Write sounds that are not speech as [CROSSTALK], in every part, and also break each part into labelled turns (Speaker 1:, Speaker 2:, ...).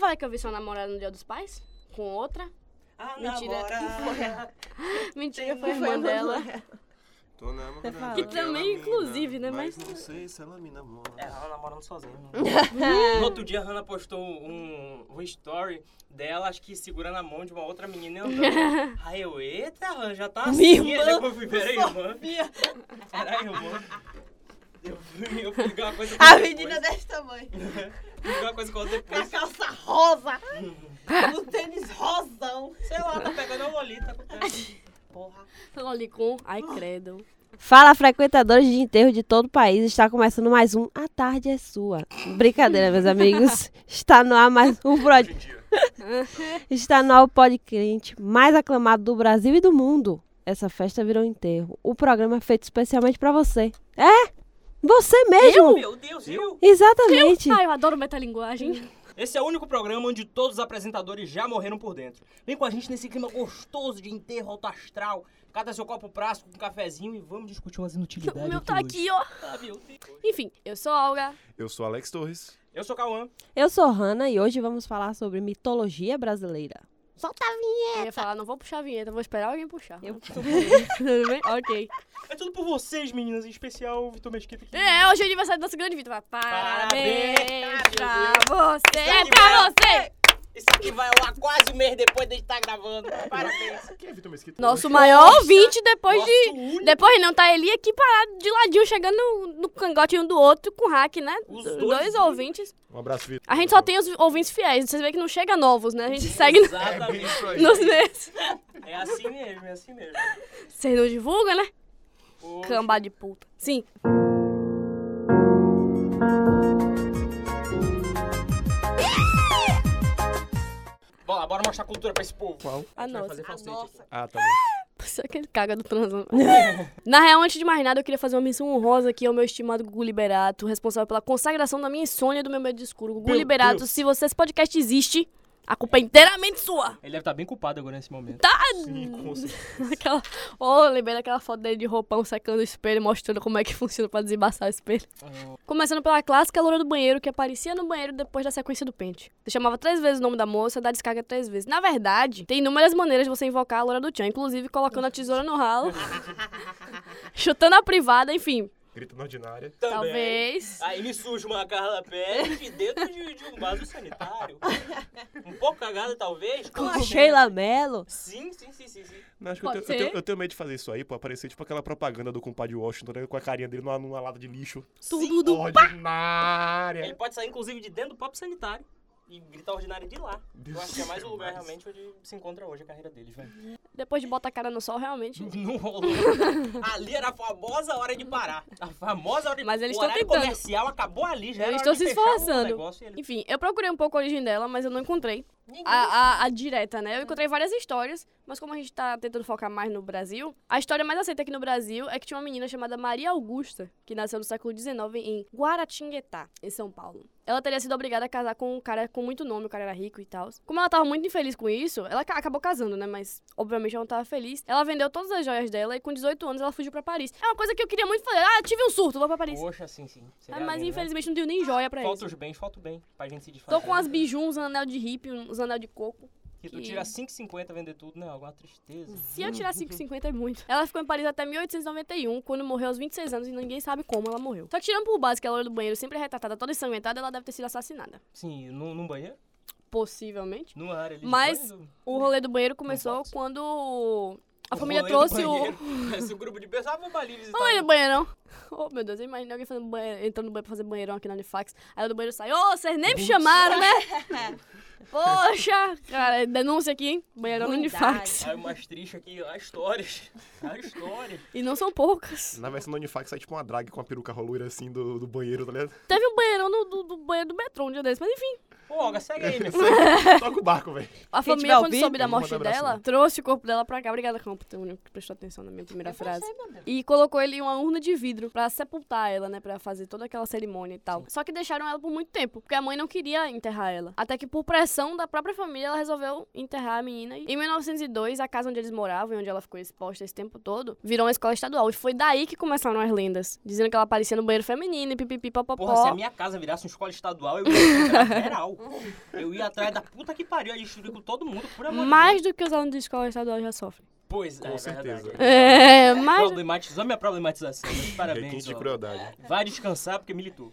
Speaker 1: falar que eu vi sua namorada no Dia dos Pais? Com outra?
Speaker 2: A
Speaker 1: Mentira.
Speaker 2: namorada.
Speaker 1: Mentira,
Speaker 2: Tem
Speaker 1: foi a
Speaker 3: Foi
Speaker 1: irmã dela.
Speaker 4: Tô namorando.
Speaker 1: Que
Speaker 4: aquela
Speaker 1: também,
Speaker 4: mina,
Speaker 1: inclusive, né,
Speaker 4: é Mas
Speaker 1: mas-
Speaker 4: não sei se ela me namora.
Speaker 2: É, ela namorando
Speaker 3: [LAUGHS]
Speaker 2: sozinha. no outro dia, a Hannah postou um, um story dela, acho que segurando a mão de uma outra menina e
Speaker 3: [LAUGHS]
Speaker 2: andando. Aí eu, eita, Hannah, já tá assim.
Speaker 3: Minha
Speaker 2: né?
Speaker 3: irmã,
Speaker 2: Daí eu fui, peraí, irmã. Peraí, irmã. Eu fui, eu fui ligar uma coisa com
Speaker 3: A
Speaker 2: outra
Speaker 3: menina
Speaker 2: depois.
Speaker 3: desse tamanho.
Speaker 2: Fui ligar uma coisa com outra
Speaker 3: Com a
Speaker 2: depois.
Speaker 3: calça rosa. no tênis rosão.
Speaker 2: Sei lá, tá pegando a
Speaker 3: [LAUGHS]
Speaker 2: lolita. acontece. Porra.
Speaker 1: Lolicon, ai credo.
Speaker 5: Fala, frequentadores de enterro de todo o país. Está começando mais um A Tarde é Sua. Brincadeira, meus amigos. Está no ar mais um
Speaker 2: Hoje em dia.
Speaker 5: [LAUGHS] Está no ar o podcast mais aclamado do Brasil e do mundo. Essa festa virou enterro. O programa é feito especialmente para você. É? Você mesmo?
Speaker 2: Meu Deus, viu?
Speaker 5: Exatamente.
Speaker 1: Ai, eu adoro metalinguagem.
Speaker 2: Esse é o único programa onde todos os apresentadores já morreram por dentro. Vem com a gente nesse clima gostoso de enterro alto astral. Cada seu copo plástico com um cafezinho e vamos discutir umas
Speaker 1: [LAUGHS] O
Speaker 2: inutilidades.
Speaker 1: meu tá aqui, ó. Enfim, eu sou a Olga.
Speaker 4: Eu sou Alex Torres.
Speaker 2: Eu sou o Cauã.
Speaker 5: Eu sou Hanna e hoje vamos falar sobre mitologia brasileira. Solta a vinheta.
Speaker 1: Eu ia falar, não vou puxar a vinheta, vou esperar alguém puxar.
Speaker 5: Eu-
Speaker 1: Tudo bem? Ok.
Speaker 2: É tudo por vocês, meninas, em especial o Vitor Mesquita aqui.
Speaker 1: É, hoje é o aniversário do nosso grande Vitor.
Speaker 2: Parabéns,
Speaker 1: Parabéns pra
Speaker 2: meu
Speaker 1: você!
Speaker 2: Isso aqui
Speaker 1: É pra
Speaker 2: mesmo.
Speaker 1: você!
Speaker 2: Isso aqui vai lá quase um mês depois de a gente estar gravando. Parabéns.
Speaker 4: Quem é Vitor Mesquita?
Speaker 1: Nosso maior ouvinte depois
Speaker 2: Nosso
Speaker 1: de.
Speaker 2: único-
Speaker 1: Depois não, tá ele aqui parado de ladinho, chegando no, no cangote um do outro com hack, né?
Speaker 2: Os
Speaker 1: Do-
Speaker 2: dois.
Speaker 1: ouvintes.
Speaker 4: Um abraço, Vitor.
Speaker 1: A gente só tem os ouvintes fiéis, vocês veem que não chega novos, né? A gente segue
Speaker 2: [LAUGHS]
Speaker 1: no-
Speaker 4: É bem
Speaker 2: Exatamente.
Speaker 4: isso aí.
Speaker 1: nos meses.
Speaker 2: É assim mesmo, é assim mesmo.
Speaker 1: Vocês não divulgam, né?
Speaker 2: Pô,
Speaker 1: Camba de puta. Sim.
Speaker 2: Bora, bora mostrar cultura pra esse povo.
Speaker 4: Qual?
Speaker 1: A
Speaker 2: gente vai
Speaker 1: nossa.
Speaker 2: fazer falsete aqui.
Speaker 4: Ah, tá bom.
Speaker 1: Só que ele caga do
Speaker 2: [LAUGHS]
Speaker 1: transão. Na real, antes de mais nada, eu queria fazer uma menção honrosa aqui ao meu estimado Gugu Liberato, responsável pela consagração da minha insônia e do meu medo de escuro. Gugu
Speaker 4: Meu
Speaker 1: Liberato,
Speaker 4: Deus.
Speaker 1: se você esse podcast existe, a culpa é inteiramente sua.
Speaker 2: Ele deve estar bem culpado agora nesse momento.
Speaker 1: Tá,
Speaker 4: Sim, com certeza.
Speaker 1: Aquela... Oh, eu lembrei daquela foto dele de roupão secando o espelho, mostrando como é que funciona pra desembaçar o espelho. Começando pela clássica loura do banheiro, que aparecia no banheiro depois da sequência do pente. Você chamava três vezes o nome da moça, dá descarga três vezes. Na verdade, tem inúmeras maneiras de você invocar a loura do tchan, inclusive colocando a tesoura no ralo, [LAUGHS] chutando a privada, enfim.
Speaker 4: Grita na ordinária.
Speaker 1: Talvez.
Speaker 2: Aí me surge uma Carla Pérez de dentro de, de um vaso sanitário. Um pouco cagada, talvez.
Speaker 5: Com a Sheila Mello.
Speaker 2: Sim, sim, sim, sim, sim.
Speaker 4: Não, acho que eu
Speaker 1: Pode
Speaker 4: tenho, eu,
Speaker 1: ser.
Speaker 4: tenho, eu tenho medo de fazer isso aí, pô. Aparecer tipo aquela propaganda do compadre Washington né, com a carinha dele numa, numa lata de lixo.
Speaker 1: Tudo do
Speaker 2: Ele
Speaker 4: Ordinária!
Speaker 2: pode sair, inclusive, de dentro do próprio sanitário. E gritar ordinário de lá.
Speaker 4: Deus
Speaker 2: Eu acho que é mais o lugar
Speaker 4: mais.
Speaker 2: realmente onde se encontra hoje a carreira deles, velho.
Speaker 1: Depois de botar a cara no sol, realmente.
Speaker 2: Não rolou. ali era a famosa hora de parar. A famosa hora de
Speaker 1: Mas eles
Speaker 2: o
Speaker 1: estão
Speaker 2: horário
Speaker 1: tentando.
Speaker 2: comercial acabou ali já. era
Speaker 1: Eles
Speaker 2: hora
Speaker 1: estão
Speaker 2: de
Speaker 1: se
Speaker 2: fechar o
Speaker 1: esforçando.
Speaker 2: negócio e ele-
Speaker 1: Enfim, eu procurei um pouco a origem dela, mas eu não encontrei.
Speaker 2: Ninguém-
Speaker 1: a, a- a direta, né? Eu encontrei várias histórias, mas como a gente tá tentando focar mais no Brasil, a história mais aceita aqui no Brasil é que tinha uma menina chamada Maria Augusta, que nasceu no século XIX em Guaratinguetá, em São Paulo. Ela teria sido obrigada a casar com um cara com muito nome, o cara era rico e tal. Como ela tava muito infeliz com isso, ela ca- acabou casando, né? Mas, obviamente, ela não tava feliz. Ela vendeu todas as joias dela e com 18 anos ela fugiu pra Paris. É uma coisa que eu queria muito fazer. Ah, tive um surto, vou pra Paris.
Speaker 2: Poxa, sim, sim.
Speaker 1: Ah,
Speaker 2: Seria
Speaker 1: mas,
Speaker 2: lindo, né?
Speaker 1: infelizmente, não deu nem joia pra
Speaker 2: Falta
Speaker 1: isso.
Speaker 2: os bens, falta o bem. Pra gente se desfazer.
Speaker 1: Tô
Speaker 2: [LAUGHS]
Speaker 1: com as bijus, uns anel de hippie, uns anel de coco.
Speaker 2: Que tu
Speaker 1: que-
Speaker 2: tira 5,50 vender tudo, né? Alguma tristeza.
Speaker 1: Se eu tirar 5,50 é muito. Ela ficou em Paris até 1891, quando morreu aos 26 anos e ninguém sabe como ela morreu. Só que tirando por base que a loira do banheiro sempre é retratada toda ensanguentada, ela deve ter sido assassinada.
Speaker 2: Sim, num, num banheiro?
Speaker 1: Possivelmente.
Speaker 2: Numa área ali. de
Speaker 1: Mas-
Speaker 2: banho, do-
Speaker 1: O rolê do banheiro começou
Speaker 2: posso.
Speaker 1: quando a
Speaker 2: o
Speaker 1: família
Speaker 2: rolê do
Speaker 1: trouxe o.
Speaker 2: banheiro. [LAUGHS] Esse grupo de pessoas, ah, vamos ali visitar.
Speaker 1: Olha [LAUGHS] o banheirão. Oh, meu Deus, eu imaginei alguém fazendo banheiro, entrando no banheiro pra fazer banheirão aqui na Unifax. Aí o do banheiro sai, ô, vocês nem me chamaram,
Speaker 2: [LAUGHS]
Speaker 1: né? Poxa, cara, denúncia aqui, hein? Banheirão na
Speaker 3: Ruindade.
Speaker 1: Unifax.
Speaker 2: Aí umas tristes aqui, há histórias. [LAUGHS] Há histórias.
Speaker 1: E não são poucas.
Speaker 4: Na versão do Unifax sai tipo uma drag com a peruca loira assim do, do banheiro,
Speaker 1: [LAUGHS]
Speaker 4: tá ligado?
Speaker 1: Teve um banheirão no, do, do banheiro do metrô um dia desse, mas enfim.
Speaker 2: Ô, Olga, segue aí, meu
Speaker 4: Toca o barco, velho.
Speaker 1: A
Speaker 5: Quem
Speaker 1: família,
Speaker 5: tiver
Speaker 1: quando
Speaker 5: ouvido, um
Speaker 1: soube da
Speaker 4: eu vou
Speaker 1: morte
Speaker 4: mandar abraço,
Speaker 1: dela,
Speaker 4: né?
Speaker 1: trouxe o corpo dela pra cá. Obrigada, Campo, tem um único que prestou atenção na minha primeira frase. E colocou ele em uma urna de vidro pra sepultar ela, né? Pra fazer toda aquela cerimônia e tal. Só que deixaram ela por muito tempo, porque a mãe não queria enterrar ela. Até que, por pressão da própria família, ela resolveu enterrar a menina. E em 1902, a casa onde eles moravam e onde ela ficou exposta esse tempo todo, virou uma escola estadual. E foi daí que começaram as lendas, dizendo que ela aparecia no banheiro feminino e pipipi, papapó.
Speaker 5: é
Speaker 2: Porra, se a minha casa virasse uma escola estadual, eu ia entrar federal. estadual. Eu ia atrás da puta que pariu, a gente com todo mundo, por amor de
Speaker 1: Mais do que os alunos de escola estadual já sofrem.
Speaker 2: Deus. Pois
Speaker 4: Com
Speaker 2: é, é
Speaker 4: certeza.
Speaker 2: verdade.
Speaker 1: É, mais.
Speaker 2: Problematizou minha problematização. mas
Speaker 4: Requinte
Speaker 2: Parabéns,
Speaker 4: de
Speaker 2: ó.
Speaker 4: crueldade.
Speaker 2: Vai descansar porque militou.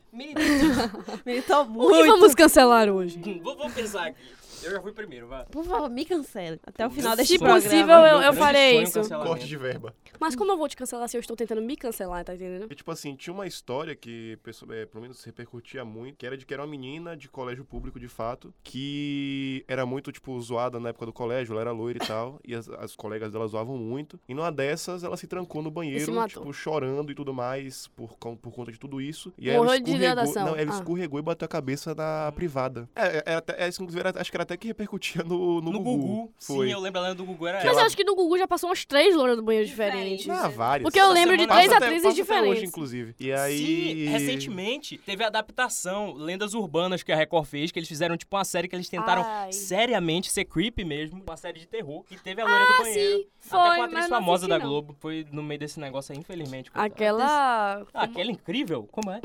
Speaker 5: Militou
Speaker 1: O que vamos cancelar hoje?
Speaker 2: [LAUGHS] Vou, vou pensar aqui. Eu já fui primeiro, vai.
Speaker 5: Por favor, me cancele. Até o
Speaker 2: Meu
Speaker 5: final
Speaker 2: sonho-
Speaker 5: deste
Speaker 1: Se
Speaker 5: programa.
Speaker 1: possível, eu-
Speaker 2: meu grande
Speaker 1: farei
Speaker 2: sonho é
Speaker 1: isso.
Speaker 2: cancelamento.
Speaker 4: Corte de verba.
Speaker 1: Mas como eu vou te cancelar se eu estou tentando me cancelar, tá entendendo?
Speaker 4: E, tipo assim, tinha uma história que pessoa- eh, pelo menos repercutia muito, que era de que era uma menina de colégio público, de fato, que era muito, tipo, zoada na época do colégio, ela era loira e tal, e as, as colegas dela zoavam muito. E numa dessas, ela se trancou no banheiro,
Speaker 1: matou.
Speaker 4: tipo, chorando e tudo mais, por, con- por conta de tudo isso. E
Speaker 1: Morreu
Speaker 4: ela
Speaker 1: de
Speaker 4: escorregou,
Speaker 1: hidratação.
Speaker 4: não, ela
Speaker 1: Ah.
Speaker 4: escorregou e bateu a cabeça na privada. É, é, é, até- é, isso, inclusive, era- acho que era até que repercutia no, no,
Speaker 2: No Gugu.
Speaker 4: Foi. Ah,
Speaker 2: Sim, eu lembro a lenda do Gugu era
Speaker 4: Que
Speaker 1: Mas
Speaker 2: essa.
Speaker 1: eu acho que no Gugu já passou umas três louras do banheiro diferentes.
Speaker 3: Diferente.
Speaker 4: Ah, várias.
Speaker 1: Porque eu
Speaker 2: Essa
Speaker 1: lembro de
Speaker 2: semana-
Speaker 1: três
Speaker 4: Passa até-
Speaker 1: atrizes
Speaker 4: passa até
Speaker 1: diferentes.
Speaker 4: hoje, inclusive. E aí...
Speaker 2: Sim, recentemente teve a adaptação Lendas Urbanas que a Record fez, que eles fizeram tipo uma série que eles tentaram
Speaker 1: Ai.
Speaker 2: seriamente ser creepy mesmo, uma série de terror, que teve a loira do banheiro.
Speaker 1: Ah, Sim, foi,
Speaker 2: Até com a
Speaker 1: mas
Speaker 2: atriz
Speaker 1: não
Speaker 2: famosa
Speaker 1: assisti,
Speaker 2: da
Speaker 1: não.
Speaker 2: Globo, foi no meio desse negócio aí, infelizmente. coitada.
Speaker 1: Aquela.
Speaker 2: Ah, Aquela incrível?
Speaker 1: [LAUGHS]
Speaker 2: Como é?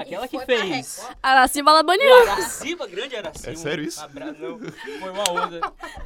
Speaker 2: Aquela que
Speaker 3: Foi pra
Speaker 2: fez.
Speaker 3: Record.
Speaker 1: Aracimba Labanian.
Speaker 2: Araciba, grande Araciba.
Speaker 4: É sério isso?
Speaker 2: Abra... Não, foi uma onda.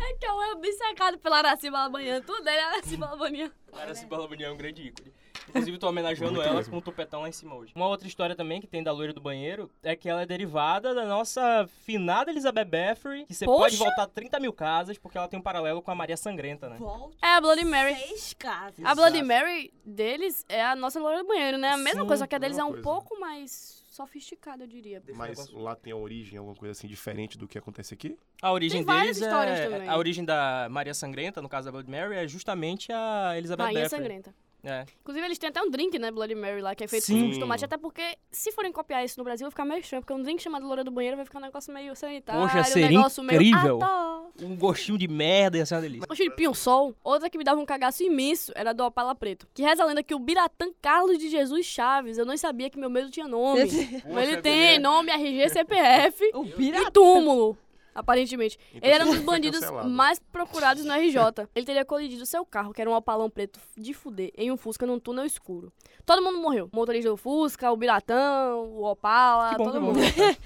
Speaker 1: É que eu era bem sacado pela Aracimba Labanian. Tudo é era Aracimba Labanian.
Speaker 2: Araciba Labanian é um grande ícone. Inclusive, tô homenageando
Speaker 4: Muito
Speaker 2: ela
Speaker 4: mesmo.
Speaker 2: com um topetão lá em cima hoje. Uma outra história também que tem da loira do banheiro é que ela é derivada da nossa finada Elizabeth Bathory, que você
Speaker 1: Poxa!
Speaker 2: pode voltar 30 mil casas porque ela tem um paralelo com a Maria Sangrenta, né?
Speaker 3: Volte
Speaker 1: É a Bloody Mary.
Speaker 3: seis casas.
Speaker 1: A Bloody
Speaker 2: Exato.
Speaker 1: Mary deles é a nossa loira do banheiro, né? A mesma
Speaker 2: Sim,
Speaker 1: coisa, só que a deles é um
Speaker 4: mesma coisa.
Speaker 1: pouco mais sofisticada, eu diria.
Speaker 4: Mas lá tem a origem, alguma coisa assim diferente do que acontece aqui?
Speaker 2: A origem
Speaker 1: Tem várias
Speaker 2: deles é...
Speaker 1: histórias também.
Speaker 2: A origem da Maria Sangrenta, no caso da Blood Mary, é justamente a Elizabeth
Speaker 1: Rainha
Speaker 2: Bathory.
Speaker 1: Sangrenta.
Speaker 2: É.
Speaker 1: Inclusive, eles têm até um drink, né, Bloody Mary lá, que é feito com
Speaker 2: Sim.
Speaker 1: suco de tomate. Até porque, se forem copiar isso no Brasil, vai ficar meio estranho. Porque um drink chamado Loura do Banheiro vai ficar um negócio meio sanitário.
Speaker 2: Poxa,
Speaker 1: um
Speaker 2: seria
Speaker 1: negócio
Speaker 2: incrível.
Speaker 1: Meio... Ah, tá.
Speaker 2: Um gostinho de merda ia ser uma delícia.
Speaker 1: Poxa, de pinho-sol. Outra que me dava um cagaço imenso era do Opala Preto. Que reza a lenda que o Biratã Carlos de Jesus Chaves, eu não sabia que meu medo tinha nome. Mas ele tem nome, RG, CPF
Speaker 5: O
Speaker 1: e
Speaker 5: pirata.
Speaker 1: túmulo, aparentemente.
Speaker 4: Então
Speaker 1: Ele era um
Speaker 4: você
Speaker 1: dos
Speaker 4: foi
Speaker 1: bandidos
Speaker 4: cancelado.
Speaker 1: mais procurados no RJ. Ele teria colidido seu carro, que era um opalão preto de fuder, em um Fusca num túnel escuro. Todo mundo morreu. O motorista do Fusca, o Biratão, o Opala,
Speaker 2: Que bom
Speaker 1: todo
Speaker 2: que
Speaker 1: mundo.
Speaker 2: morreu.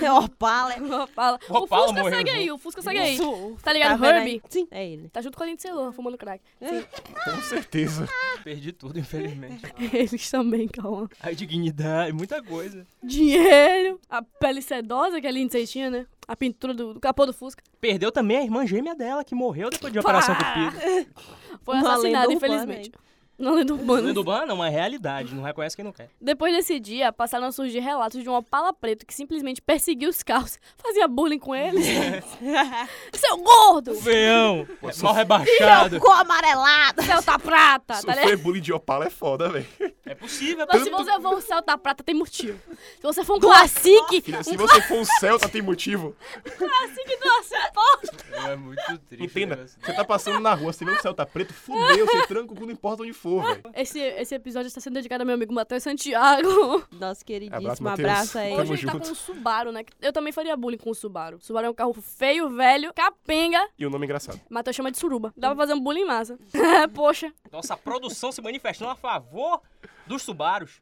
Speaker 3: É Opala. é-
Speaker 1: [LAUGHS] O Opala.
Speaker 2: O Opala
Speaker 1: o Fusca
Speaker 2: morreu,
Speaker 1: segue
Speaker 2: né?
Speaker 1: aí, o Fusca segue aí.
Speaker 5: Isso.
Speaker 1: Tá ligado,
Speaker 5: vendo
Speaker 1: Herbie?
Speaker 5: aí? Sim, é [LAUGHS] ele.
Speaker 1: Tá junto com a Lindsay Lohan, fumando crack.
Speaker 2: É.
Speaker 4: Com certeza.
Speaker 2: [LAUGHS] Perdi tudo, infelizmente.
Speaker 1: [LAUGHS] Eles também, calma.
Speaker 2: A dignidade, muita coisa.
Speaker 1: Dinheiro, a pele sedosa que a Lindsay tinha, né? A pintura do, do capô do Fusca.
Speaker 2: Perdeu também a irmã gêmea dela, que morreu depois de Operação
Speaker 1: Pá!
Speaker 2: Cupido.
Speaker 1: Foi
Speaker 5: Uma
Speaker 1: assassinada,
Speaker 5: lenda urbana,
Speaker 1: infelizmente. Não lendo humano.
Speaker 2: Lendo Ban não é realidade, não reconhece quem não quer.
Speaker 1: Depois desse dia, passaram a surgir relatos de um opala preto que simplesmente perseguia os carros, [LAUGHS] fazia bullying com
Speaker 4: [LAUGHS]
Speaker 1: eles. Seu gordo!
Speaker 2: Feião, é
Speaker 3: Não,
Speaker 2: mal rebaixado.
Speaker 3: Ficou amarelado.
Speaker 1: Celta prata, tá ligado?
Speaker 4: Sofrer bullying de opala é foda, velho.
Speaker 2: É possível, é
Speaker 1: Mas se
Speaker 2: possível.
Speaker 1: você for um Celta prata, tem motivo. Se você for um classique, [LAUGHS]
Speaker 4: Se você for um Celta, tem motivo.
Speaker 1: classique do Celta.
Speaker 2: É muito triste.
Speaker 4: Entenda, você tá passando na rua, você vê um Celta preto, fudeu, você tranca o cu, não importa onde for, velho.
Speaker 1: Esse, esse episódio está sendo dedicado ao meu amigo Matheus Santiago.
Speaker 5: Nosso
Speaker 4: Abraço,
Speaker 5: queridíssimo.
Speaker 4: Matheus.
Speaker 5: Abraço aí.
Speaker 4: [LAUGHS]
Speaker 1: Hoje
Speaker 4: Tamo
Speaker 1: ele tá
Speaker 4: junto.
Speaker 1: com um Subaru, né? Eu também faria bullying com o Subaru. Subaru é um carro feio, velho, capenga.
Speaker 4: E o nome é engraçado.
Speaker 1: Matheus chama de suruba. Dá pra fazer um bullying massa. [LAUGHS] Poxa.
Speaker 2: Nossa produção se manifestando a favor dos
Speaker 1: [LAUGHS]
Speaker 2: Subarus.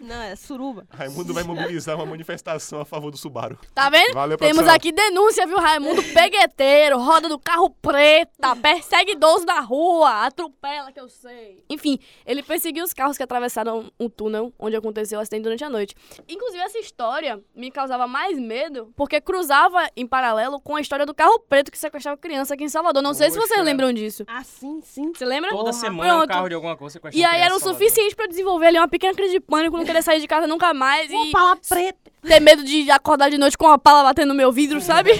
Speaker 5: Não, é suruba.
Speaker 4: Raimundo vai mobilizar uma manifestação a favor do Subaru.
Speaker 1: Tá vendo?
Speaker 4: Valeu,
Speaker 1: Temos
Speaker 4: produção.
Speaker 1: aqui denúncia, viu, Raimundo? Pegueteiro, roda do carro preta, persegue idoso da rua, atropela, que eu sei. Enfim, ele perseguiu os carros que atravessaram um túnel onde aconteceu o acidente durante a noite. Inclusive, essa história me causava mais medo porque cruzava em paralelo com a história do carro preto que sequestrava criança aqui em Salvador. Não sei se
Speaker 2: Poxa.
Speaker 1: vocês lembram disso.
Speaker 5: Ah, sim, sim.
Speaker 1: Você lembra?
Speaker 2: Toda
Speaker 1: Porra.
Speaker 2: semana
Speaker 1: Pronto.
Speaker 2: um carro de alguma coisa sequestrando
Speaker 1: E aí era o
Speaker 2: criança em Salvador.
Speaker 1: suficiente pra eu desenvolver ali uma pequena crise de pânico, não querer sair de casa nunca mais
Speaker 5: Uma
Speaker 1: e
Speaker 5: pala preta.
Speaker 1: ter medo de acordar de noite com uma pala batendo no meu vidro, sabe?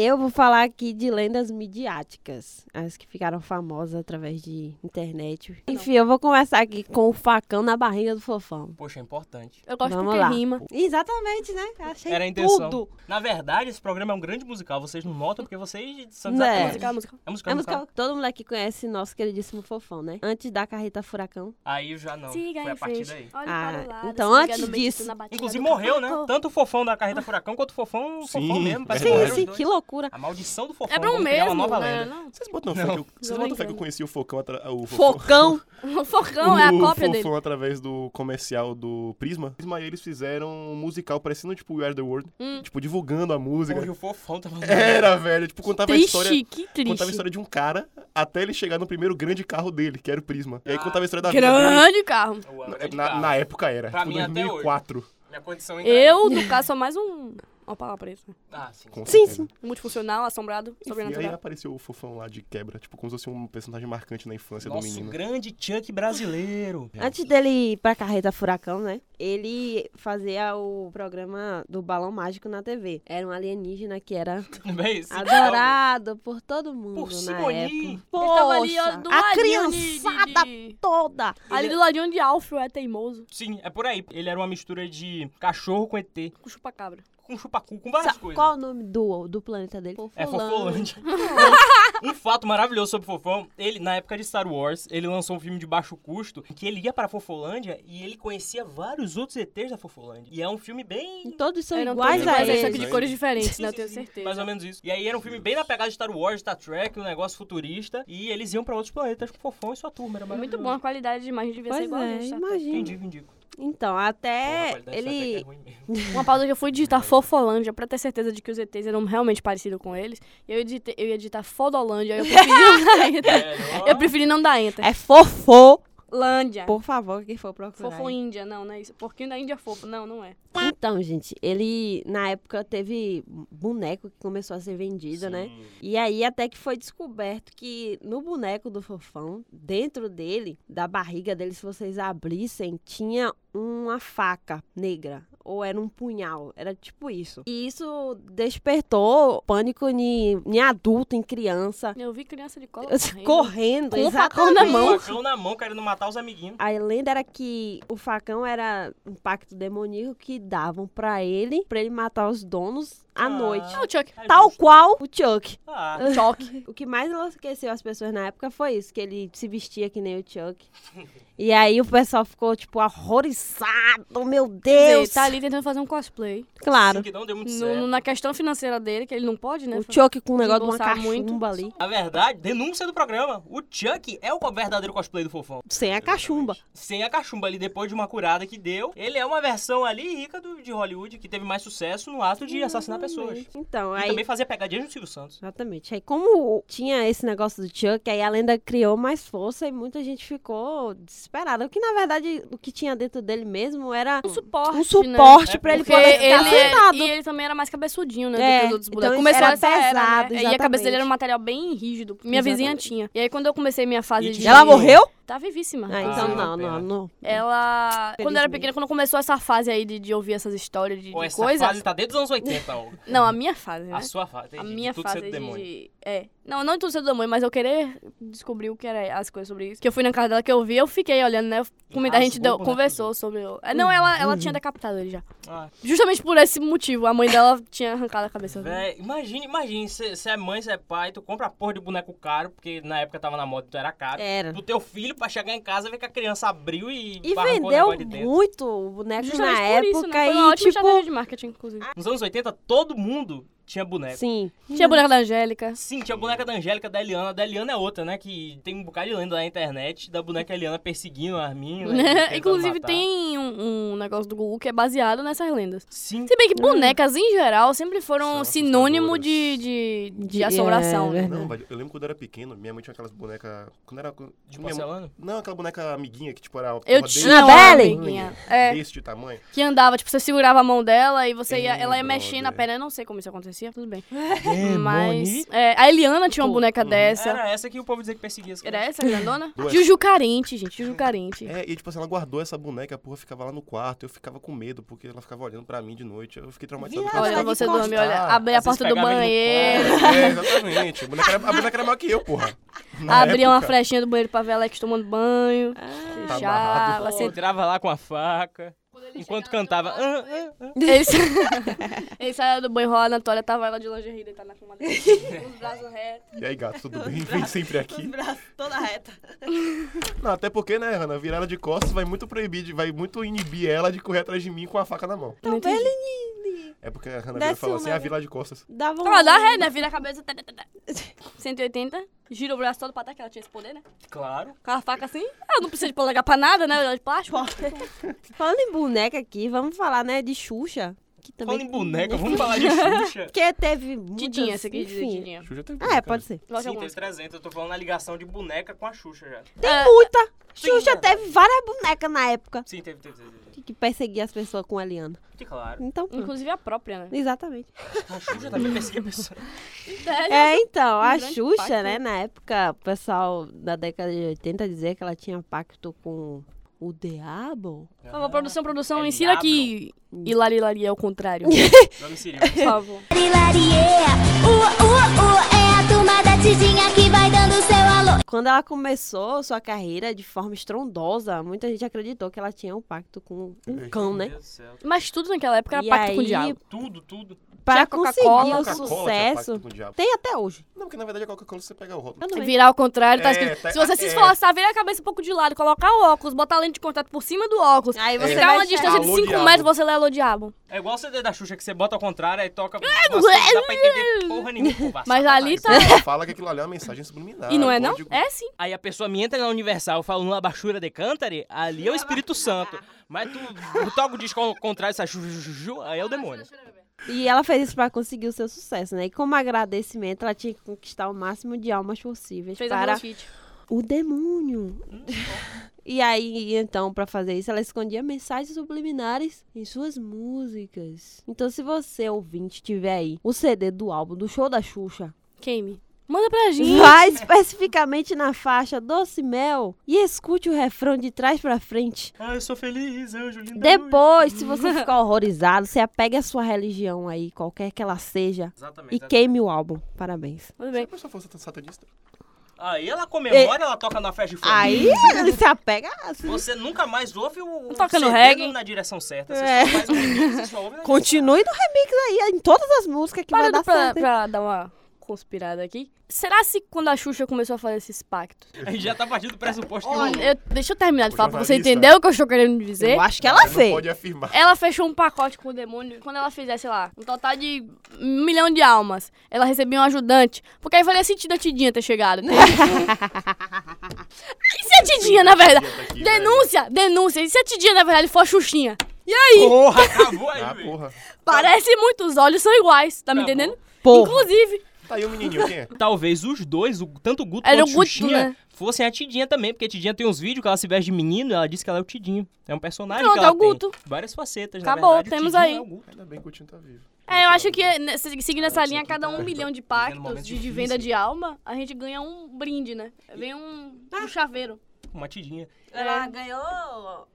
Speaker 5: Eu vou falar aqui de lendas midiáticas. As que ficaram famosas através de internet. Enfim, eu vou começar aqui com o facão na barriga do fofão.
Speaker 2: Poxa, é importante.
Speaker 1: Eu gosto
Speaker 5: Vamos
Speaker 1: porque
Speaker 5: lá.
Speaker 1: rima.
Speaker 5: Exatamente, né? Achei
Speaker 2: Era a intenção.
Speaker 5: tudo.
Speaker 2: Na verdade, esse programa é um grande musical. Vocês não notam porque vocês são
Speaker 5: Né. É.
Speaker 2: desatentes.
Speaker 1: Musical, musical.
Speaker 2: É musical, é
Speaker 5: É a música que todo mundo aqui conhece nosso queridíssimo fofão, né? Antes da carreta furacão.
Speaker 2: Aí já não.
Speaker 1: Siga
Speaker 2: Então, Foi
Speaker 1: em
Speaker 2: a partir
Speaker 1: frente.
Speaker 2: daí.
Speaker 1: Olhe
Speaker 5: Ah,
Speaker 1: para o lado,
Speaker 5: então
Speaker 1: siga
Speaker 5: antes
Speaker 1: no metido,
Speaker 5: disso-
Speaker 1: na batida
Speaker 2: Inclusive
Speaker 1: é do
Speaker 2: morreu, né?
Speaker 1: cavaco.
Speaker 2: Tanto o fofão da carreta furacão quanto o fofão, o
Speaker 4: Sim,
Speaker 2: fofão mesmo. parece que
Speaker 5: Sim,
Speaker 4: verdade.
Speaker 2: morreram os
Speaker 5: sim,
Speaker 2: É dois.
Speaker 5: que loucura.
Speaker 2: A maldição do fofão.
Speaker 1: É pra um
Speaker 2: vamos criar
Speaker 1: mesmo,
Speaker 2: uma nova
Speaker 1: né?
Speaker 2: lenda.
Speaker 1: Não.
Speaker 4: Vocês botam fé que eu, vocês
Speaker 1: Não,
Speaker 4: botam fé que
Speaker 1: não.
Speaker 4: eu conheci o Focão atra- o Fofão-
Speaker 5: Focão.
Speaker 1: O Focão é a
Speaker 4: o
Speaker 1: cópia
Speaker 4: Fofão
Speaker 1: dele.
Speaker 4: através do comercial do Prisma. Prisma aí eles fizeram um musical parecendo tipo We Are The World.
Speaker 1: Hum.
Speaker 4: Tipo, divulgando a música.
Speaker 2: Hoje o fofão
Speaker 4: É.
Speaker 2: tá mandando.
Speaker 4: Era, velho. Tipo, contava a história...
Speaker 1: Triste, que
Speaker 4: Contava a
Speaker 1: triste.
Speaker 4: história de um cara até ele chegar no primeiro grande carro dele, que era o Prisma. E aí
Speaker 2: Ah.
Speaker 4: contava a história da vida dele.
Speaker 1: Grande carro.
Speaker 2: Eu amo de
Speaker 4: Na,
Speaker 2: carro.
Speaker 4: na época era.
Speaker 2: Pra
Speaker 4: tipo,
Speaker 2: mim, até
Speaker 4: 2004.
Speaker 2: Minha condição ainda é-
Speaker 1: Eu, no caso, sou mais um. Uma palavra preta.
Speaker 2: Ah, sim.
Speaker 4: com
Speaker 5: Sim,
Speaker 4: certeza.
Speaker 5: sim.
Speaker 1: Multifuncional, assombrado,
Speaker 4: E aí
Speaker 1: sobrenatural.
Speaker 4: apareceu o fofão lá de quebra, tipo, como se fosse um personagem marcante na infância do
Speaker 2: Nosso
Speaker 4: menino.
Speaker 2: um grande Chuck brasileiro.
Speaker 5: Antes dele ir pra carreta Furacão, né? Ele fazia o programa do Balão Mágico na TV. Era um alienígena que era
Speaker 2: [LAUGHS] Não é isso?
Speaker 5: adorado por todo mundo
Speaker 2: Por
Speaker 5: na
Speaker 2: Simoni.
Speaker 5: época.
Speaker 1: Ele tava ali, ó, do
Speaker 5: Poxa, a
Speaker 1: ladinho de-
Speaker 5: criançada
Speaker 1: de-
Speaker 5: toda.
Speaker 1: Ali do ladinho de Alfio é teimoso,
Speaker 2: Sim, é por aí. Ele era uma mistura de cachorro com ET,
Speaker 1: com chupa-cabra.
Speaker 2: com chupacu, com várias
Speaker 5: Sa-
Speaker 2: coisas.
Speaker 5: Qual é o nome do, do planeta dele?
Speaker 2: É
Speaker 5: Fofolândia. [LAUGHS]
Speaker 2: Fofolândia. um fato maravilhoso sobre o Fofão, ele, na época de Star Wars, ele lançou um filme de baixo custo, que ele ia pra Fofolândia e ele conhecia vários outros ETs da Fofolândia. E é um filme bem...
Speaker 5: Todos são
Speaker 1: Eram
Speaker 5: iguais
Speaker 1: todos
Speaker 5: a
Speaker 1: iguais,
Speaker 5: ele.
Speaker 1: só que de
Speaker 4: Sim,
Speaker 1: cores
Speaker 4: sim,
Speaker 1: diferentes,
Speaker 2: Sim,
Speaker 1: né? Eu [LAUGHS]
Speaker 2: sim,
Speaker 5: [LAUGHS]
Speaker 1: tenho
Speaker 2: sim.
Speaker 1: certeza.
Speaker 2: Mais ou menos isso. E aí era um filme bem na pegada de Star Wars, Star Trek, um negócio futurista. E eles iam pra outros planetas com o Fofão e sua turma. Era
Speaker 1: Muito
Speaker 2: maravilhoso.
Speaker 1: bom, a qualidade de imagem devia ser
Speaker 5: Pois
Speaker 1: igual a
Speaker 5: é,
Speaker 1: gente, tá?
Speaker 5: imagina.
Speaker 2: Indico, indico.
Speaker 5: Então,
Speaker 2: Porra, a
Speaker 5: até
Speaker 2: qualidade dessa tecla é
Speaker 5: ele...
Speaker 2: ruim mesmo.
Speaker 1: Uma pausa que eu fui digitar Fofolândia pra ter certeza de que os ETs eram realmente parecidos com eles. E eu, digitei- eu ia digitar Fodolândia, aí eu preferi [LAUGHS] não dar enter.
Speaker 2: Velho,
Speaker 1: [LAUGHS]
Speaker 2: ó.
Speaker 1: Eu preferi não dar enter.
Speaker 5: É fofo.
Speaker 1: Lândia.
Speaker 5: Por favor, quem for procurar.
Speaker 1: É. Fofo Índia, não, não é isso. Porquinho da Índia é fofo. Não, não é.
Speaker 5: Então, gente, ele na época teve boneco que começou a ser vendido, né? E aí até que foi descoberto que no boneco do fofão, dentro dele, da barriga dele, se vocês abrissem, tinha uma faca negra. Ou era um punhal, era tipo isso. E isso despertou pânico em, em adulto, em criança.
Speaker 1: Eu vi criança de cola
Speaker 5: Correndo,
Speaker 1: correndo. Com um facão na
Speaker 5: exatamente.
Speaker 1: mão.
Speaker 2: Com
Speaker 1: [LAUGHS]
Speaker 2: o facão na mão, querendo matar os amiguinhos.
Speaker 5: A lenda era que o facão era um pacto demoníaco que davam pra ele, pra ele matar os donos à
Speaker 2: Ah.
Speaker 5: noite.
Speaker 1: Ah, o Chuck.
Speaker 2: É
Speaker 5: Tal
Speaker 2: justo.
Speaker 5: qual o Chuck.
Speaker 2: Ah,
Speaker 1: Choque. [LAUGHS]
Speaker 5: O que mais enlouqueceu as pessoas na época foi isso, que ele se vestia que nem o Chuck. E aí o pessoal ficou, tipo, horrorizado, meu Deus!
Speaker 1: Ele tá ali tentando fazer um cosplay.
Speaker 5: Claro,
Speaker 2: sim, que não deu muito
Speaker 1: No-
Speaker 2: certo.
Speaker 1: na questão financeira dele, que ele não pode, né?
Speaker 5: o Chuck com um negócio de uma
Speaker 1: Desembolsar
Speaker 5: cachumba
Speaker 1: muito.
Speaker 5: ali,
Speaker 2: Na verdade, denúncia do programa. O Chuck é o verdadeiro cosplay do Fofão.
Speaker 5: sem a cachumba.
Speaker 2: Sem a cachumba ali, depois de uma curada que deu, ele é uma versão ali rica do- de Hollywood, que teve mais sucesso no ato de assassinar pessoas.
Speaker 5: Então,
Speaker 2: E
Speaker 5: aí...
Speaker 2: também fazia pegadinha no Silvio Santos.
Speaker 5: Exatamente. Aí, como tinha esse negócio do Chuck, aí a lenda criou mais força e muita gente ficou desesperada. O que, na verdade, o que tinha dentro dele mesmo era
Speaker 1: Um suporte.
Speaker 5: um
Speaker 1: né?
Speaker 5: suporte
Speaker 2: É
Speaker 5: pra ele
Speaker 1: Porque
Speaker 5: poder ficar
Speaker 1: ele é-
Speaker 5: sentado.
Speaker 1: e ele também era mais cabeçudinho, né? do
Speaker 5: É,
Speaker 1: que os outros
Speaker 5: então
Speaker 1: bonecos.
Speaker 5: isso
Speaker 1: Começou
Speaker 5: era
Speaker 1: essa era,
Speaker 5: pesado,
Speaker 1: né? E a cabeça dele
Speaker 5: exatamente.
Speaker 1: era um material bem rígido. Minha vizinha
Speaker 5: Exatamente.
Speaker 1: tinha. E aí quando eu comecei minha fase
Speaker 2: E
Speaker 1: de.
Speaker 2: tinha-
Speaker 5: Ela morreu?
Speaker 1: Tá vivíssima.
Speaker 5: Ah,
Speaker 2: Ah,
Speaker 5: então
Speaker 2: sim.
Speaker 5: não, não, não.
Speaker 1: Ela. Quando eu era
Speaker 5: Felizmente.
Speaker 1: pequena, quando começou essa fase aí de, de ouvir essas histórias de,
Speaker 2: Ou
Speaker 1: de
Speaker 2: essa
Speaker 1: coisa.
Speaker 2: fase tá desde os anos
Speaker 1: [LAUGHS]
Speaker 2: 80, ó.
Speaker 1: Não, a minha fase, né?
Speaker 2: A sua fase.
Speaker 1: A
Speaker 2: entendi,
Speaker 1: minha
Speaker 2: de tudo
Speaker 1: fase
Speaker 2: ser do
Speaker 1: de,
Speaker 2: demônio.
Speaker 1: de- É. Não, não de tudo ser do demônio, mas eu querer descobrir o que era as coisas sobre isso. Que eu fui na casa dela que eu vi, eu fiquei olhando, né? Eu comi- a gente
Speaker 2: rasgou
Speaker 1: deu-
Speaker 2: o boneco
Speaker 1: conversou sobre. o- É, não, ela, ela
Speaker 5: Uhum.
Speaker 1: tinha decapitado ele já.
Speaker 2: Ah,
Speaker 1: Justamente por esse motivo, a mãe dela [LAUGHS] tinha arrancado a cabeça.
Speaker 2: Véi, imagine, imagine, você é mãe, você é pai, tu compra a porra de boneco caro, porque na época tava na moda, então era caro.
Speaker 1: É.
Speaker 5: Era.
Speaker 2: Do teu filho pra chegar em casa, ver que a criança abriu e,
Speaker 5: E
Speaker 2: barrancou o negócio
Speaker 5: vendeu
Speaker 2: de dentro.
Speaker 5: muito o boneco
Speaker 1: É Justamente
Speaker 5: na
Speaker 1: por isso,
Speaker 5: época
Speaker 1: né? Foi uma
Speaker 5: e,
Speaker 1: ótima estratégia
Speaker 5: tipo...
Speaker 1: de marketing, inclusive.
Speaker 2: Nos anos 80, todo mundo tinha boneco. Sim.
Speaker 5: Sim.
Speaker 1: Tinha a boneca da Angélica.
Speaker 2: tinha a boneca da Angélica, da Eliana. A da Eliana é outra, né? Que tem um bocado de lenda na internet da boneca Eliana perseguindo a Arminho.
Speaker 1: [LAUGHS]
Speaker 2: né, tentando
Speaker 1: Inclusive,
Speaker 2: matar.
Speaker 1: tem um, um negócio do Google que é baseado nessas lendas.
Speaker 2: Sim.
Speaker 1: Se bem que bonecas, em geral, sempre foram
Speaker 4: São
Speaker 1: sinônimo
Speaker 4: assustadoras.
Speaker 1: de, de, de
Speaker 5: De- é,
Speaker 1: assombração, né?
Speaker 5: verdade.
Speaker 4: Não, velho, eu lembro quando eu era pequeno, minha mãe tinha aquelas bonecas. Quando era. Quando,
Speaker 2: De
Speaker 4: minha mãe-
Speaker 1: [LAUGHS]
Speaker 2: porcelana?
Speaker 4: não, aquela boneca amiguinha que, tipo, era. uma
Speaker 1: Eu tinha
Speaker 4: porra desse-
Speaker 1: uma
Speaker 5: Annabelle?
Speaker 1: amiguinha. É,
Speaker 4: Deste tamanho.
Speaker 1: que andava, tipo, você segurava a mão dela e você ia,
Speaker 4: Ih,
Speaker 1: ela ia
Speaker 4: É, brother.
Speaker 1: mexendo a perna. Eu não sei como isso acontecia, tudo bem. Mas é, a Eliana tinha uma boneca dessa.
Speaker 2: Era essa que o povo dizia que perseguia as
Speaker 1: Era
Speaker 2: crianças.
Speaker 1: essa, grandona?
Speaker 4: Duas.
Speaker 1: Juju carente, gente, Juju carente.
Speaker 4: É, e tipo assim, ela guardou essa boneca, a porra ficava lá no quarto. Eu ficava com medo, porque ela ficava olhando pra mim de noite. Eu fiquei traumatizado.
Speaker 5: Viado,
Speaker 4: porque
Speaker 1: Olha,
Speaker 4: ela
Speaker 1: você
Speaker 4: ficava
Speaker 1: dorme,
Speaker 4: encostada.
Speaker 1: olha, abri a
Speaker 2: Às vezes
Speaker 1: porta do
Speaker 2: pegava ele
Speaker 1: banheiro,
Speaker 2: no
Speaker 4: É, exatamente. A boneca, era, a boneca era maior que eu, porra. Na
Speaker 1: abria uma
Speaker 4: época.
Speaker 1: flechinha do banheiro pra ver Alex tomando banho,
Speaker 2: Tá
Speaker 4: amarrado.
Speaker 1: fechava,
Speaker 2: Você
Speaker 1: sentava.
Speaker 2: entrava lá com a faca. Enquanto cantava. "Ah, ah, ah",
Speaker 1: Ele, sa... ele saiu do banho, a Anatólia tava ela de lingerie deitada na cama dele. Os braços retos.
Speaker 4: E aí, gato, tudo
Speaker 1: [LAUGHS]
Speaker 4: bem? Vem sempre
Speaker 3: Os
Speaker 4: aqui.
Speaker 3: braços toda
Speaker 5: [LAUGHS]
Speaker 3: reta.
Speaker 4: Não, até porque, né, Hanna, virar ela de costas vai muito proibir, de- vai muito inibir ela de correr atrás de mim com a faca na mão.
Speaker 5: Também ele
Speaker 4: É porque a
Speaker 5: Desce
Speaker 4: Hanna vira e fala assim,
Speaker 5: uma,
Speaker 4: ah,
Speaker 5: né?
Speaker 4: vira ela de costas.
Speaker 5: dava um...
Speaker 1: Ela dá ré, né? Vira a cabeça. tá, tá, tá, tá. 180. Gira o braço todo pra trás, que ela tinha esse poder, né?
Speaker 2: Claro.
Speaker 1: Com a faca assim. Ela não precisa de polegar pra nada, né? Ela é de plástico.
Speaker 5: Falando em boneca aqui, vamos falar, né, de Xuxa. Que também... né,
Speaker 2: Falando em boneca, vamos falar de
Speaker 1: [LAUGHS]
Speaker 2: Xuxa.
Speaker 5: Porque teve muitas...
Speaker 1: Tidinha, você quis dizer
Speaker 5: enfim.
Speaker 1: Tidinha.
Speaker 4: Xuxa teve
Speaker 5: Ah, é,
Speaker 4: cara.
Speaker 5: pode ser.
Speaker 1: Logo
Speaker 2: Sim,
Speaker 1: alguma.
Speaker 2: teve 300. Eu tô falando na ligação de boneca com a Xuxa já.
Speaker 5: Tem
Speaker 1: Ah,
Speaker 5: muita.
Speaker 2: tem
Speaker 5: Xuxa
Speaker 2: muita.
Speaker 5: teve várias bonecas na época
Speaker 2: Sim, teve, teve, teve. teve.
Speaker 5: que, que perseguia as pessoas com a Eliana.
Speaker 2: Que claro.
Speaker 5: Então, pronto.
Speaker 1: Inclusive a própria, né?
Speaker 5: exatamente.
Speaker 2: A Xuxa também perseguia a pessoa.
Speaker 5: É, então, a
Speaker 1: grande
Speaker 5: Xuxa,
Speaker 1: pacto.
Speaker 5: né, na época, o pessoal da década de 80 dizia que ela tinha pacto com o diabo.
Speaker 1: Por favor, produção, produção,
Speaker 2: É
Speaker 1: ensina
Speaker 2: diabo.
Speaker 1: aqui. Hilarilaria ao é contrário.
Speaker 2: Vamos inserir.
Speaker 1: [LAUGHS] Por favor.
Speaker 6: Larilarie, uh, uh, uh, é a turma da Tidinha que vai dando seu alô.
Speaker 5: Quando ela começou sua carreira de forma estrondosa, muita gente acreditou que ela tinha um pacto com um cão,
Speaker 2: Meu
Speaker 5: né?
Speaker 2: Deus do céu.
Speaker 1: Mas tudo naquela época era
Speaker 5: E
Speaker 1: pacto com o
Speaker 5: aí-
Speaker 1: diabo.
Speaker 2: Tudo, tudo.
Speaker 5: Para
Speaker 1: Coca-Cola,
Speaker 5: conseguir o
Speaker 4: Coca-Cola tinha pacto
Speaker 5: sucesso.
Speaker 4: com o diabo.
Speaker 5: Tem até hoje.
Speaker 4: Não, porque na verdade a Coca-Cola você pega o rótulo.
Speaker 5: Eu não lembro.
Speaker 1: Virar ao contrário, tá
Speaker 4: É,
Speaker 1: escrito.
Speaker 4: tá-
Speaker 1: se você se
Speaker 4: é.
Speaker 1: esforçar, virar a cabeça um pouco de lado, colocar o óculos, botar a lente de contato por cima do óculos,
Speaker 5: Aí É. você
Speaker 1: ficar
Speaker 5: vai
Speaker 1: uma
Speaker 5: chegar.
Speaker 1: distância de
Speaker 4: Alô,
Speaker 1: 5
Speaker 4: diabo.
Speaker 1: metros, você lê Alô Diabo.
Speaker 2: É igual o CD da Xuxa que você bota ao contrário,
Speaker 1: [LAUGHS]
Speaker 2: aí toca. umas coisas que Não dá pra entender porra nenhuma. pô, vá
Speaker 1: Mas
Speaker 2: sacanagem.
Speaker 1: ali tá.
Speaker 4: Ela fala que aquilo ali é uma mensagem subliminar.
Speaker 1: E não é não?
Speaker 4: código-
Speaker 1: É sim.
Speaker 2: Aí a pessoa me entra na Universal falando a baixura de Cantare, ali é o Espírito Santo. Mas tu toca o disco ao contrário, essa ju, ju, ju, ju, aí é o demônio.
Speaker 5: E ela fez isso para conseguir o seu sucesso, né? E como agradecimento, ela tinha que conquistar o máximo de almas possíveis
Speaker 1: Fez a Hum.
Speaker 5: para
Speaker 1: Hit.
Speaker 5: o demônio. e aí, então, para fazer isso, ela escondia mensagens subliminares em suas músicas. Então, se você, ouvinte, tiver aí o CD do álbum do show da Xuxa,
Speaker 1: Game. Manda pra gente.
Speaker 5: Vai especificamente na faixa Doce Mel e escute o refrão de trás pra frente.
Speaker 2: Ah, eu sou feliz, anjo lindo.
Speaker 5: Depois,
Speaker 1: [LAUGHS]
Speaker 5: se você ficar horrorizado, você apegue a sua religião aí, qualquer que ela seja,
Speaker 2: Exatamente.
Speaker 5: e queime o álbum. Parabéns.
Speaker 1: Tudo
Speaker 4: Se a
Speaker 1: bem.
Speaker 4: pessoa fosse satanista,
Speaker 2: Aí Ah, ela comemora, ela toca na festa de família.
Speaker 5: Aí ele se apega assim.
Speaker 2: Você nunca mais ouve o, o
Speaker 1: Toca no
Speaker 2: CD
Speaker 1: reggae.
Speaker 2: na direção certa. Você
Speaker 5: É.
Speaker 2: só faz o remix, você só ouve na
Speaker 5: Continue no remix aí, em todas as músicas que vai
Speaker 1: Parando
Speaker 5: dar
Speaker 1: pra,
Speaker 5: certo. hein?
Speaker 1: pra dar uma conspirada aqui. Será se quando a Xuxa começou a fazer esses pactos?
Speaker 2: A gente já tá partindo do pressuposto que
Speaker 1: Hum,
Speaker 2: o-
Speaker 1: eu- deixa eu terminar de
Speaker 4: O
Speaker 1: falar pra você
Speaker 4: jornalista-
Speaker 1: entender o que eu estou querendo dizer.
Speaker 5: Eu acho que ela
Speaker 4: não
Speaker 5: fez.
Speaker 4: pode afirmar.
Speaker 1: Ela fechou um pacote com o demônio. Quando ela fizesse, sei lá, um total de um milhão de almas, ela recebia um ajudante. Porque aí faria sentido a Tidinha ter chegado. [LAUGHS] entendeu? e se a Tidinha, [LAUGHS] na verdade?
Speaker 4: Tá aqui, né?
Speaker 1: Denúncia, denúncia. E se a Tidinha, na verdade, for a Xuxinha? E aí?
Speaker 2: Porra, acabou aí,
Speaker 4: Ah,
Speaker 2: velho.
Speaker 4: porra.
Speaker 1: Parece muito, os olhos são iguais, tá me
Speaker 2: Acabou.
Speaker 1: entendendo?
Speaker 5: Porra.
Speaker 1: Inclusive,
Speaker 4: Tá aí o menininho, quem é?
Speaker 2: Talvez os dois, o- tanto o Guto
Speaker 1: Era
Speaker 2: quanto
Speaker 1: o Guto,
Speaker 2: Xuxinha,
Speaker 1: né?
Speaker 2: fossem a Tidinha também, porque a Tidinha tem uns vídeos que ela se veste de menino e ela diz que ela é o Tidinho. É um personagem
Speaker 1: Pronto,
Speaker 2: que ela
Speaker 1: é o Guto.
Speaker 2: tem. Várias facetas,
Speaker 1: Acabou,
Speaker 2: na verdade. o
Speaker 1: temos
Speaker 2: Tidinho
Speaker 1: aí.
Speaker 2: É o Guto.
Speaker 4: Ainda bem que o Tinho tá vivo.
Speaker 1: é, eu acho que né, se- seguindo essa linha,
Speaker 4: aqui
Speaker 1: cada um
Speaker 4: tá-
Speaker 1: milhão de
Speaker 2: vivendo um momento
Speaker 1: pactos de, de venda
Speaker 2: difícil.
Speaker 1: de alma, a gente ganha um brinde, né? Vem um, um chaveiro.
Speaker 2: Uma Tidinha.
Speaker 5: Ela ganhou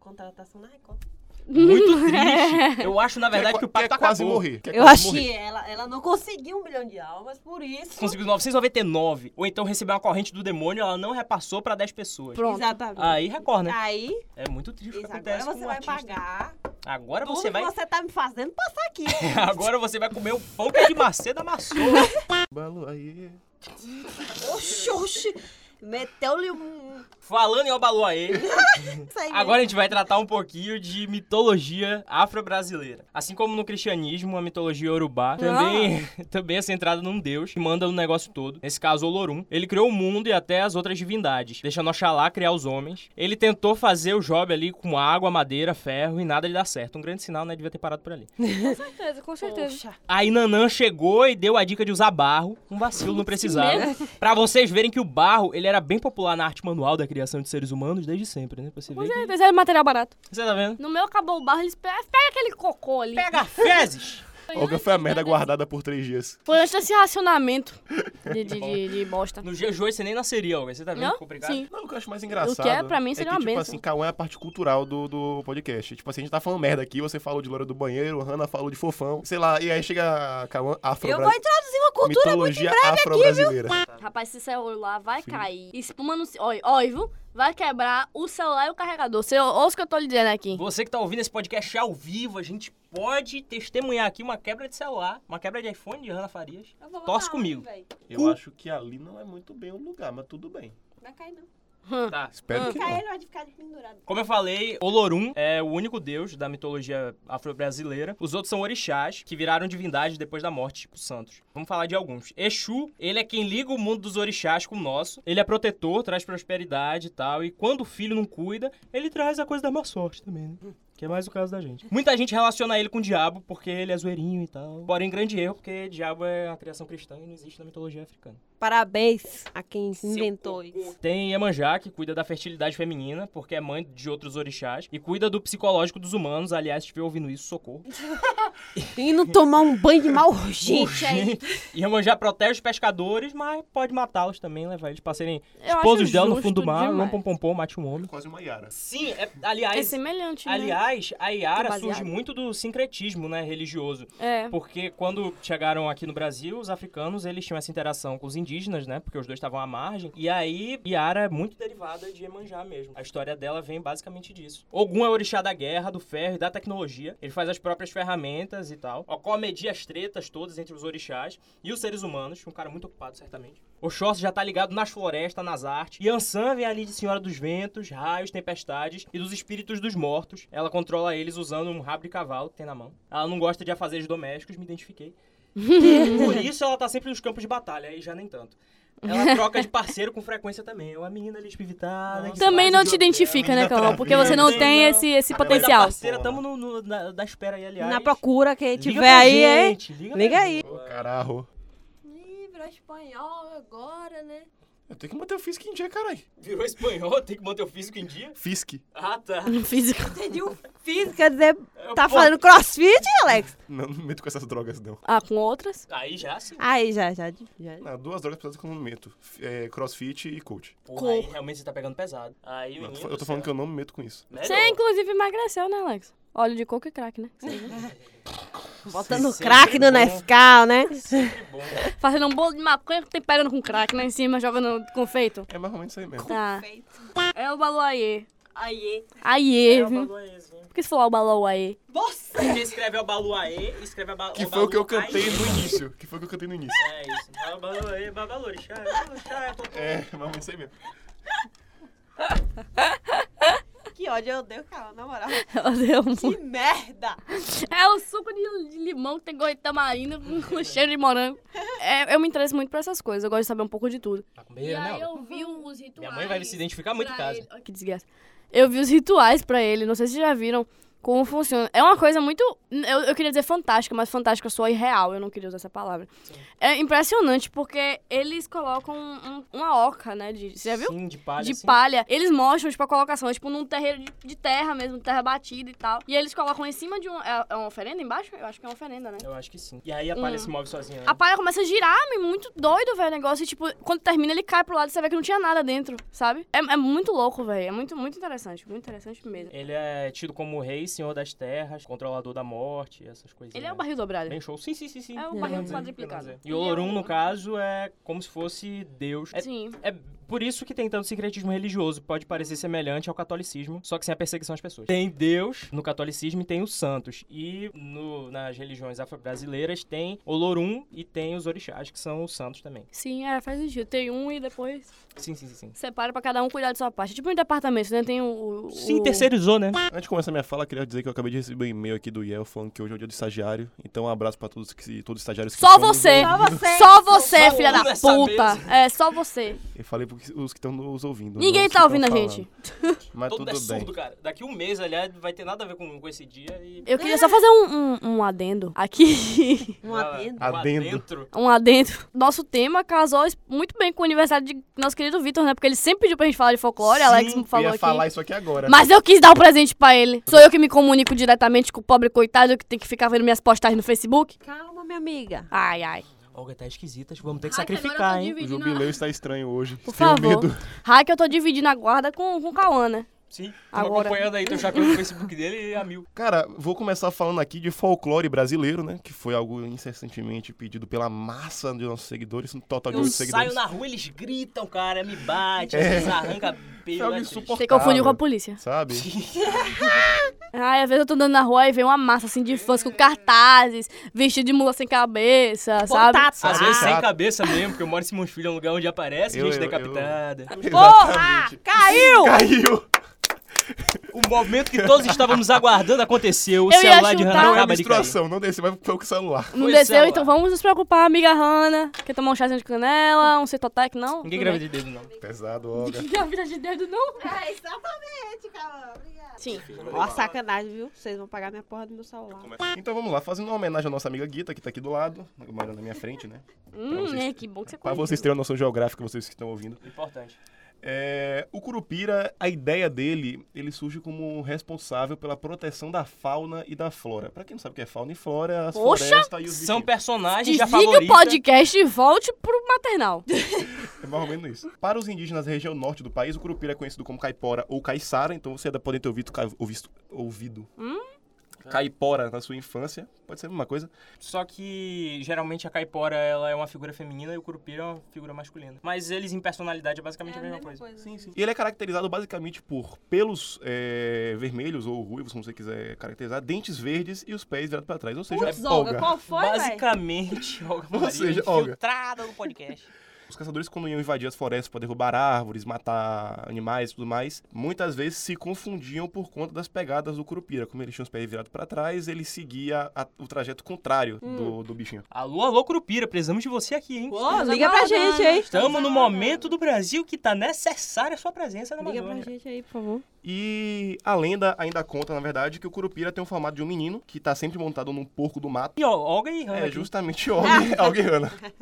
Speaker 5: contratação na Record.
Speaker 2: Muito
Speaker 1: [LAUGHS]
Speaker 2: triste. Eu acho, na verdade,
Speaker 4: Quer
Speaker 2: que o
Speaker 4: qua-
Speaker 2: pacto
Speaker 4: quer quase
Speaker 2: acabou.
Speaker 4: morrer. Quer
Speaker 5: Eu
Speaker 4: quase
Speaker 5: acho
Speaker 4: morrer.
Speaker 5: que ela, ela não conseguiu um milhão de almas, por isso.
Speaker 2: Conseguiu 999. Ou então recebeu uma corrente do demônio, ela não repassou pra 10 pessoas.
Speaker 1: Pronto.
Speaker 5: Exatamente.
Speaker 2: Aí Record, né?
Speaker 5: Aí,
Speaker 2: É muito triste o que
Speaker 5: isso,
Speaker 2: acontece
Speaker 5: agora
Speaker 2: com
Speaker 5: você
Speaker 2: o
Speaker 5: vai
Speaker 2: artista.
Speaker 5: pagar
Speaker 2: Agora
Speaker 5: tudo
Speaker 2: você vai...
Speaker 5: que você tá me fazendo passar aqui.
Speaker 2: [LAUGHS] Agora você vai comer o pão que é de macê da maçã.
Speaker 4: Balu, aí.
Speaker 5: oxi, oxi. Meteu-lhe um...
Speaker 2: Falando em Obaluaê,
Speaker 5: Isso aí né?
Speaker 2: Agora a gente vai tratar um pouquinho de mitologia afro-brasileira. Assim como no cristianismo, a mitologia yorubá também, [LAUGHS] também é centrada num deus que manda o negócio todo. Nesse caso, Olorum. Ele criou o mundo e até as outras divindades, deixando Oxalá criar os homens. Ele tentou fazer o job ali com água, madeira, ferro e nada lhe dá certo. Um grande sinal, né? Devia ter parado por ali.
Speaker 1: Com certeza, com certeza.
Speaker 5: Poxa.
Speaker 2: Aí Nanã chegou e deu a dica de usar barro. Um vacilo, não precisava. Pra vocês verem que o barro, ele era bem popular na arte manual da criação de seres humanos desde sempre, né? Pra você ver.
Speaker 1: Com
Speaker 2: Que...
Speaker 1: certeza, é material barato.
Speaker 2: Você tá vendo?
Speaker 1: No meu acabou o barro, eles pegam, pega aquele cocô ali.
Speaker 2: Pega fezes!
Speaker 4: Olga foi a merda guardada por três dias.
Speaker 1: Foi antes desse racionamento de, de, de, de bosta.
Speaker 2: [LAUGHS] No dia de hoje você nem nasceria, Olga. Você tá vendo
Speaker 1: Não?
Speaker 2: que complicado?
Speaker 1: Sim.
Speaker 4: Não, o que eu acho mais engraçado.
Speaker 1: O que é, pra mim,
Speaker 4: que,
Speaker 1: seria uma
Speaker 4: Tipo
Speaker 1: bênção.
Speaker 4: assim, Cauã é a parte cultural do, do podcast. Tipo assim, a gente tá falando merda aqui, você falou de loura do banheiro, o Hannah falou de fofão, sei lá, e aí chega a Cauã afro
Speaker 3: Eu vou introduzir uma cultura muito
Speaker 4: mitologia afro-brasileira.
Speaker 2: tá?
Speaker 1: Rapaz, esse celular vai cair. Espuma no. ce- Olha, olha, viu? Vai quebrar o celular e o carregador. Você ouça o que eu tô lhe dizendo aqui.
Speaker 2: Você que tá ouvindo esse podcast ao vivo, a gente pode testemunhar aqui uma quebra de celular, uma quebra de iPhone de Ana Farias. Torce comigo.
Speaker 4: Eu acho que ali não é muito bem o lugar, mas tudo bem.
Speaker 3: Não cai não.
Speaker 2: Tá.
Speaker 4: Espero
Speaker 1: Ah,
Speaker 4: que não.
Speaker 3: Cair não vai ficar pendurado.
Speaker 2: Como eu falei, Olorum é o único deus da mitologia afro-brasileira. Os outros são orixás, que viraram divindade depois da morte, tipo santos. Vamos falar de alguns. Exu, ele é quem liga o mundo dos orixás com o nosso. Ele é protetor, traz prosperidade e tal. E quando o filho não cuida, ele traz a coisa da má sorte também, né? Que é mais o caso da gente. Muita gente relaciona ele com o diabo, porque ele é zoeirinho e tal. Porém, grande erro, porque diabo é a criação cristã e não existe na mitologia africana.
Speaker 5: Parabéns a quem inventou isso.
Speaker 2: Tem Iemanjá, que cuida da fertilidade feminina, porque é mãe de outros orixás, e cuida do psicológico dos humanos. Aliás, se estiver ouvindo isso, socorro.
Speaker 5: E não tomar um banho de mal urgente aí.
Speaker 2: [LAUGHS] Iemanjá protege os pescadores, mas pode matá-los também, levar eles pra serem
Speaker 1: Eu
Speaker 2: esposos
Speaker 1: acho
Speaker 2: dela no
Speaker 1: justo
Speaker 2: fundo do mar.
Speaker 1: demais.
Speaker 2: Não pom pom pom, mate um homem.
Speaker 4: Quase uma Yara.
Speaker 2: Sim, é-
Speaker 1: É
Speaker 2: aliás,
Speaker 1: semelhante, né?
Speaker 2: aliás, a Iara
Speaker 1: Baseado.
Speaker 2: surge muito do sincretismo, né, religioso.
Speaker 1: É.
Speaker 2: Porque quando chegaram aqui no Brasil, os africanos, eles tinham essa interação com os indígenas, né? Porque os dois estavam à margem. E aí, Iara é muito derivada de Iemanjá mesmo. A história dela vem basicamente disso. Ogum é orixá da guerra, do ferro e da tecnologia. Ele faz as próprias ferramentas e tal. Ocó media as tretas todas entre os orixás e os seres humanos. Um cara muito ocupado, certamente. Oxóssi já tá ligado nas florestas, nas artes. Yansan vem ali de Senhora dos Ventos, raios, tempestades e dos espíritos dos mortos. Ela controla eles usando um rabo de cavalo que tem na mão. Ela não gosta de afazeres domésticos, me identifiquei.
Speaker 5: [LAUGHS]
Speaker 2: Por isso ela tá sempre nos campos de batalha, aí já nem tanto. Ela troca de parceiro com frequência também. É uma menina ali espivitada. que
Speaker 1: Também
Speaker 2: faz um
Speaker 1: não te
Speaker 2: idiota-
Speaker 1: identifica, né, Calma? Porque
Speaker 2: Não
Speaker 1: você não
Speaker 2: tem,
Speaker 1: tem
Speaker 2: não.
Speaker 1: esse, esse
Speaker 4: Ela é
Speaker 2: Mas a
Speaker 1: potencial.
Speaker 2: parceira, tamo no, no- na, da espera aí, aliás.
Speaker 5: Na procura, quem
Speaker 2: Liga
Speaker 5: tiver
Speaker 2: pra
Speaker 5: aí, hein?
Speaker 2: gente, Liga,
Speaker 5: Liga
Speaker 2: pra
Speaker 5: aí.
Speaker 4: Ô, caralho.
Speaker 2: tá-
Speaker 3: Ih, virou espanhol agora,
Speaker 1: [LAUGHS]
Speaker 3: né?
Speaker 4: Eu tenho que manter o Fisk em dia, caralho.
Speaker 2: Virou espanhol, tem que manter o físico em dia.
Speaker 4: Fisk.
Speaker 2: Ah, tá.
Speaker 1: Físico.
Speaker 5: Entendi o físico, quer dizer,
Speaker 2: Eu,
Speaker 5: tá
Speaker 2: pô,
Speaker 5: fazendo crossfit, Alex?
Speaker 4: Não, não me meto com essas drogas, não.
Speaker 1: Ah, com outras?
Speaker 2: Aí já assim, sim.
Speaker 5: Aí, já, já, já.
Speaker 4: Não, duas drogas pesadas que eu não me meto. F- é, crossfit e coach.
Speaker 2: Porra, aí realmente você tá pegando pesado. Aí,
Speaker 4: Não,
Speaker 2: menino
Speaker 4: eu tô
Speaker 2: assim,
Speaker 4: fa- eu tô falando que eu não me meto com isso.
Speaker 2: eu...
Speaker 1: Você, inclusive, emagreceu, né, Alex? Óleo de coco e crack, né?
Speaker 5: Botando
Speaker 2: Sim,
Speaker 5: crack no
Speaker 4: é
Speaker 2: bom.
Speaker 5: Nescau, né?
Speaker 1: Fazendo um bolo de maconha que pegando com crack lá em cima, jogando confeito.
Speaker 4: É mais ou menos isso aí mesmo.
Speaker 1: Tá.
Speaker 3: Feito.
Speaker 1: É o balão aí.
Speaker 3: Aê.
Speaker 1: Aê, viu? Por que você falou o balão [LAUGHS] aí?
Speaker 3: Você.
Speaker 2: é Você escreve Abaluaê, escreve Abaluaê.
Speaker 4: Que foi o que eu cantei no início. Que foi o que eu cantei no início.
Speaker 2: É isso. Abaluaê, Babalorixá, Babalorixá, é popô.
Speaker 4: É, mais ou menos isso aí mesmo.
Speaker 3: Que ódio, eu dei, cara, na moral.
Speaker 1: Ela deu um muito.
Speaker 5: [LAUGHS]
Speaker 3: Que merda.
Speaker 1: É o suco de, de limão que tem gosto de tamarindo com [LAUGHS] cheiro de morango. É, eu me interesso muito por essas coisas. Eu gosto de saber um pouco de tudo.
Speaker 2: Tá com
Speaker 1: e
Speaker 2: medo,
Speaker 1: aí
Speaker 2: né?
Speaker 1: eu vi os rituais.
Speaker 2: Minha mãe vai se identificar muito em
Speaker 1: pra
Speaker 2: casa.
Speaker 1: ele. Olha Que desgraça. Eu vi os rituais pra ele, não sei se vocês já viram como funciona. É uma coisa muito. Eu, eu queria dizer fantástica, mas fantástica só irreal, eu não queria usar essa palavra. É impressionante porque eles colocam um- uma oca, né? De, você já viu?
Speaker 2: Sim, de palha,
Speaker 1: de
Speaker 2: assim.
Speaker 1: palha. Eles mostram, tipo, a colocação, é, tipo, num terreiro de, de terra mesmo, terra batida e tal. E eles colocam em cima de um. É, é uma oferenda embaixo? Eu acho que é uma oferenda, né?
Speaker 2: Eu acho que sim. E aí a palha se move sozinha. né?
Speaker 1: Ah. A palha começa a girar, meu, muito doido, velho, o negócio. E, tipo, quando termina, ele cai pro lado e você vê que não tinha nada dentro, sabe? É, é muito louco, velho. É muito, muito interessante. Muito interessante mesmo.
Speaker 2: Ele é tido como rei, senhor das terras, controlador da morte, essas coisinhas.
Speaker 1: Ele é o barril dobrado.
Speaker 2: Bem show. Sim, sim, sim, sim.
Speaker 1: É o
Speaker 2: Não,
Speaker 1: barril
Speaker 2: não, não,
Speaker 1: quadriplicado.
Speaker 2: não, não. E o Olorum, no caso, é como se fosse Deus. É
Speaker 1: Sim.
Speaker 2: É por isso que tem tanto sincretismo religioso. Pode parecer semelhante ao catolicismo, só que sem a perseguição às pessoas. Tem Deus no catolicismo e tem os santos. E no- nas religiões afro-brasileiras tem Olorum e tem os orixás, que são os santos também.
Speaker 1: Sim, é, faz sentido. Tem um e depois
Speaker 2: Sim, sim, sim. Sim,
Speaker 1: separa pra cada um cuidar de sua parte. É Tipo um departamento, né? Tem o. o
Speaker 2: sim
Speaker 1: o-
Speaker 2: terceirizou, né?
Speaker 4: Antes de começar minha fala, eu queria dizer que eu acabei de receber um e-mail aqui do Yel falando que hoje é o dia do estagiário. Então, um abraço pra todos, que, todos os estagiários que
Speaker 1: Só
Speaker 4: estão nos
Speaker 1: você!
Speaker 4: ouvindo.
Speaker 1: Só você,
Speaker 2: Só
Speaker 1: filha
Speaker 2: um
Speaker 1: da
Speaker 2: nessa
Speaker 1: puta! É, só você.
Speaker 4: Eu falei pros os que estão nos ouvindo. não
Speaker 1: Ninguém
Speaker 4: os
Speaker 1: tá
Speaker 4: que
Speaker 1: ouvindo a
Speaker 4: tão
Speaker 1: gente.
Speaker 4: falando. Mas
Speaker 2: Todo
Speaker 4: Tá tudo
Speaker 2: é
Speaker 4: bem.
Speaker 2: surdo, cara. Daqui um mês, aliás, vai ter nada a ver com, com esse dia e.
Speaker 1: Eu queria só fazer um, um, um adendo aqui. [LAUGHS]
Speaker 5: Um
Speaker 2: Ah,
Speaker 5: adendo.
Speaker 2: um
Speaker 4: Adendo.
Speaker 1: um adendo. Nosso tema casou es- muito bem com o aniversário de nosso querido Vitor, né? Porque ele sempre pediu pra gente falar de folclore,
Speaker 4: Sim,
Speaker 1: Alex
Speaker 4: eu
Speaker 1: falou
Speaker 4: ia
Speaker 1: aqui.
Speaker 4: falar isso aqui agora.
Speaker 1: Mas eu quis dar um presente pra ele. Sou eu que me comunico diretamente com o pobre coitado que tem que ficar vendo minhas postagens no Facebook.
Speaker 5: Calma, minha amiga.
Speaker 1: Ai, ai.
Speaker 2: Olga tá esquisita, vamos ter que
Speaker 1: Ai, que agora eu
Speaker 2: sacrificar,
Speaker 1: tô
Speaker 2: hein?
Speaker 4: O
Speaker 1: dividindo a-
Speaker 4: jubileu está estranho hoje.
Speaker 1: Por
Speaker 4: Tenho
Speaker 1: favor.
Speaker 4: medo.
Speaker 1: Ai, que eu tô dividindo a guarda com, com o Cauã, né?
Speaker 2: Sim. Tô
Speaker 1: Agora.
Speaker 2: acompanhando aí teu chapéu no Facebook dele e a mil.
Speaker 4: Cara, vou começar falando aqui de folclore brasileiro, né? Que foi algo incessantemente pedido pela massa de nossos seguidores, um total de
Speaker 2: Eu
Speaker 4: oito
Speaker 2: saio
Speaker 4: seguidores. É.
Speaker 2: na rua, eles gritam, cara, me bate, eles
Speaker 4: [LAUGHS]
Speaker 2: arrancam pelo.
Speaker 4: Foi algo
Speaker 2: é triste.
Speaker 4: insuportável.
Speaker 1: Você confundiu com a polícia.
Speaker 2: [LAUGHS]
Speaker 4: Sabe?
Speaker 1: Ai, às vezes eu tô andando na rua e vem uma massa assim de fãs com cartazes, vestido de mula sem cabeça, sabe?
Speaker 5: Contato.
Speaker 2: Às vezes
Speaker 4: Ah.
Speaker 2: sem cabeça mesmo, porque eu moro em Simões Filho, é um lugar onde aparece
Speaker 4: Eu-
Speaker 2: gente
Speaker 4: eu- eu-
Speaker 2: decapitada.
Speaker 5: Porra! Caiu!
Speaker 4: Caiu!
Speaker 2: O momento que todos estávamos aguardando aconteceu, o
Speaker 1: Eu ia
Speaker 2: celular de
Speaker 1: chutar.
Speaker 2: Hannah
Speaker 1: Não é
Speaker 4: A
Speaker 2: acaba Ah, de cair.
Speaker 4: menstruação, não desce, vai pro o celular.
Speaker 1: Não
Speaker 2: Pois
Speaker 1: desceu,
Speaker 2: é,
Speaker 1: então
Speaker 2: Laura.
Speaker 1: vamos nos preocupar, amiga Hanna. Quer tomar um chazinho de canela, um cetotec, não? Tudo
Speaker 2: Ninguém grava
Speaker 1: bem.
Speaker 2: de dedo, não.
Speaker 4: Pesado, Olga.
Speaker 1: Grávida de dedo, não?
Speaker 5: É, exatamente, calma. Obrigada.
Speaker 1: Sim.
Speaker 5: Ó, sacanagem, viu? Vocês vão pagar minha porra do meu celular.
Speaker 4: Então vamos lá, fazendo uma homenagem à nossa amiga Guita, que tá aqui do lado, morando na minha frente, né?
Speaker 1: Hum,
Speaker 4: vocês-
Speaker 1: é, que bom que você
Speaker 4: Pra
Speaker 1: conheceu.
Speaker 4: vocês terem uma noção geográfica, vocês que estão ouvindo.
Speaker 2: Importante.
Speaker 4: É, o Curupira, a ideia dele, ele surge como um responsável pela proteção da fauna e da flora. Pra quem não sabe o que é fauna e flora, é as
Speaker 1: Poxa!
Speaker 4: florestas e os
Speaker 2: São
Speaker 4: bichinhos.
Speaker 2: personagens já
Speaker 1: Desligue o
Speaker 2: favoritos.
Speaker 1: podcast e volte pro [LAUGHS] maternal.
Speaker 4: É mais ou menos isso. Para os indígenas da região norte do país, o Curupira é conhecido como caipora ou caiçara, então você ainda pode ter ouvido, ca- ouvisto- ouvido
Speaker 3: Hum?
Speaker 4: caipora na sua infância. Pode ser a mesma coisa.
Speaker 2: Só que geralmente a caipora ela é uma figura feminina e o curupira é uma figura masculina. Mas eles em personalidade é basicamente
Speaker 3: É
Speaker 2: a mesma coisa.
Speaker 3: Sim, sim.
Speaker 4: E ele é caracterizado basicamente por pelos é, vermelhos ou ruivos, como você quiser caracterizar, dentes verdes e os pés virados para trás. Ou seja,
Speaker 5: Putz,
Speaker 4: folga.
Speaker 5: Olga, qual foi, velho?
Speaker 2: Basicamente, [LAUGHS] Olga Maria
Speaker 4: seja,
Speaker 2: infiltrada no podcast.
Speaker 4: Os caçadores, quando iam invadir as florestas para derrubar árvores, matar animais e tudo mais, muitas vezes se confundiam por conta das pegadas do curupira. Como ele tinha os pés virados para trás, ele seguia a- o trajeto contrário do, do bichinho.
Speaker 2: Alô, alô, curupira, precisamos de você aqui, hein?
Speaker 5: Ô, né? liga pra gente, hein?
Speaker 2: Estamos no momento do Brasil que tá necessária a sua presença na
Speaker 5: Liga pra
Speaker 2: Amazônia.
Speaker 5: gente aí, por favor.
Speaker 4: E a lenda ainda conta, na verdade, que o curupira tem o formato de um menino que está sempre montado num porco do mato.
Speaker 2: E ó, Olga e Hannah.
Speaker 4: É
Speaker 2: aqui.
Speaker 4: justamente alguém, [LAUGHS] alguém Ana.
Speaker 1: Ai,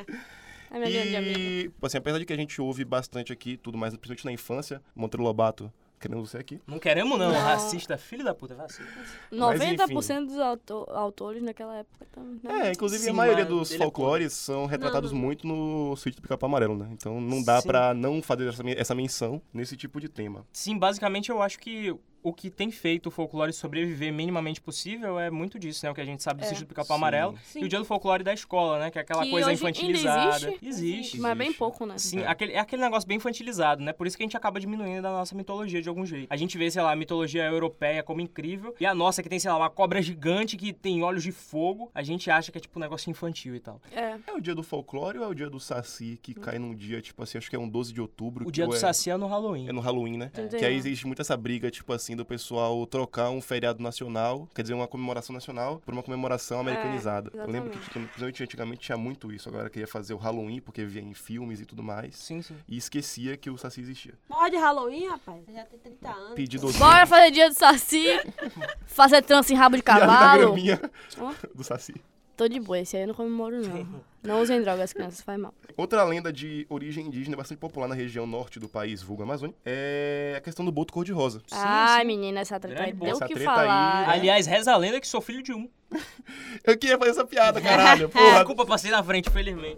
Speaker 1: É, minha grande amiga.
Speaker 4: E, assim, apesar de que a gente ouve bastante aqui tudo mais, principalmente na infância, Monteiro Lobato, querendo você aqui.
Speaker 2: Não queremos, não.
Speaker 1: Não.
Speaker 2: Racista, filho da puta, vacina.
Speaker 1: 90% dos auto- autores naquela época também. né?
Speaker 4: É, inclusive a
Speaker 2: Sim,
Speaker 4: maioria
Speaker 2: mas
Speaker 4: dos
Speaker 2: ele é
Speaker 4: folclores são retratados muito no sítio do Pica-Pau Amarelo, né? Então não dá
Speaker 2: Sim.
Speaker 4: pra não fazer essa, men- essa menção nesse tipo de tema.
Speaker 2: Sim, basicamente eu acho que o que tem feito o folclore sobreviver minimamente possível é muito disso, né? O que a gente sabe do
Speaker 1: É.
Speaker 2: Sítio do Pica-Pau
Speaker 4: Sim.
Speaker 2: Amarelo. E o dia do folclore da escola, né? Que é aquela
Speaker 1: Que
Speaker 2: coisa
Speaker 1: hoje ainda
Speaker 2: infantilizada.
Speaker 1: existe?
Speaker 2: Existe.
Speaker 1: Mas bem
Speaker 4: existe.
Speaker 1: pouco, né?
Speaker 2: Sim, aquele, é aquele negócio bem infantilizado, né? Por isso que a gente acaba diminuindo a nossa mitologia de algum jeito. A gente vê, sei lá, a mitologia europeia como incrível. E a nossa, que tem, sei lá, uma cobra gigante que tem olhos de fogo, a gente acha que é tipo um negócio infantil e tal.
Speaker 1: É.
Speaker 4: É o dia do folclore ou é o dia do Saci que
Speaker 2: Hum.
Speaker 4: cai num dia, tipo assim, acho que é um 12 de outubro?
Speaker 2: O dia
Speaker 4: que
Speaker 2: do
Speaker 4: é,
Speaker 2: Saci é no Halloween.
Speaker 4: É no Halloween, né?
Speaker 1: Entendi.
Speaker 4: Que aí existe muito essa briga, tipo assim, do pessoal trocar um feriado nacional, quer dizer, uma comemoração nacional, por uma comemoração
Speaker 2: É,
Speaker 4: americanizada. Eu lembro que,
Speaker 1: exatamente.
Speaker 4: tipo, principalmente antigamente tinha muito isso. A galera queria fazer o Halloween porque via em filmes e tudo mais.
Speaker 2: Sim, sim.
Speaker 4: E esquecia que o Saci existia.
Speaker 5: Pode Halloween, rapaz? Você já tem 30 anos.
Speaker 4: Pedido
Speaker 1: Bora fazer dia do saci, fazer trança em rabo de cavalo.
Speaker 4: minha
Speaker 1: Ó.
Speaker 4: do Saci.
Speaker 1: Tô de boa, esse aí eu não comemoro, não. Não usem drogas, crianças, faz mal.
Speaker 4: Outra lenda de origem indígena bastante popular na região norte do país, vulgo Amazônia, é a questão do boto cor-de-rosa.
Speaker 1: Ai, menina, essa treta aí
Speaker 2: Grande
Speaker 1: deu o
Speaker 4: bolsa
Speaker 1: que
Speaker 4: treta aí,
Speaker 1: falar.
Speaker 4: né?
Speaker 2: Aliás, reza a lenda que sou filho de um.
Speaker 4: Eu queria fazer essa
Speaker 1: [LAUGHS]
Speaker 2: [LAUGHS]
Speaker 4: piada, caralho. Porra.
Speaker 2: Desculpa, passei na frente, felizmente.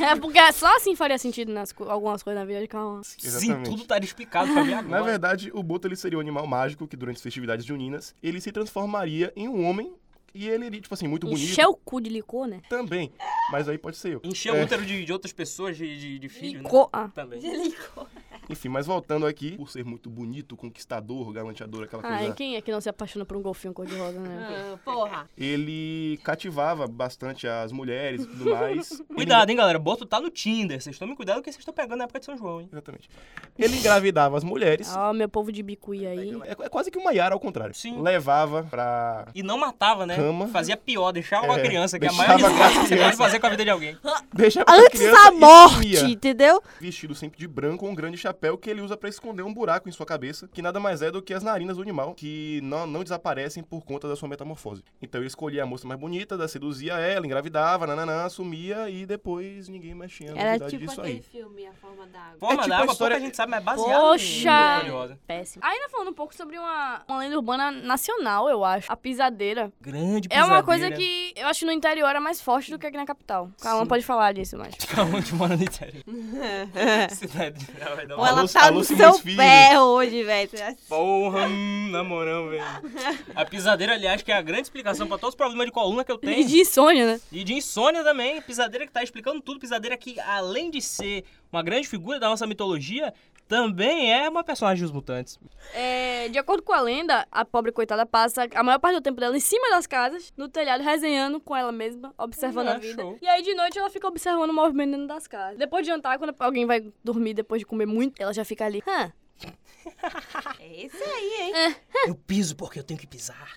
Speaker 1: É porque só assim faria sentido nas co- algumas coisas na vida de Cauã.
Speaker 2: Sim,
Speaker 4: Exatamente.
Speaker 2: tudo tá explicado
Speaker 4: [LAUGHS]
Speaker 2: pra mim agora.
Speaker 4: Na verdade, o boto ele seria um animal mágico que durante as festividades juninas, ele se transformaria em um homem e ele iria, tipo assim, muito bonito
Speaker 1: Encheu o cu de licor, né?
Speaker 4: também. Mas aí pode ser eu. É,
Speaker 2: Encher o útero de, de outras pessoas, de, de, de filho, né?
Speaker 1: Licor. Ah.
Speaker 2: Também.
Speaker 4: Enfim, mas voltando aqui, por ser muito bonito, conquistador, galanteador, aquela coisa.
Speaker 1: Ai, quem é que não se apaixona por um golfinho cor-de-rosa,
Speaker 2: [LAUGHS]
Speaker 1: né?
Speaker 5: Ah, porra.
Speaker 4: Ele cativava bastante as mulheres e tudo
Speaker 1: [LAUGHS]
Speaker 4: mais.
Speaker 2: Cuidado, hein, galera. Boto tá no Tinder. Vocês tomem cuidado que vocês estão pegando na época de São João, hein?
Speaker 4: Exatamente. Ele engravidava as mulheres.
Speaker 1: Ó, meu povo de bicuí aí.
Speaker 4: É, é quase que uma Yara ao contrário.
Speaker 2: Sim.
Speaker 4: Levava pra.
Speaker 2: E não matava, né?
Speaker 4: Cama.
Speaker 2: Fazia pior, deixava uma
Speaker 4: É,
Speaker 2: criança, que é a
Speaker 4: deixava
Speaker 2: maior desgraça que você
Speaker 4: criança.
Speaker 2: pode fazer com a vida de alguém.
Speaker 1: É
Speaker 4: Deixava pra
Speaker 5: Antes
Speaker 4: criança
Speaker 5: da
Speaker 4: e
Speaker 5: morte,
Speaker 4: sumia.
Speaker 5: entendeu?
Speaker 4: Vestido sempre de branco, um grande chapéu que ele usa pra esconder um buraco em sua cabeça, que nada mais é do que as narinas do animal, que não, não desaparecem por conta da sua metamorfose. Então ele escolhia a moça mais bonita, da- seduzia ela, engravidava, nananã, sumia e depois ninguém mais tinha
Speaker 5: Era
Speaker 4: novidade
Speaker 5: tipo
Speaker 4: É um disso
Speaker 3: aquele
Speaker 4: aí.
Speaker 3: filme A Forma da Água.
Speaker 2: Forma
Speaker 4: tipo a
Speaker 2: d'água,
Speaker 4: história-
Speaker 2: pouca gente sabe, mas é baseado
Speaker 1: Poxa!
Speaker 2: em curiosa.
Speaker 1: Péssimo. Ainda falando um pouco sobre uma, uma lenda urbana nacional, eu acho. A pisadeira.
Speaker 2: Grande
Speaker 1: É uma
Speaker 2: pisadeira.
Speaker 1: coisa
Speaker 2: [LAUGHS]
Speaker 1: que eu acho que no interior é mais forte do que aqui na capital. Calma,
Speaker 2: Sim.
Speaker 1: pode falar disso, mas.
Speaker 2: Onde mora no interior.
Speaker 5: É, [LAUGHS]
Speaker 1: É.
Speaker 2: Cidade, ela vai dar
Speaker 5: Ou
Speaker 2: uma...
Speaker 5: ela
Speaker 4: Alô-
Speaker 5: tá
Speaker 4: alô,
Speaker 5: no
Speaker 4: Simões
Speaker 5: seu
Speaker 4: Filho.
Speaker 5: pé hoje, velho.
Speaker 2: Porra, hum, na moral, velho. A pisadeira, aliás, que é a grande explicação pra todos os problemas de coluna que eu
Speaker 1: E [LAUGHS]
Speaker 2: tenho.
Speaker 1: de insônia, né?
Speaker 2: E de insônia também. Pisadeira que tá explicando tudo. Pisadeira que, além de ser uma grande figura da nossa mitologia, também é uma personagem dos mutantes.
Speaker 1: É, de acordo com a lenda, a pobre coitada passa a maior parte do tempo dela em cima das casas, no telhado, resenhando com ela mesma, observando
Speaker 2: Ah,
Speaker 1: a vida.
Speaker 2: show.
Speaker 1: E aí de noite ela fica observando o movimento dentro das casas. Depois de jantar, quando alguém vai dormir depois de comer muito, ela já fica ali. Hã?
Speaker 5: É isso aí, hein?
Speaker 2: Eu piso porque eu tenho que pisar.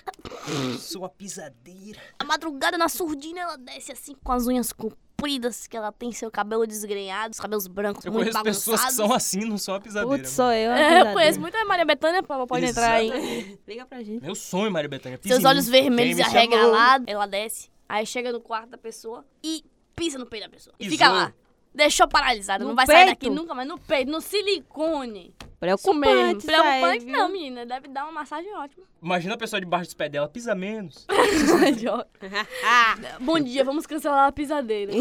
Speaker 2: Sou a pisadeira.
Speaker 6: A madrugada na surdina ela desce assim com as unhas compridas que ela tem, seu cabelo desgrenhado, os cabelos brancos
Speaker 2: Eu
Speaker 6: muito
Speaker 2: conheço pessoas que
Speaker 6: bagunçados.
Speaker 2: são assim, não são a pisadeira.
Speaker 5: Putz, sou eu.
Speaker 1: É, eu
Speaker 5: cuidado.
Speaker 1: conheço muito a Maria Bethânia, Paula, pode entrar aí.
Speaker 5: Liga pra gente.
Speaker 2: Meu sonho, Maria Bethânia. pisa em
Speaker 6: Seus
Speaker 2: mim.
Speaker 6: olhos vermelhos e
Speaker 4: Quem me chamou?
Speaker 6: arregalados. Ela desce, aí chega no quarto da pessoa e pisa no peito da pessoa. E
Speaker 2: Pisou.
Speaker 6: fica lá. Deixou paralisada,
Speaker 5: No
Speaker 6: não vai sair
Speaker 5: peito?
Speaker 6: daqui nunca mais. No peito, no silicone. Isso
Speaker 5: Preocupante,
Speaker 1: mesmo.
Speaker 5: isso
Speaker 1: Preocupante
Speaker 5: aí, viu?
Speaker 1: não, menina. Deve dar uma massagem
Speaker 5: [LAUGHS]
Speaker 1: ótima.
Speaker 2: Imagina a pessoa debaixo dos pés dela, pisa menos.
Speaker 1: Idiota.
Speaker 5: Ah,
Speaker 1: Bom dia, vamos cancelar a
Speaker 5: [LAUGHS]
Speaker 1: pisadeira.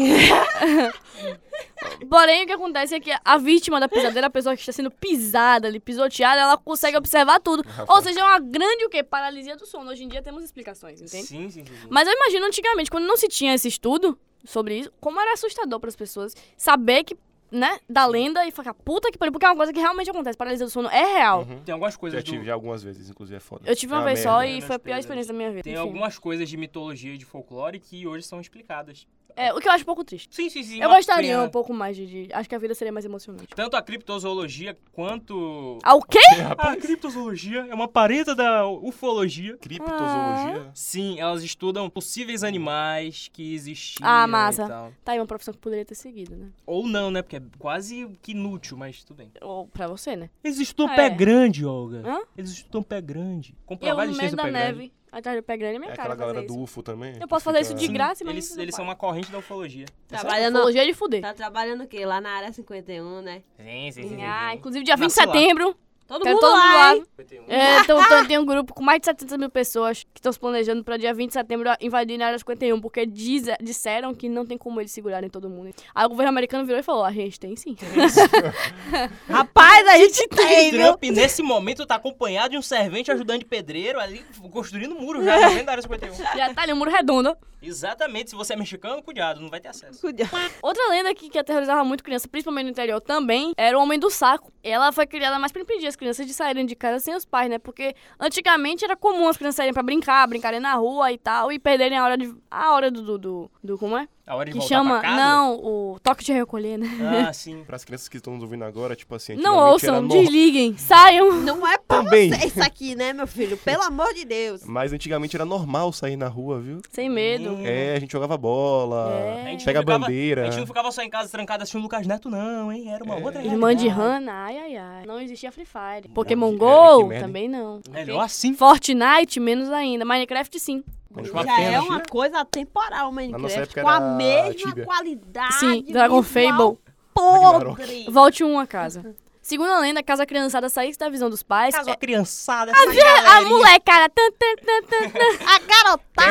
Speaker 1: Porém, o que acontece é que a vítima da pisadeira, a pessoa que está sendo pisada ali, pisoteada, ela consegue observar tudo. Ou seja, é uma grande o quê? Paralisia do sono. Hoje em dia temos explicações, entende?
Speaker 2: Sim, sim, sim. sim.
Speaker 1: Mas eu imagino antigamente, quando não se tinha esse estudo sobre isso, como era assustador para as pessoas saber que, né, da lenda e falar, puta que pariu, porque é uma coisa que realmente acontece. Paralisia do sono é real.
Speaker 2: Tem algumas coisas
Speaker 4: Já
Speaker 2: do...
Speaker 4: tive já algumas vezes, inclusive é foda.
Speaker 1: Eu tive uma
Speaker 4: Uhum. É
Speaker 1: vez só
Speaker 4: merda.
Speaker 1: e
Speaker 2: né,
Speaker 1: foi a pior
Speaker 2: nas
Speaker 1: experiência da minha vida.
Speaker 2: Tem
Speaker 1: Enfim.
Speaker 2: algumas coisas de mitologia e de folclore que hoje são explicadas.
Speaker 1: É, o que eu acho um pouco triste.
Speaker 2: Sim, sim, sim.
Speaker 1: Eu
Speaker 2: uma
Speaker 1: gostaria
Speaker 2: pena.
Speaker 1: um pouco mais de, de- Acho que a vida seria mais emocionante.
Speaker 2: Tanto a criptozoologia quanto.
Speaker 1: Ah, o quê?
Speaker 2: A criptozoologia é uma parenta da ufologia.
Speaker 1: Ah,
Speaker 4: Criptozoologia. é
Speaker 2: Sim, elas estudam possíveis animais que existiam.
Speaker 1: Ah, massa.
Speaker 2: E tal.
Speaker 1: Tá aí uma profissão que poderia ter seguido, né?
Speaker 2: Ou não, né? Porque é quase que inútil, mas tudo bem.
Speaker 1: Ou pra você, né?
Speaker 2: Eles estudam
Speaker 1: Ah,
Speaker 2: um pé
Speaker 1: é?
Speaker 2: grande, Olga.
Speaker 1: Hã?
Speaker 2: Eles estudam pé grande.
Speaker 1: Eu
Speaker 2: Comprovar a
Speaker 1: no meio
Speaker 2: existência do
Speaker 1: da
Speaker 2: pé grande.
Speaker 1: neve, atrás do pé grande é minha
Speaker 4: É
Speaker 1: cara
Speaker 4: aquela
Speaker 1: fazer
Speaker 4: galera
Speaker 1: isso.
Speaker 4: do UFO também.
Speaker 1: Eu
Speaker 4: que
Speaker 1: posso fazer
Speaker 4: fica-
Speaker 1: isso Tá de graça, mas
Speaker 2: eles, eles são uma corrente da ufologia.
Speaker 5: Trabalhando,
Speaker 1: Ufologia de fuder.
Speaker 5: tá trabalhando o quê? Lá na área 51, né?
Speaker 2: Sim, sim,
Speaker 1: Ah, inclusive dia 20 de
Speaker 2: Nasce lá.
Speaker 1: setembro.
Speaker 5: Tá Todo
Speaker 1: Quero
Speaker 5: mundo
Speaker 1: todo mundo
Speaker 5: lá,
Speaker 1: lá.
Speaker 5: hein?
Speaker 1: É, então, então tem um grupo com mais de 700 mil pessoas que estão se planejando pra dia 20 de setembro invadir a Área 51, porque diz, disseram que não tem como eles segurarem todo mundo. Aí o governo americano virou e falou, a gente tem
Speaker 2: [LAUGHS]
Speaker 1: sim.
Speaker 5: Rapaz, a gente tem, viu?
Speaker 2: Trump, nesse momento, tá acompanhado de um servente ajudante de pedreiro ali, construindo um muro já, dentro da área 51.
Speaker 1: Já tá ali um muro redondo.
Speaker 2: Exatamente, se você é mexicano, cuidado, não vai ter acesso.
Speaker 1: Outra lenda que, que aterrorizava muito criança, principalmente no interior também, era o Homem do Saco. Ela foi criada mais pra impedir as crianças de saírem de casa sem os pais, né? Porque antigamente era comum as crianças saírem pra brincar, brincarem na rua e tal, e perderem a hora de. a hora do. do, do, do- como é?
Speaker 2: A hora de
Speaker 1: Que
Speaker 2: voltar
Speaker 1: chama.
Speaker 2: pra casa?
Speaker 1: Não, o toque de recolher, né?
Speaker 2: Ah, sim.
Speaker 4: Para as crianças que estão nos ouvindo agora, tipo assim,
Speaker 1: Não
Speaker 4: antigamente era
Speaker 1: ouçam,
Speaker 4: normal.
Speaker 1: [LAUGHS] desliguem, saiam.
Speaker 5: Não é pra
Speaker 4: Também.
Speaker 5: você isso aqui, né, meu filho? Pelo amor de Deus.
Speaker 4: Mas antigamente era normal sair na rua, viu?
Speaker 1: Sem medo.
Speaker 2: Hum.
Speaker 4: É, a gente jogava bola,
Speaker 1: É.
Speaker 2: A gente
Speaker 4: pega
Speaker 2: não ficava-
Speaker 4: bandeira.
Speaker 2: A gente não ficava só em casa trancado assistindo Lucas Neto, não, hein? Era uma
Speaker 4: É.
Speaker 2: outra
Speaker 1: Irmã de
Speaker 2: realidade.
Speaker 1: Hannah, ai ai ai. Não existia Free Fire. Pokémon
Speaker 4: que- que
Speaker 1: Go
Speaker 4: merda, hein?
Speaker 1: também não.
Speaker 2: Melhor assim.
Speaker 1: Fortnite, menos ainda. Minecraft, sim.
Speaker 4: Mas
Speaker 2: uma
Speaker 4: uma
Speaker 5: Já
Speaker 2: pena.
Speaker 5: é uma coisa atemporal,
Speaker 4: nossa
Speaker 5: Minecraft,
Speaker 4: época
Speaker 5: com a
Speaker 4: era
Speaker 5: mesma
Speaker 4: Tibia.
Speaker 5: qualidade.
Speaker 1: Sim,
Speaker 2: Ah,
Speaker 1: Dragon
Speaker 5: visual
Speaker 1: Fable.
Speaker 4: Ragnarok.
Speaker 5: Podre.
Speaker 1: Volte um a casa. Segundo a lenda, caso a criançada saísse da visão dos pais.
Speaker 2: Caso a
Speaker 1: é-
Speaker 2: criançada,
Speaker 1: A,
Speaker 2: essa
Speaker 1: mulher,
Speaker 2: galerinha- [LAUGHS]
Speaker 1: molecada. Tan, tan, tan, tan.
Speaker 5: A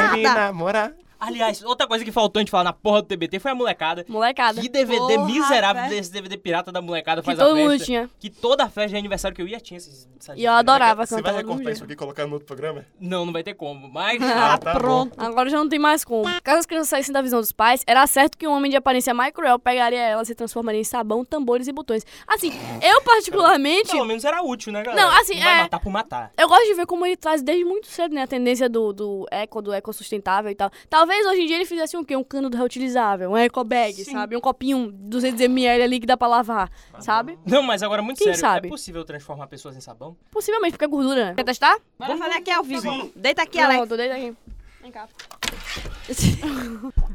Speaker 5: garotada.
Speaker 4: namora.
Speaker 2: Aliás, outra coisa que faltou a gente falar na porra do TBT foi a molecada.
Speaker 1: Molecada.
Speaker 2: Que DVD
Speaker 3: Porra,
Speaker 2: miserável
Speaker 3: velho.
Speaker 2: desse DVD pirata da molecada
Speaker 1: Que
Speaker 2: faz
Speaker 1: todo
Speaker 2: a festa.
Speaker 1: mundo tinha.
Speaker 2: Que toda festa de aniversário que eu ia tinha esses. essas
Speaker 1: E eu
Speaker 2: desgraças.
Speaker 1: adorava
Speaker 4: Você vai
Speaker 1: cantar todo
Speaker 4: recortar
Speaker 1: dia.
Speaker 4: isso aqui e colocar no outro programa?
Speaker 2: Não, não vai ter como.
Speaker 1: [LAUGHS]
Speaker 2: Mas.
Speaker 4: Ah, tá bom.
Speaker 5: Pronto.
Speaker 1: Agora já não tem mais como. Caso as crianças saíssem da visão dos pais, era certo que um homem de aparência mais cruel pegaria ela e se transformaria em sabão, tambores e botões. Assim, eu particularmente.
Speaker 2: Pelo menos era útil, né, galera?
Speaker 1: Não, assim,
Speaker 2: vai
Speaker 1: é.
Speaker 2: matar por matar.
Speaker 1: Eu gosto de ver como ele traz desde muito cedo, né? A tendência do, do eco, do eco sustentável e tal. Talvez hoje em dia ele fizesse um quê? Um canudo reutilizável, um eco bag,
Speaker 2: Sim.
Speaker 1: sabe? Um copinho 200ml ali que dá pra lavar, sabe?
Speaker 2: Não, mas agora, muito
Speaker 1: Quem
Speaker 2: sério,
Speaker 1: sabe?
Speaker 2: é possível transformar pessoas em sabão?
Speaker 1: Possivelmente, porque é gordura, né? Quer testar?
Speaker 5: Bora fazer aqui ao vivo.
Speaker 4: Sim.
Speaker 5: Deita aqui,
Speaker 1: Não,
Speaker 5: Alex.
Speaker 1: tô desde aqui. Vem cá.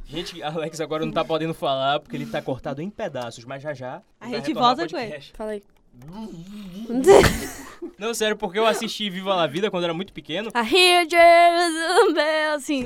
Speaker 2: Gente, Alex agora não tá podendo falar porque ele tá cortado em pedaços, mas já já.
Speaker 5: A
Speaker 2: vai
Speaker 5: gente
Speaker 2: retornar ao
Speaker 5: volta com
Speaker 2: podcast.
Speaker 1: Falei.
Speaker 2: Não, sério, porque eu assisti Viva la Vida quando era muito pequeno.
Speaker 1: I hear Jesus bell, assim.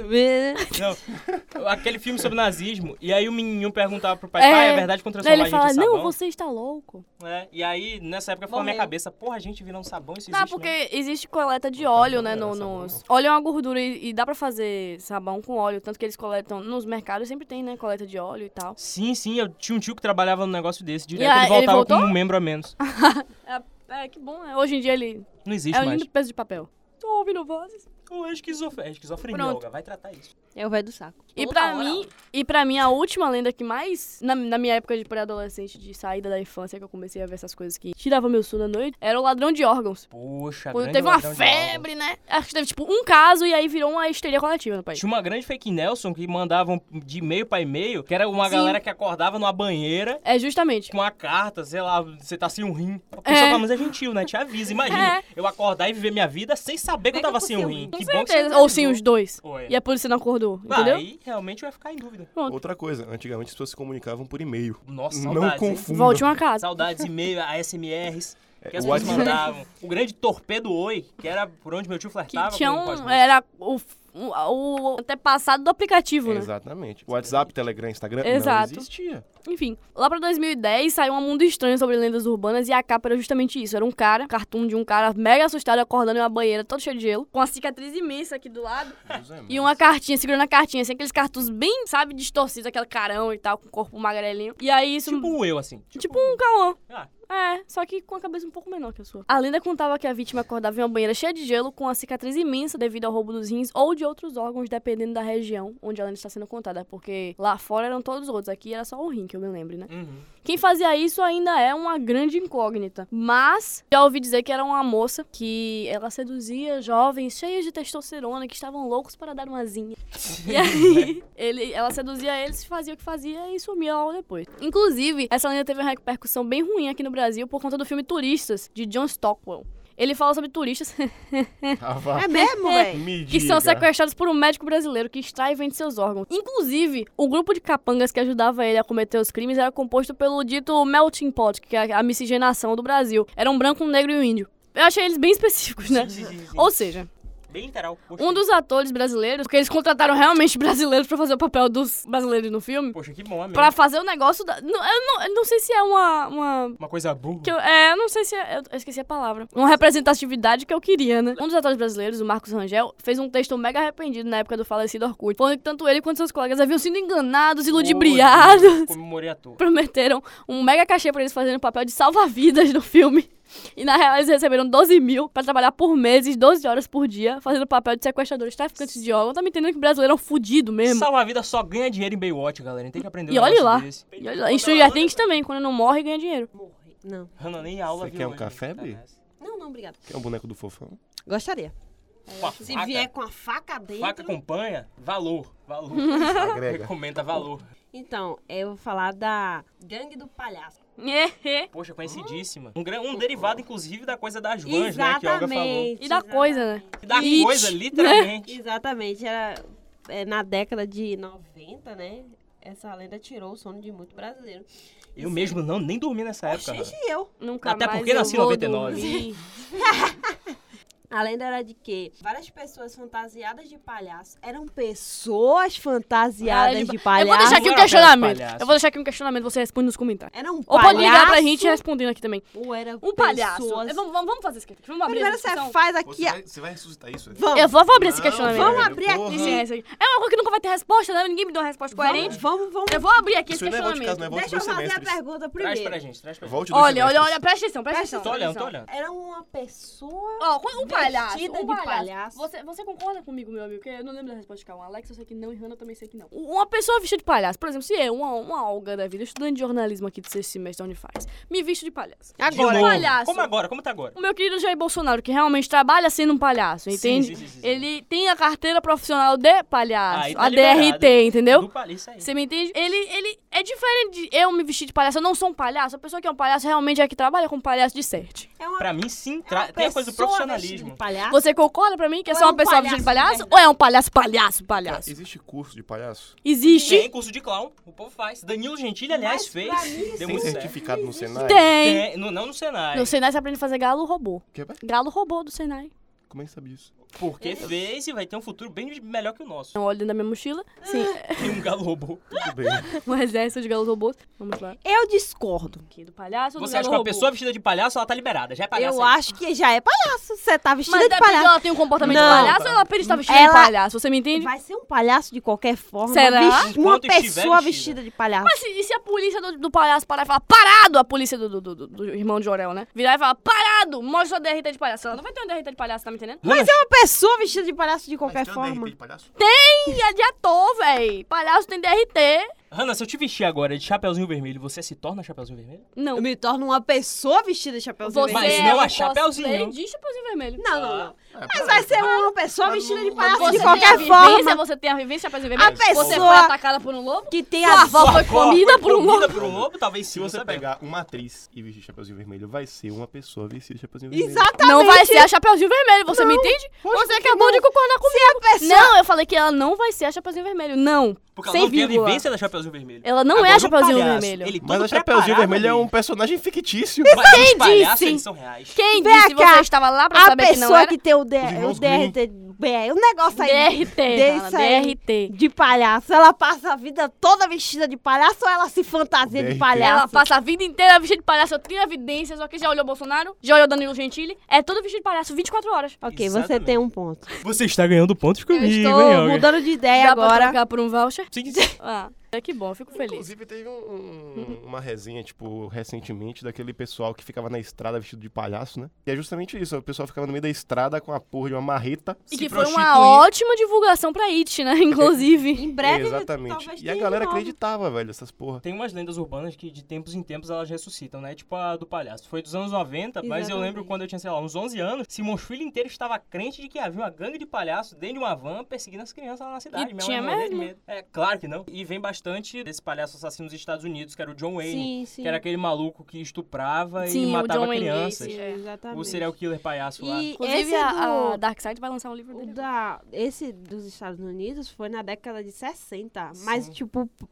Speaker 2: Não, aquele filme sobre nazismo. E aí o menininho perguntava pro pai,
Speaker 1: É.
Speaker 2: pai, é verdade quando transformar
Speaker 1: ele
Speaker 2: a gente
Speaker 1: fala,
Speaker 2: em
Speaker 1: não,
Speaker 2: sabão?
Speaker 1: você está louco.
Speaker 2: É, e aí, nessa época, foi na minha
Speaker 5: Morreu.
Speaker 2: cabeça, porra, a gente virar um sabão, isso
Speaker 1: Tá,
Speaker 2: existe
Speaker 1: porque
Speaker 2: mesmo?
Speaker 1: existe coleta de
Speaker 2: Não,
Speaker 1: óleo,
Speaker 2: não
Speaker 1: né?
Speaker 2: era
Speaker 1: No,
Speaker 2: sabão,
Speaker 1: nos... Óleo é uma gordura e, e dá pra fazer sabão com óleo. Tanto que eles coletam nos mercados, sempre tem, né? Coleta de óleo e tal.
Speaker 2: Sim, sim, eu tinha um tio que trabalhava num negócio desse, direto,
Speaker 1: aí,
Speaker 2: ele
Speaker 1: ele
Speaker 2: voltava com
Speaker 1: voltou?
Speaker 2: um membro a menos.
Speaker 1: É, que bom, né? Hoje em dia ele
Speaker 2: Não existe
Speaker 1: é um
Speaker 2: mais.
Speaker 1: lindo peso de papel. Tô ouvindo vozes.
Speaker 2: Oh, é esquizof- é esquizofrenia,
Speaker 1: Pronto.
Speaker 2: Olga, vai tratar isso.
Speaker 5: É o velho do saco.
Speaker 1: E
Speaker 5: Toda
Speaker 1: pra
Speaker 5: hora,
Speaker 1: mim,
Speaker 5: ó.
Speaker 1: e para mim a última lenda que mais na, na minha época de pré-adolescente, de saída da infância que eu comecei a ver essas coisas que tiravam meu sono à noite, era o ladrão de órgãos.
Speaker 2: Poxa,
Speaker 1: Quando
Speaker 2: grande
Speaker 1: teve uma
Speaker 2: ladrão de alma.
Speaker 1: febre, né? Acho que teve tipo um caso e aí virou uma histeria coletiva no país.
Speaker 2: Tinha uma grande fake Nelson que mandavam de e-mail pra e-mail, que era uma
Speaker 1: Sim.
Speaker 2: galera que acordava numa banheira
Speaker 1: É justamente.
Speaker 2: com uma carta, sei lá, você tá sem um rim. A pessoa, é. mas é gentil, né? Te avisa. Imagina
Speaker 1: É.
Speaker 2: eu acordar e viver minha vida sem saber que eu tava sem um rim.
Speaker 1: Com
Speaker 2: que
Speaker 1: certeza. Ou sim, os dois.
Speaker 2: Oi.
Speaker 1: E a polícia não acordou,
Speaker 2: Ah,
Speaker 1: entendeu?
Speaker 2: Aí realmente eu ia ficar em dúvida.
Speaker 4: Outra coisa, antigamente as pessoas se comunicavam por e-mail.
Speaker 2: Nossa,
Speaker 4: Não
Speaker 2: saudades. hein?
Speaker 4: confunda.
Speaker 1: Volte uma casa.
Speaker 2: Saudades, e-mail, ASMRs. Que as
Speaker 4: É, o
Speaker 2: pessoas
Speaker 4: WhatsApp.
Speaker 2: mandavam. O grande torpedo oi, que era por onde meu tio
Speaker 1: Que
Speaker 2: flertava.
Speaker 1: tinha
Speaker 2: com o cosmos.
Speaker 1: um. Era o, o, o antepassado do aplicativo, né?
Speaker 4: Exatamente. WhatsApp, Telegram, Instagram
Speaker 1: Exato.
Speaker 4: não existia.
Speaker 1: Enfim, lá pra 2010 saiu um mundo estranho sobre lendas urbanas e a capa era justamente isso. Era um cara, um cartoon de um cara mega assustado acordando em uma banheira todo cheio de gelo, com uma cicatriz imensa aqui do lado
Speaker 4: Deus [LAUGHS] é
Speaker 1: e
Speaker 4: mais.
Speaker 1: uma cartinha, segurando a cartinha, assim, aqueles cartuns bem, sabe, distorcidos, aquele carão e tal, com o corpo magrelinho. E aí isso.
Speaker 2: Tipo um eu, assim. Tipo,
Speaker 1: um caô.
Speaker 2: Ah.
Speaker 1: É, só que com a cabeça um pouco menor que a sua. A lenda contava que a vítima acordava em uma banheira cheia de gelo, com uma cicatriz imensa devido ao roubo dos rins ou de outros órgãos, dependendo da região onde a lenda está sendo contada. Porque lá fora eram todos os outros, aqui era só o rim, que eu me lembro, né?
Speaker 2: uhum.
Speaker 1: Quem fazia isso ainda é uma grande incógnita. Mas já ouvi dizer que era uma moça que ela seduzia jovens cheios de testosterona que estavam loucos para dar uma zinha. E aí, ele, ela seduzia eles, fazia o que fazia e sumia logo depois. Inclusive, essa lenda teve uma repercussão bem ruim aqui no Brasil por conta do filme Turistas, de John Stockwell. Ele fala sobre turistas
Speaker 4: Ah, [LAUGHS] vá.
Speaker 5: É mesmo, velho?
Speaker 4: Me
Speaker 1: que são
Speaker 4: diga.
Speaker 1: sequestrados por um médico brasileiro que extrai e vende seus órgãos. Inclusive, o grupo de capangas que ajudava ele a cometer os crimes era composto pelo dito melting pot, que é a miscigenação do Brasil. Era um branco, um negro e um índio. Eu achei eles bem específicos, né?
Speaker 2: Sim, sim, sim, sim.
Speaker 1: Ou seja,
Speaker 2: Bem literal. Poxa,
Speaker 1: um dos atores brasileiros, porque eles contrataram realmente [LAUGHS] brasileiros pra fazer o papel dos brasileiros no filme,
Speaker 2: Poxa, que bom, amigo.
Speaker 1: pra fazer o negócio da. Não, eu, não, eu não sei se é uma. uma...
Speaker 2: Uma coisa burra.
Speaker 1: Que eu, é, eu não sei se. é- Eu, eu esqueci a palavra. Uma representatividade que eu queria, né? Um dos atores brasileiros, o Marcos Rangel, fez um texto mega arrependido na época do falecido Orkut, falando que tanto ele quanto seus colegas haviam sido enganados e ludibriados.
Speaker 2: Poxa, Comemorei à toa.
Speaker 1: [LAUGHS] Prometeram um mega cachê pra eles fazerem o papel de salva-vidas no filme. E na real eles receberam 12 mil pra trabalhar por meses, 12 horas por dia, fazendo o papel de sequestradores, traficantes de órgãos. Tá me entendendo que brasileiro é um fudido mesmo.
Speaker 2: Salva-vida só ganha dinheiro em Baywatch, galera. Tem que aprender um
Speaker 1: E olha
Speaker 2: negócio
Speaker 1: lá.
Speaker 2: desse.
Speaker 1: E olha lá, em Stranger Things também, quando não morre ganha dinheiro.
Speaker 5: Não.
Speaker 2: Hannah, nem aula
Speaker 4: Você
Speaker 2: viu
Speaker 4: quer um
Speaker 2: hoje,
Speaker 4: café,
Speaker 2: né?
Speaker 4: Bi?
Speaker 2: Tá
Speaker 5: Não, não, obrigada.
Speaker 4: Quer um boneco do fofão?
Speaker 5: Gostaria.
Speaker 2: nessa.
Speaker 5: Se
Speaker 2: Faca.
Speaker 5: vier com a faca dentro.
Speaker 2: Faca acompanha? Valor. Valor.
Speaker 4: Agrega.
Speaker 2: Comenta valor.
Speaker 5: Então, eu vou falar da Gangue do Palhaço.
Speaker 2: Poxa, conhecidíssima. Um, gran- um derivado, inclusive, da coisa das vans, né? Que a Olga falou.
Speaker 1: E da coisa, né?
Speaker 2: Que Da
Speaker 1: It,
Speaker 2: coisa,
Speaker 5: [LAUGHS]
Speaker 2: literalmente.
Speaker 5: Exatamente, era é, na década de 90, né? Essa lenda tirou o sono de muito brasileiro.
Speaker 2: Eu mesmo não, É, nem dormi nessa época.
Speaker 5: Oxente,
Speaker 2: Hannah.
Speaker 5: eu.
Speaker 1: Nunca
Speaker 2: Até
Speaker 1: mais
Speaker 2: porque
Speaker 1: eu
Speaker 2: nasci em
Speaker 1: vou
Speaker 2: 99.
Speaker 1: dormir.
Speaker 5: A lenda era de que várias pessoas fantasiadas de palhaço eram pessoas
Speaker 1: Ah,
Speaker 5: fantasiadas de,
Speaker 1: Eu vou
Speaker 5: palhaço.
Speaker 1: deixar aqui um
Speaker 2: Não era
Speaker 1: questionamento.
Speaker 2: palhaço.
Speaker 1: Eu vou deixar aqui um questionamento, você responde nos comentários.
Speaker 5: Era um
Speaker 1: Ou
Speaker 5: palhaço.
Speaker 1: pode ligar pra gente respondendo aqui também.
Speaker 5: Ou era
Speaker 1: Um palhaço.
Speaker 5: pessoas-
Speaker 1: É, Vamos, vamos- vamos fazer isso aqui. Vamos abrir
Speaker 5: Primeiro
Speaker 1: essa
Speaker 5: você
Speaker 1: discussão.
Speaker 5: faz
Speaker 4: Você,
Speaker 5: aqui. a-
Speaker 4: vai, você vai ressuscitar isso? velho?
Speaker 5: Vamos.
Speaker 1: Eu vou, vou abrir esse
Speaker 4: Não,
Speaker 1: questionamento.
Speaker 5: Vamos
Speaker 4: velho,
Speaker 5: abrir aqui,
Speaker 4: porra.
Speaker 1: Sim, é isso aqui. É uma coisa que nunca vai ter resposta, né? Ninguém me deu uma resposta coerente.
Speaker 5: Vamos, vamos, vamos.
Speaker 1: Eu vou abrir aqui
Speaker 4: Isso
Speaker 1: esse
Speaker 4: aí não é voto de casa,
Speaker 1: questionamento.
Speaker 4: não é voto
Speaker 5: Deixa
Speaker 4: dos
Speaker 5: eu fazer a
Speaker 4: semestres.
Speaker 5: pergunta
Speaker 2: Traz pra
Speaker 5: primeiro.
Speaker 2: gente, traz pra gente.
Speaker 4: Volte dois
Speaker 1: Olha, olha,
Speaker 4: semestres.
Speaker 1: olha, presta atenção, presta atenção.
Speaker 2: Tô olhando, tô olhando.
Speaker 5: Era uma pessoa.
Speaker 1: Ó, um palhaço,
Speaker 5: Vestida
Speaker 1: um
Speaker 5: de
Speaker 1: palhaço.
Speaker 5: palhaço.
Speaker 1: Você, você concorda comigo, meu amigo? Que eu não lembro da resposta de cada um. Alex, eu sei que não, e Hannah, eu também sei que não. Uma pessoa vestida de palhaço, por exemplo, se eu, uma, uma Olga da vida, estudante de jornalismo aqui do sexto semestre da Unifaz, me visto de palhaço.
Speaker 2: De novo.
Speaker 1: um palhaço.
Speaker 2: Como agora? Como tá agora?
Speaker 1: O meu querido Jair Bolsonaro, que realmente trabalha sendo um palhaço,
Speaker 2: Sim,
Speaker 1: entende?
Speaker 2: sim, sim, sim, sim.
Speaker 1: Ele tem a carteira profissional de palhaço,
Speaker 2: Aí tá
Speaker 1: a
Speaker 2: liberado. Uhum.
Speaker 1: DRT, entendeu?
Speaker 2: Do palhaço isso aí.
Speaker 1: Você me entende? Ele, ele é diferente de eu me vestir de palhaço. Eu não sou um palhaço. A pessoa que é um palhaço realmente é que trabalha com palhaço de certe.
Speaker 5: É uma
Speaker 2: Pra mim, sim,
Speaker 5: é uma
Speaker 2: tra... tem a coisa do
Speaker 5: pessoa vestida
Speaker 2: profissionalismo.
Speaker 5: de palhaço.
Speaker 1: Você concorda pra mim que é
Speaker 5: Ou
Speaker 1: só
Speaker 5: é
Speaker 1: uma
Speaker 5: um
Speaker 1: pessoa vestida de
Speaker 5: palhaço
Speaker 1: palhaço?
Speaker 5: de
Speaker 1: Ou é um palhaço, palhaço, palhaço?
Speaker 4: Existe curso de palhaço?
Speaker 1: Existe?
Speaker 2: Tem curso de clown, o povo faz. Danilo Gentili, aliás,
Speaker 5: Mas pra
Speaker 2: fez.
Speaker 5: mim, isso
Speaker 2: Deu
Speaker 4: Tem um
Speaker 2: muito certo.
Speaker 4: certificado no Senai?
Speaker 1: Tem.
Speaker 2: Tem, no- não no Senai.
Speaker 1: No Senai você aprende a fazer galo robô.
Speaker 4: Que- ué?
Speaker 1: Galo robô do Senai.
Speaker 4: Como é que sabe isso?
Speaker 2: Porque fez e vai ter um futuro bem melhor que o nosso.
Speaker 1: Então, olha dentro da minha mochila. Sim,
Speaker 2: Tem um galo robô.
Speaker 4: Tudo bem.
Speaker 1: [LAUGHS] um exército de galos robôs. Vamos lá.
Speaker 5: Eu discordo.
Speaker 1: Aqui, do palhaço ou do
Speaker 2: Você acha que
Speaker 1: galo
Speaker 2: uma
Speaker 1: robô?
Speaker 2: pessoa vestida de palhaço, ela tá liberada, já é palhaço.
Speaker 5: Eu
Speaker 2: aí.
Speaker 5: acho que já é palhaço. Você tá vestida
Speaker 1: Mas
Speaker 5: de
Speaker 1: depende,
Speaker 5: palhaço.
Speaker 1: ela tem um comportamento
Speaker 5: Não.
Speaker 1: de palhaço ou ela apenas está vestida de
Speaker 5: Ela-
Speaker 1: palhaço? Você me entende?
Speaker 5: Vai ser um palhaço de qualquer forma.
Speaker 1: Será?
Speaker 5: Vesti- Uma
Speaker 2: Enquanto estiver
Speaker 5: pessoa
Speaker 2: vestida.
Speaker 5: vestida de palhaço.
Speaker 1: Mas se- e se a polícia do, do palhaço parar e falar parado, a polícia do, do, do- do- do irmão de Jorel, né? Virar e falar parado, mostra sua DRT de palhaço. Ela não vai ter uma DRT de palhaço, tá me entendendo?
Speaker 2: Mas
Speaker 5: Uma pessoa vestida de palhaço de qualquer
Speaker 4: Mas tem um uma
Speaker 5: forma.
Speaker 4: DRT de palhaço?
Speaker 1: Ih, é de ator, véi. Palhaço tem DRT.
Speaker 2: Hanna, se eu te vestir agora de Chapeuzinho Vermelho, você se torna Chapeuzinho Vermelho?
Speaker 1: Não.
Speaker 5: Eu me torno uma pessoa vestida de chapéuzinho
Speaker 1: Você
Speaker 2: Mas
Speaker 1: é
Speaker 2: não Ah.
Speaker 1: um
Speaker 2: a Chapeuzinho.
Speaker 1: cosplay de Chapeuzinho Vermelho.
Speaker 5: Não, não, não. Mas
Speaker 4: É, pera
Speaker 5: vai
Speaker 4: aí.
Speaker 5: ser uma pessoa vestida de palhaço
Speaker 1: Ah, Você
Speaker 5: de
Speaker 1: tem a
Speaker 5: qualquer
Speaker 1: vivência,
Speaker 5: forma.
Speaker 1: Você tem a vivência de Chapeuzinho
Speaker 5: A
Speaker 1: Vermelho? Você foi
Speaker 5: pessoa-
Speaker 1: atacada por um lobo?
Speaker 5: Que tem
Speaker 1: Sua
Speaker 5: a
Speaker 1: avó foi comida por um
Speaker 2: Comida
Speaker 1: lobo?
Speaker 2: por um lobo, talvez
Speaker 4: Se
Speaker 2: sim.
Speaker 4: você
Speaker 2: não sabemos.
Speaker 4: pegar uma atriz e vestir Chapeuzinho Vermelho, vai ser uma pessoa vestida de Chapeuzinho Vermelho.
Speaker 5: Exatamente.
Speaker 1: Não vai ser a Chapeuzinho Vermelho, você me entende? Você acabou de concordar comigo.
Speaker 5: a pessoa.
Speaker 1: Não, eu falei que ela não vai ser a Chapeuzinho Vermelho. Não.
Speaker 2: Porque ela
Speaker 1: Sem
Speaker 2: não tem a
Speaker 1: vírgula.
Speaker 2: vivência da Chapeuzinho Vermelho.
Speaker 1: Ela não é
Speaker 2: Agora,
Speaker 1: a
Speaker 2: um
Speaker 1: Chapeuzinho
Speaker 2: palhaço,
Speaker 1: Vermelho.
Speaker 2: Ele
Speaker 4: Mas
Speaker 2: todo
Speaker 4: a Chapeuzinho
Speaker 2: preparado
Speaker 4: Vermelho é
Speaker 2: ali.
Speaker 4: um personagem fictício.
Speaker 2: Mas os palhaços,
Speaker 1: disse?
Speaker 2: eles são reais.
Speaker 1: Quem
Speaker 5: Vem
Speaker 1: disse?
Speaker 5: cá,
Speaker 1: Você estava lá pra
Speaker 5: A
Speaker 1: saber que não
Speaker 5: pessoa
Speaker 1: era?
Speaker 5: que tem o, D, o
Speaker 4: Irmãos
Speaker 5: DRT. BR, um negócio aí.
Speaker 1: DRT,
Speaker 5: Dê isso
Speaker 1: fala,
Speaker 5: aí.
Speaker 1: DRT.
Speaker 5: De palhaço. Ela passa a vida toda vestida de palhaço ou ela se fantasia de
Speaker 4: DRT.
Speaker 5: palhaço?
Speaker 1: Ela passa a vida inteira vestida de palhaço, eu tenho evidências, ok? Já olhou Bolsonaro? Já olhou Danilo Gentili? É todo vestido de palhaço, 24 horas.
Speaker 5: Ok, você
Speaker 2: Exatamente.
Speaker 5: tem um ponto.
Speaker 2: Você está ganhando pontos
Speaker 5: Eu estou mudando de ideia
Speaker 1: Dá pra
Speaker 5: agora.
Speaker 1: trocar por um voucher?
Speaker 2: Sim, sim.
Speaker 1: É Ah, é que bom, eu fico feliz.
Speaker 4: Inclusive, teve um- um- uma resenha, tipo, recentemente, daquele pessoal que ficava na estrada vestido de palhaço, né? E é justamente isso, o pessoal ficava no meio da estrada com a porra de uma marreta.
Speaker 1: E
Speaker 2: Se
Speaker 1: que foi uma
Speaker 2: prostituir.
Speaker 1: ótima divulgação pra It, [LAUGHS] né? Inclusive.
Speaker 5: Em breve, talvez
Speaker 4: Exatamente. E a
Speaker 5: tenha
Speaker 4: galera
Speaker 5: de novo.
Speaker 4: acreditava, velho, essas porra.
Speaker 2: Tem umas lendas urbanas que de tempos em tempos elas ressuscitam, né? Tipo a do palhaço. Foi dos anos 90, mas eu
Speaker 5: Exatamente.
Speaker 2: lembro quando eu tinha, sei lá, uns 11 anos, Simão Filho inteiro estava crente de que havia uma gangue de palhaço dentro de uma van perseguindo as crianças lá na cidade.
Speaker 1: E
Speaker 2: Minha
Speaker 1: tinha
Speaker 2: mãe morria de
Speaker 1: mesmo?
Speaker 2: medo. É, claro que não. E vem bastante desse palhaço assassino dos Estados Unidos, que era o John Wayne.
Speaker 5: Sim, sim.
Speaker 2: né? Que era aquele maluco que estuprava
Speaker 1: Sim,
Speaker 2: e
Speaker 1: o
Speaker 2: matava
Speaker 1: John Wayne
Speaker 2: crianças.
Speaker 1: Gacy.
Speaker 5: Sim,
Speaker 1: É.
Speaker 5: Exatamente.
Speaker 2: tipo, O serial killer palhaço lá.
Speaker 5: E
Speaker 1: Inclusive,
Speaker 5: esse é
Speaker 1: a,
Speaker 5: do...
Speaker 1: a Darkseid vai lançar um livro
Speaker 5: O
Speaker 1: dele.
Speaker 5: da, esse dos Estados Unidos foi na década de 60, mas
Speaker 2: Sim.
Speaker 5: tipo p-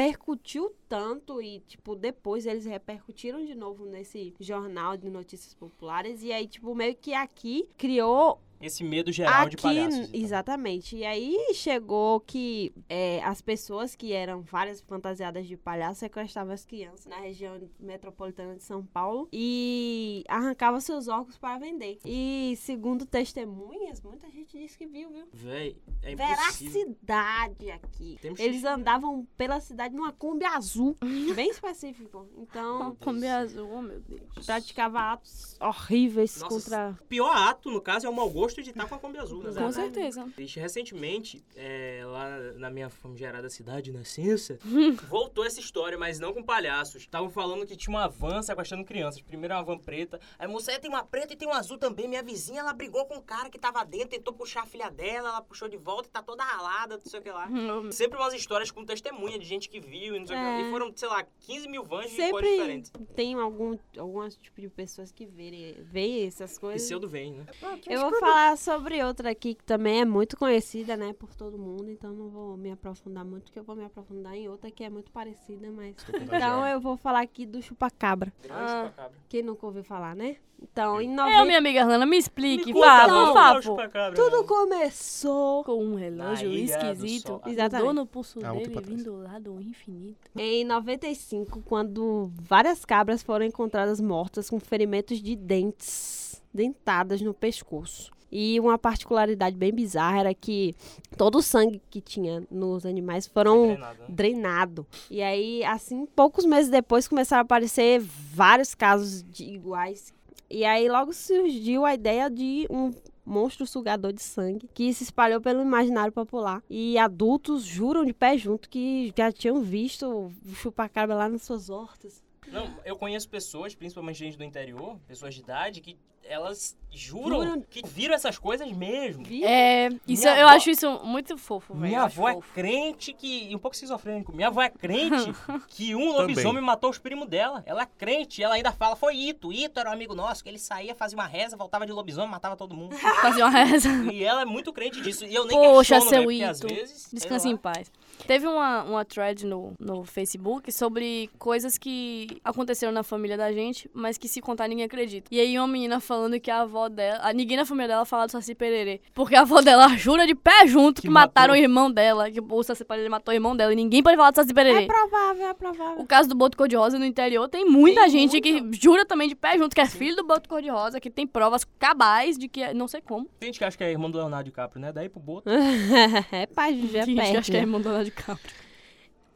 Speaker 5: repercutiu tanto e tipo depois eles repercutiram de novo nesse jornal de notícias populares e aí tipo meio que aqui criou
Speaker 2: Esse medo geral de palhaços. então. e tal.
Speaker 5: exatamente. E aí chegou que é, as pessoas que eram várias fantasiadas de palhaço sequestravam as crianças na região metropolitana de São Paulo e arrancavam seus órgãos para vender. E segundo testemunhas, muita gente disse que viu, viu?
Speaker 2: Véi, é impossível.
Speaker 5: Veracidade aqui.
Speaker 2: Temos que-
Speaker 5: Eles andavam pela cidade numa
Speaker 2: [LAUGHS]
Speaker 5: Kombi azul, bem específico. Então,
Speaker 1: Combi azul, oh meu Deus.
Speaker 5: praticava atos horríveis
Speaker 2: Nossa,
Speaker 5: contra.
Speaker 2: O pior ato, no caso, é o mau gosto de estar com a Kombi Azul, né?
Speaker 1: Com
Speaker 2: velho?
Speaker 1: certeza. [LAUGHS]
Speaker 2: Triste. Recentemente, é, lá na minha famigerada cidade, Nascença, [LAUGHS] voltou essa história, mas não com palhaços. Estavam falando que tinha uma van sequestrando crianças. Primeiro uma van preta. Aí moça, "É, tem uma preta e tem uma azul também. Minha vizinha, ela brigou com o cara que tava dentro, tentou puxar a filha dela, ela puxou de volta e tá toda ralada, não sei o que lá. Sempre umas histórias com testemunha de gente que viu e não sei o que lá. E foram, sei lá, 15 mil vans de cores
Speaker 5: Sempre
Speaker 2: diferentes.
Speaker 5: tem algum, algum tipo de pessoas que verem, veem essas coisas.
Speaker 2: Esse é o do Vem, né?
Speaker 5: Eu vou falar sobre outra aqui que também é muito conhecida, né, por todo mundo, então não vou me aprofundar muito, porque eu vou me aprofundar em outra que é muito parecida, mas. Então eu vou falar aqui do chupacabra.
Speaker 2: Grande chupacabra.
Speaker 5: Quem nunca ouviu falar, né? Então, em
Speaker 1: Eu,
Speaker 5: 90.
Speaker 1: minha amiga Rana, me explique,
Speaker 5: conta,
Speaker 1: Favo,
Speaker 5: não,
Speaker 1: Favo.
Speaker 5: Tudo começou
Speaker 1: Com um relógio
Speaker 2: Na Ilha do
Speaker 1: esquisito,
Speaker 2: Sol.
Speaker 5: Exatamente.
Speaker 1: andou no pulso
Speaker 2: É
Speaker 4: Ah, outro
Speaker 1: dele
Speaker 4: pra trás.
Speaker 1: vindo lá do infinito.
Speaker 5: em 95, quando várias cabras foram encontradas mortas com ferimentos de dentes, dentadas no pescoço. E uma particularidade bem bizarra era que todo o sangue que tinha nos animais foram drenado. E aí, assim, poucos meses depois começaram a aparecer vários casos de iguais. E aí logo surgiu a ideia de um monstro sugador de sangue que se espalhou pelo imaginário popular. E adultos juram de pé junto que já tinham visto o chupacabra lá nas suas hortas.
Speaker 2: Não, eu conheço pessoas, principalmente gente do interior, pessoas de idade, que elas juram
Speaker 5: Juram.
Speaker 2: que viram essas coisas mesmo.
Speaker 5: Vi-
Speaker 1: É, isso,
Speaker 2: Minha
Speaker 1: eu
Speaker 2: avó-
Speaker 1: acho isso muito fofo, Tipo, velho.
Speaker 2: Minha
Speaker 1: eu acho
Speaker 2: avó é
Speaker 1: fofo.
Speaker 2: crente que. e um pouco esquizofrênico. Minha avó é
Speaker 1: [LAUGHS]
Speaker 2: crente que um lobisomem matou os primos dela. Ela é crente, ela ainda fala, foi Ito. Ito era um amigo nosso, que ele saía, fazia uma reza, voltava de lobisomem, matava
Speaker 1: [LAUGHS]
Speaker 2: todo mundo.
Speaker 1: Fazer uma reza.
Speaker 2: e ela é muito crente disso. E eu nem
Speaker 1: Poxa,
Speaker 2: questiono,
Speaker 1: seu
Speaker 2: velho, porque às
Speaker 1: Ito.
Speaker 2: vezes. sei
Speaker 1: Descanse
Speaker 2: lá.
Speaker 1: em paz. Teve uma, uma thread no, no Facebook sobre coisas que aconteceram na família da gente, mas que se contar ninguém acredita. E aí uma menina falando que a avó dela. a- ninguém na família dela falava do Saci Pererê. Porque a avó dela jura de pé junto que,
Speaker 2: Que
Speaker 1: mataram o
Speaker 2: matou.
Speaker 1: irmão dela, que o Saci Pererê matou o irmão dela e ninguém pode falar do Saci Pererê.
Speaker 5: É provável, é provável.
Speaker 1: [LAUGHS] O caso do Boto Cor-de-Rosa no interior tem muita
Speaker 5: Tem
Speaker 1: gente que jura também de pé junto que é filho do Boto Cor-de-Rosa, que tem provas cabais de que é- não sei como.
Speaker 2: Tem gente que acha que é irmão do Leonardo DiCaprio, né? Daí pro Boto.
Speaker 5: é paz de
Speaker 1: Tem gente que acha que é
Speaker 5: pé.
Speaker 1: irmão do Leonardo DiCaprio.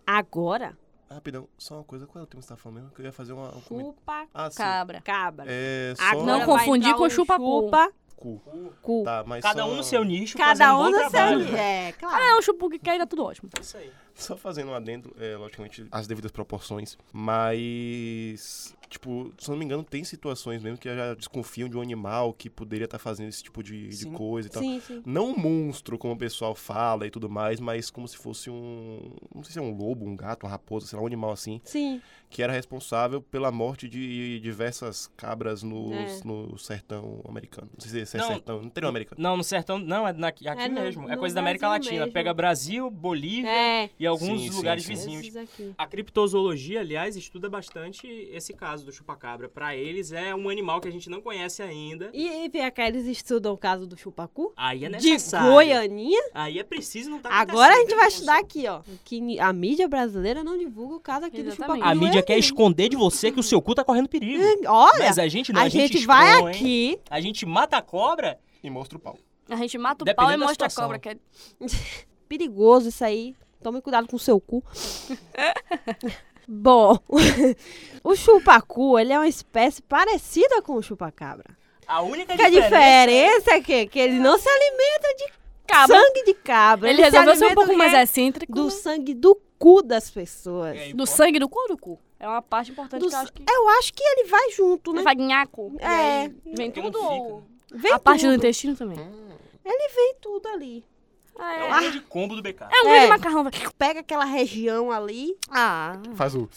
Speaker 5: Agora,
Speaker 4: Rapidão, só uma coisa, qual é o tema que você tá falando mesmo? Que eu ia fazer uma... um comentário.
Speaker 5: chupa
Speaker 4: Ah, sim.
Speaker 1: Cabra.
Speaker 5: cabra.
Speaker 4: É, só...
Speaker 5: Agora
Speaker 1: Não
Speaker 5: vai
Speaker 1: confundir
Speaker 5: entrar
Speaker 1: com
Speaker 5: um
Speaker 1: chupacu.
Speaker 5: chupa
Speaker 4: Cu.
Speaker 5: cu.
Speaker 4: Tá, mas
Speaker 2: Cada
Speaker 4: só...
Speaker 2: um no seu nicho,
Speaker 5: Cada
Speaker 2: fazendo
Speaker 5: um
Speaker 2: bom
Speaker 5: no seu
Speaker 2: trabalho.
Speaker 5: nível. É, claro.
Speaker 1: É um chupu que cai e dá tudo ótimo.
Speaker 2: Isso aí.
Speaker 4: Só fazendo um adendo, é, logicamente, as devidas proporções, mas, tipo, se eu não me engano, tem situações mesmo que já desconfiam de um animal que poderia estar fazendo esse tipo de, de
Speaker 2: Sim.
Speaker 4: coisa e tal.
Speaker 1: Tá.
Speaker 5: Sim, sim.
Speaker 4: Não um monstro, como o pessoal fala e tudo mais, mas como se fosse um. Não sei se é um lobo, um gato, uma raposa, sei lá, um animal assim,
Speaker 5: Sim.
Speaker 4: que era responsável pela morte de diversas cabras no,
Speaker 5: É.
Speaker 4: no sertão americano. Não sei se é
Speaker 2: Não.
Speaker 4: sertão, não interior americano.
Speaker 2: Não, no sertão, não, é na- aqui
Speaker 5: É no-
Speaker 2: mesmo. É
Speaker 5: no
Speaker 2: coisa da América
Speaker 5: Brasil
Speaker 2: Latina.
Speaker 5: mesmo.
Speaker 2: Pega Brasil, Bolívia
Speaker 5: É.
Speaker 2: e alguns
Speaker 4: Sim, sim,
Speaker 2: lugares
Speaker 4: sim.
Speaker 2: vizinhos.
Speaker 5: Esses aqui.
Speaker 2: A criptozoologia, aliás, estuda bastante esse caso do chupacabra. Pra eles é um animal que a gente não conhece ainda.
Speaker 5: E, e vem cá, eles estudam o caso do chupacu?
Speaker 2: Aí é
Speaker 5: de
Speaker 2: necessário.
Speaker 5: Goianinha?
Speaker 2: Aí é preciso não tá
Speaker 5: Agora a gente
Speaker 2: acontecendo,
Speaker 5: vai
Speaker 2: né,
Speaker 5: estudar
Speaker 2: moço?
Speaker 5: aqui, ó. Que ni- a mídia brasileira não divulga o caso aqui do
Speaker 1: Exatamente.
Speaker 5: chupacu.
Speaker 2: A mídia quer
Speaker 5: esconder.
Speaker 2: esconder de você que o seu cu tá correndo perigo.
Speaker 5: Olha,
Speaker 2: Mas a gente não,
Speaker 5: a,
Speaker 2: a,
Speaker 5: gente,
Speaker 2: gente
Speaker 5: vai
Speaker 2: expõe,
Speaker 5: aqui.
Speaker 2: A gente mata a cobra.
Speaker 4: E mostra o pau.
Speaker 1: A gente mata o
Speaker 2: Dependendo
Speaker 1: pau e
Speaker 2: da
Speaker 1: mostra a
Speaker 2: situação.
Speaker 1: cobra, que é
Speaker 5: Perigoso isso aí. Tome cuidado com o seu cu. Bom, [LAUGHS] o chupacu, ele é uma espécie parecida com o chupacabra.
Speaker 2: A única
Speaker 5: Que a
Speaker 2: diferença...
Speaker 5: diferença
Speaker 2: né?
Speaker 5: é que, que ele não se alimenta de
Speaker 1: cabra.
Speaker 5: sangue de cabra.
Speaker 1: Ele
Speaker 5: se
Speaker 1: resolveu ser um
Speaker 5: alimenta
Speaker 1: pouco
Speaker 5: do
Speaker 1: mais
Speaker 5: quê?
Speaker 1: excêntrico.
Speaker 5: Do
Speaker 1: né?
Speaker 5: sangue do cu das pessoas.
Speaker 2: É,
Speaker 1: Do sangue do cu ou do cu? É uma parte importante
Speaker 5: Do
Speaker 1: que eu acho que.
Speaker 5: Eu acho que ele vai junto, né?
Speaker 1: Vai guinhar cu. E
Speaker 5: É.
Speaker 1: aí Vem
Speaker 2: Porque não
Speaker 1: tudo
Speaker 2: fica,
Speaker 1: ou.
Speaker 5: Vem
Speaker 1: A parte do
Speaker 5: tudo,
Speaker 1: intestino também.
Speaker 5: vem tudo ali.
Speaker 1: Ah,
Speaker 2: É
Speaker 1: é.
Speaker 2: um grande combo do BK.
Speaker 1: É um grande
Speaker 5: É.
Speaker 1: macarrão, velho.
Speaker 5: Pega aquela região ali
Speaker 1: Ah.
Speaker 4: Faz o.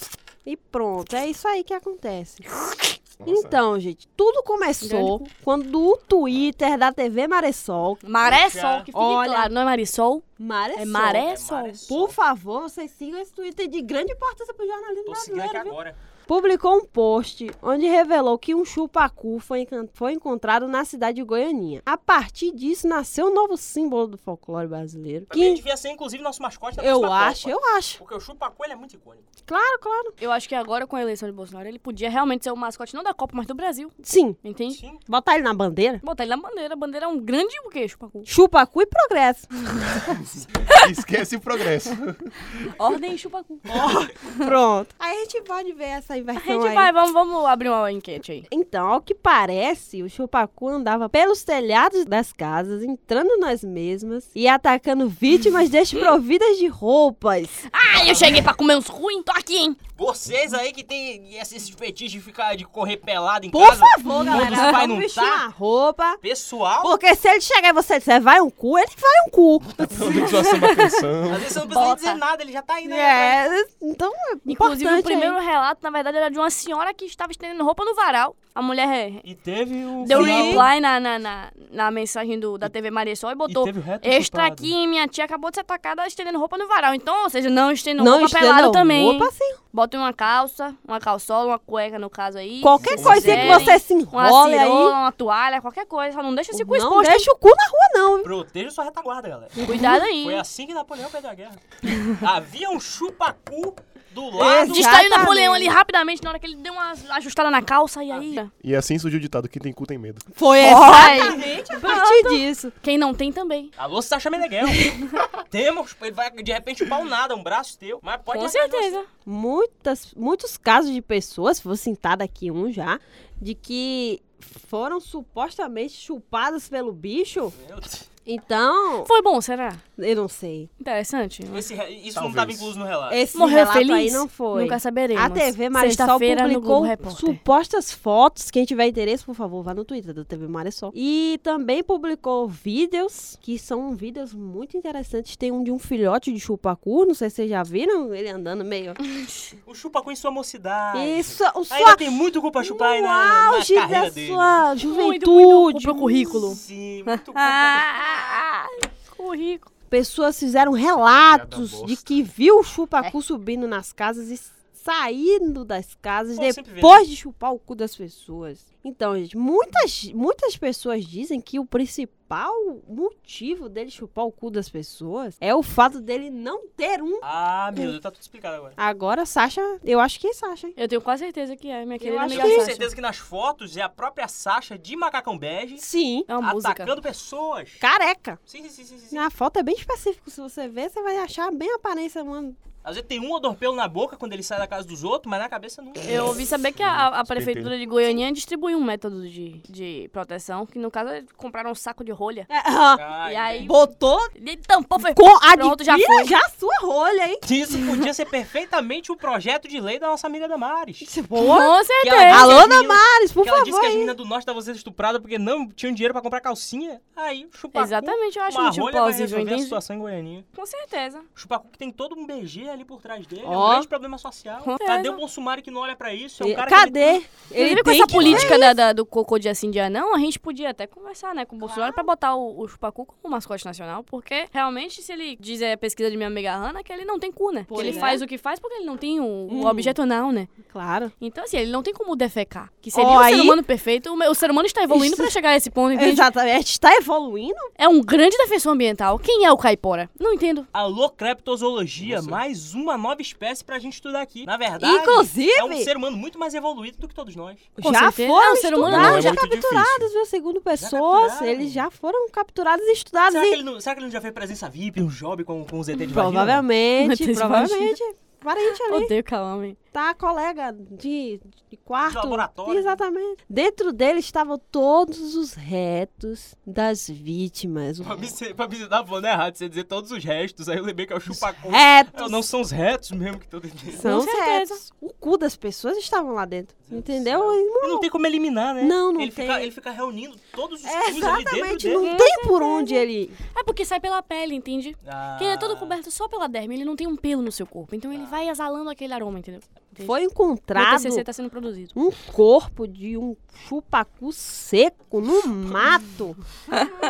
Speaker 5: e pronto. É isso aí que acontece.
Speaker 4: Nossa.
Speaker 5: Então, gente, tudo começou quando o Twitter da TV Maressol.
Speaker 1: Maré
Speaker 2: Puxa.
Speaker 1: sol, que fique
Speaker 5: Olha.
Speaker 1: claro. Não é marisol?
Speaker 5: Maressol.
Speaker 1: É maré
Speaker 2: É
Speaker 1: sol.
Speaker 2: maré sol.
Speaker 5: Por favor, vocês sigam esse Twitter de grande importância pro jornalismo
Speaker 2: Tô seguindo aqui
Speaker 5: brasileiro, viu?
Speaker 2: agora.
Speaker 5: Publicou um post onde revelou que um chupacu foi, encan- foi encontrado na cidade de Goianinha. A partir disso, nasceu um novo símbolo do folclore brasileiro.
Speaker 2: Também
Speaker 5: Que
Speaker 2: devia ser, inclusive, nosso mascote da
Speaker 5: eu
Speaker 2: próxima
Speaker 5: acho,
Speaker 2: Copa.
Speaker 5: eu acho.
Speaker 2: Porque o chupacu, ele é muito icônico.
Speaker 5: Claro, claro.
Speaker 1: Eu acho que agora, com a eleição de Bolsonaro, ele podia realmente ser o mascote não da Copa, mas do Brasil.
Speaker 5: Sim.
Speaker 1: Entende?
Speaker 2: Sim.
Speaker 5: Botar ele na bandeira.
Speaker 1: Botar ele na bandeira. A bandeira é um grande o quê? Chupacu.
Speaker 5: Chupacu e progresso. [LAUGHS]
Speaker 4: Esquece o progresso.
Speaker 1: Ordem e chupacu.
Speaker 5: Pronto. Aí a gente pode ver essa essa
Speaker 1: A
Speaker 5: inversão
Speaker 1: gente
Speaker 5: aí.
Speaker 1: vai, vamos, vamos abrir uma enquete aí.
Speaker 5: Então, ao que parece, o chupacu andava pelos telhados das casas, entrando nas mesmas e atacando [LAUGHS] vítimas desprovidas de roupas.
Speaker 6: Ai, eu cheguei pra comer uns ruins, tô aqui, hein?
Speaker 2: Vocês aí que tem esses fetiches de ficar de correr pelado em
Speaker 5: Por
Speaker 2: casa.
Speaker 5: favor,
Speaker 2: quando
Speaker 5: galera,
Speaker 2: os pais
Speaker 5: vamos
Speaker 2: não
Speaker 5: vestir
Speaker 2: tá?
Speaker 5: uma roupa.
Speaker 2: Pessoal,
Speaker 5: Porque se ele chegar e você disser, vai um cu, ele vai um cu.
Speaker 4: Pelo menos eu assumo a canção.
Speaker 2: às vezes você não precisa nem
Speaker 6: Bota.
Speaker 2: dizer nada, ele já tá aí, né?
Speaker 5: É, então é
Speaker 1: Inclusive,
Speaker 5: importante né?
Speaker 1: o primeiro relato, na verdade, era de uma senhora que estava estendendo roupa no varal. A mulher eh,
Speaker 2: E teve o.
Speaker 1: deu um
Speaker 2: final-
Speaker 5: um
Speaker 1: reply na, na, na, na mensagem do, da TV Maria Sol e
Speaker 2: E
Speaker 1: botou
Speaker 2: teve o reto
Speaker 1: Extra
Speaker 2: chupado.
Speaker 1: aqui, minha tia acabou de ser atacada estendendo roupa no varal. Então, ou seja, não
Speaker 5: aí.
Speaker 1: estendendo
Speaker 5: Não
Speaker 1: roupa
Speaker 5: estenda
Speaker 1: pelada também.
Speaker 5: roupa, sim.
Speaker 1: Bota uma calça, uma calçola, uma cueca no caso aí.
Speaker 5: Qualquer
Speaker 1: se um
Speaker 5: coisinha que
Speaker 1: quiserem,
Speaker 5: você se
Speaker 1: Uma
Speaker 5: enrole
Speaker 1: cirola,
Speaker 5: aí,
Speaker 1: uma toalha, qualquer coisa. Só não deixa esse cu
Speaker 5: não
Speaker 1: exposto. hein?
Speaker 5: deixa o cu na rua não.
Speaker 2: Proteja sua retaguarda, galera.
Speaker 1: Cuidado aí.
Speaker 2: Foi assim que Napoleão perdeu a guerra. [LAUGHS] Havia um chupacu do
Speaker 5: Esse
Speaker 2: lado.
Speaker 5: de-
Speaker 1: Distraiu
Speaker 5: Exatamente.
Speaker 1: Napoleão ali rapidamente na hora que ele deu uma ajustada na calça e aí.
Speaker 4: E assim surgiu o ditado: quem tem cu tem medo.
Speaker 5: Foi exatamente a partir disso.
Speaker 1: Quem não tem também.
Speaker 2: Alô, Sacha
Speaker 5: [LAUGHS]
Speaker 2: Meneghel. Temos. Ele vai de repente chupar um nada, um braço teu. Mas pode ir
Speaker 1: Com
Speaker 2: atrás de
Speaker 1: certeza.
Speaker 5: Muitas, muitos casos de pessoas, vou citar daqui um já, de que foram supostamente chupadas pelo bicho.
Speaker 2: você. Meu Deus.
Speaker 5: Então,
Speaker 1: Foi bom, será?
Speaker 5: eu não sei.
Speaker 1: Interessante.
Speaker 2: Esse re- isso não
Speaker 4: Talvez.
Speaker 2: estava incluso no relato.
Speaker 5: Esse
Speaker 1: Morreu
Speaker 5: relato
Speaker 1: feliz?
Speaker 5: aí não foi.
Speaker 1: Nunca saberemos.
Speaker 5: A TV Marisol
Speaker 1: Sexta-feira no Globo
Speaker 5: publicou
Speaker 1: Repórter.
Speaker 5: supostas fotos. Quem tiver interesse, por favor, vá no Twitter da TV Marisol. E também publicou vídeos, que são vídeos muito interessantes. Tem um de um filhote de chupacu, não sei se vocês já viram, ele andando meio...
Speaker 2: O chupacu em sua mocidade.
Speaker 5: Isso, o
Speaker 2: Ainda
Speaker 5: sua...
Speaker 2: tem muito cu pra chupar aí
Speaker 5: no
Speaker 2: na, na
Speaker 5: auge
Speaker 2: carreira
Speaker 5: da
Speaker 2: dele.
Speaker 5: sua
Speaker 1: Muito, muito cu
Speaker 5: juventude.
Speaker 1: pro currículo.
Speaker 2: Sim, muito cu.
Speaker 1: Ah, currículo.
Speaker 5: Pessoas fizeram
Speaker 4: Piada
Speaker 5: relatos de
Speaker 4: bosta.
Speaker 5: que viu o chupacu subindo nas casas e saindo das casas
Speaker 2: Pô, sempre vê,
Speaker 5: depois de chupar o cu das pessoas. Então, gente, muitas, muitas pessoas dizem que o principal motivo dele chupar o cu das pessoas é o fato dele não ter um.
Speaker 2: Ah, meu Deus, tá tudo explicado agora.
Speaker 5: Agora, Sasha, eu acho que é Sasha, hein?
Speaker 1: Eu tenho quase certeza que é, minha querida
Speaker 5: acho
Speaker 2: Eu
Speaker 1: amiga
Speaker 2: tenho
Speaker 1: Sasha.
Speaker 2: certeza que nas fotos é a própria Sasha de macacão bege
Speaker 5: Sim.
Speaker 1: É uma música.
Speaker 2: atacando pessoas.
Speaker 5: Careca.
Speaker 2: Sim, sim, sim, sim, sim.
Speaker 5: A foto é bem específica. Se você ver, você vai achar bem a aparência, mano.
Speaker 2: Às vezes tem um odor pelo na boca quando ele sai da casa dos outros, mas na cabeça não.
Speaker 1: Eu ouvi saber que a- a, a prefeitura de Goiânia distribuiu um método de, de proteção, que no caso é compraram um saco de rolha.
Speaker 2: Ah,
Speaker 1: E aí-
Speaker 2: entendi.
Speaker 5: Botou
Speaker 1: Ele tampou, foi...
Speaker 5: com a
Speaker 1: Pronto, já
Speaker 5: adquira
Speaker 1: foi.
Speaker 5: já a sua rolha, hein?
Speaker 2: Isso podia ser perfeitamente o projeto de lei da nossa amiga Damares.
Speaker 1: Com
Speaker 2: Que ela
Speaker 1: certeza.
Speaker 2: disse que
Speaker 5: Alô,
Speaker 2: as meninas-
Speaker 5: Maris, por
Speaker 2: que ela disse
Speaker 5: favor.
Speaker 2: que as meninas do norte estavam sendo estupradas porque não tinham dinheiro pra comprar calcinha. Aí, chupacu.
Speaker 1: Exatamente, eu acho um
Speaker 2: uma
Speaker 1: motivo
Speaker 2: rolha vai
Speaker 1: plausível,
Speaker 2: resolver a
Speaker 1: entende?
Speaker 2: situação em Goianinha.
Speaker 1: Com certeza.
Speaker 2: O Chupacu que tem todo um BG ali por trás dele, é
Speaker 5: Ó.
Speaker 2: um grande problema social.
Speaker 1: Com
Speaker 2: Cadê
Speaker 1: certeza.
Speaker 2: o Bolsonaro que não olha pra isso? É um cara que
Speaker 5: Cadê?
Speaker 1: Ele
Speaker 5: Ele
Speaker 1: Inclusive, com
Speaker 5: tem
Speaker 1: essa
Speaker 5: que...
Speaker 1: política da, da- do cocô de assim de anão, a gente podia até conversar, né, com o Bolsonaro pra botar o, o Chupacu como mascote nacional, porque realmente, se ele diz é, a pesquisa de minha amiga Hanna, que ele não tem cu, né? Que
Speaker 5: Pois
Speaker 1: ele
Speaker 5: é.
Speaker 1: faz o que faz porque ele não tem o, o
Speaker 5: Hum.
Speaker 1: objeto anal, né?
Speaker 5: Claro.
Speaker 1: Então, assim, ele não tem como defecar. Que seria
Speaker 5: Ó,
Speaker 1: um
Speaker 5: aí-
Speaker 1: ser humano perfeito. O, me- o ser humano está evoluindo
Speaker 5: Isso.
Speaker 1: pra chegar a esse ponto, entende?
Speaker 5: Exatamente. Está evoluindo?
Speaker 1: É um grande defensor ambiental. Quem é o caipora? Não entendo.
Speaker 2: Alô, creptozoologia,
Speaker 4: Nossa.
Speaker 2: mais uma nova espécie pra gente estudar aqui. Na verdade,
Speaker 5: Inclusive-
Speaker 2: é um ser humano muito mais evoluído do que todos nós.
Speaker 1: Com
Speaker 5: já
Speaker 1: certeza.
Speaker 5: foram
Speaker 1: É um ser humano,
Speaker 5: estudados,
Speaker 1: não,
Speaker 4: é
Speaker 5: já tá
Speaker 4: muito
Speaker 5: capturados,
Speaker 4: difícil.
Speaker 5: viu? Segundo pessoas,
Speaker 2: capturaram.
Speaker 5: eles já foram capturados e estudados.
Speaker 2: Será
Speaker 5: e-
Speaker 2: que, ele não, será que ele não já fez presença VIP, um job com, com os ET de vagina? [LAUGHS]
Speaker 5: Provavelmente,
Speaker 1: Mas
Speaker 5: provavelmente. Parente ali,
Speaker 1: Odeio calame.
Speaker 5: tá? Colega de, de
Speaker 2: De
Speaker 5: quarto.
Speaker 2: laboratório.
Speaker 5: Exatamente. Dentro dele estavam todos os retos das vítimas.
Speaker 2: Pra mim, você- pra mim, você tava falando errado, você ia dizer todos os restos, aí eu lembrei que é o chupacu.
Speaker 5: Retos.
Speaker 2: Não são os retos mesmo que estão dentro dele.
Speaker 5: São
Speaker 1: Com
Speaker 5: os
Speaker 1: certeza.
Speaker 5: retos. O cu das pessoas estavam lá dentro.
Speaker 2: Deus
Speaker 5: Entendeu?
Speaker 2: do céu. E
Speaker 5: E
Speaker 2: não tem como eliminar, né?
Speaker 5: Não, não
Speaker 2: ele
Speaker 5: tem.
Speaker 2: Fica, ele fica reunindo todos os
Speaker 5: É,
Speaker 2: cus ali dentro
Speaker 5: Exatamente,
Speaker 2: dele.
Speaker 5: não tem por onde ele.
Speaker 1: É porque sai pela pele, entende?
Speaker 2: Ah,
Speaker 1: Porque ele é todo coberto só pela derme, ele não tem um pelo no seu corpo. Então
Speaker 5: Tá.
Speaker 1: ele vai exalando aquele aroma, entendeu?
Speaker 5: Foi
Speaker 1: O
Speaker 5: encontrado
Speaker 1: TCC tá sendo produzido.
Speaker 5: um corpo de um chupacu seco
Speaker 1: [LAUGHS]
Speaker 5: no mato,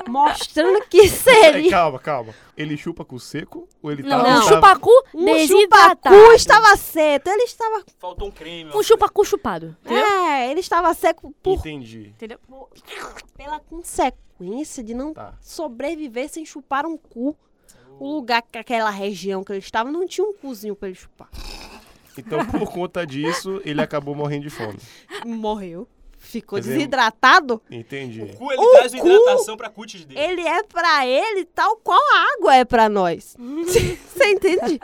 Speaker 5: mostrando que
Speaker 4: Peraí,
Speaker 5: seria.
Speaker 4: É, calma, calma. Ele chupa cu seco ou ele
Speaker 1: Não,
Speaker 4: tá.
Speaker 5: não.
Speaker 1: um
Speaker 4: tá-
Speaker 1: chupacu
Speaker 5: Um
Speaker 1: desidratado.
Speaker 5: chupacu estava seco, ele estava.
Speaker 2: Faltou um creme. ó.
Speaker 1: Um chupacu chupado. Entendeu?
Speaker 5: É, ele estava seco por,
Speaker 4: Entendi.
Speaker 1: entendeu?
Speaker 5: pela consequência de não
Speaker 4: Tá.
Speaker 5: sobreviver sem chupar um cu. O lugar, que- aquela região que ele estava, não tinha um cuzinho pra ele chupar.
Speaker 4: [LAUGHS] Então, por conta disso, ele acabou morrendo de fome.
Speaker 5: Morreu. Ficou
Speaker 4: Quer dizer,
Speaker 5: desidratado.
Speaker 4: Entendi.
Speaker 5: Tá,
Speaker 2: O cu, ele traz uma
Speaker 5: cu-
Speaker 2: hidratação pra cutis dele.
Speaker 5: Ele é pra ele tal qual a água
Speaker 1: [LAUGHS]
Speaker 5: é pra nós. Você entende?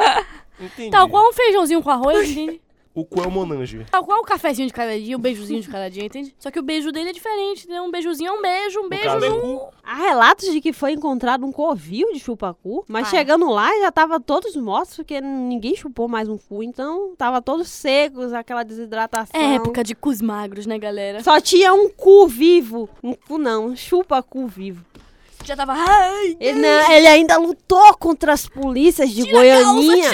Speaker 4: Entendi.
Speaker 1: Tal qual um feijãozinho com arroz, entende?
Speaker 4: o qual Monange.
Speaker 1: Tal qual o cafezinho de cada dia, o beijozinho de cada dia, entende? Só que o beijo dele é diferente, né? Um beijozinho é um beijo, um beijo
Speaker 2: caso,
Speaker 1: não.
Speaker 4: é
Speaker 5: Há relatos de que foi encontrado um covil de chupacu, mas
Speaker 6: Ah.
Speaker 5: chegando lá já tava todos mortos, porque ninguém chupou mais um cu, então tava todos secos, aquela desidratação.
Speaker 4: um-
Speaker 1: É época de cus magros, né, galera?
Speaker 5: Só tinha um cu vivo. Um cu não, um chupacu vivo.
Speaker 1: Já tava. Ai,
Speaker 5: Ele, não- ele ainda lutou contra as polícias de Goianinha.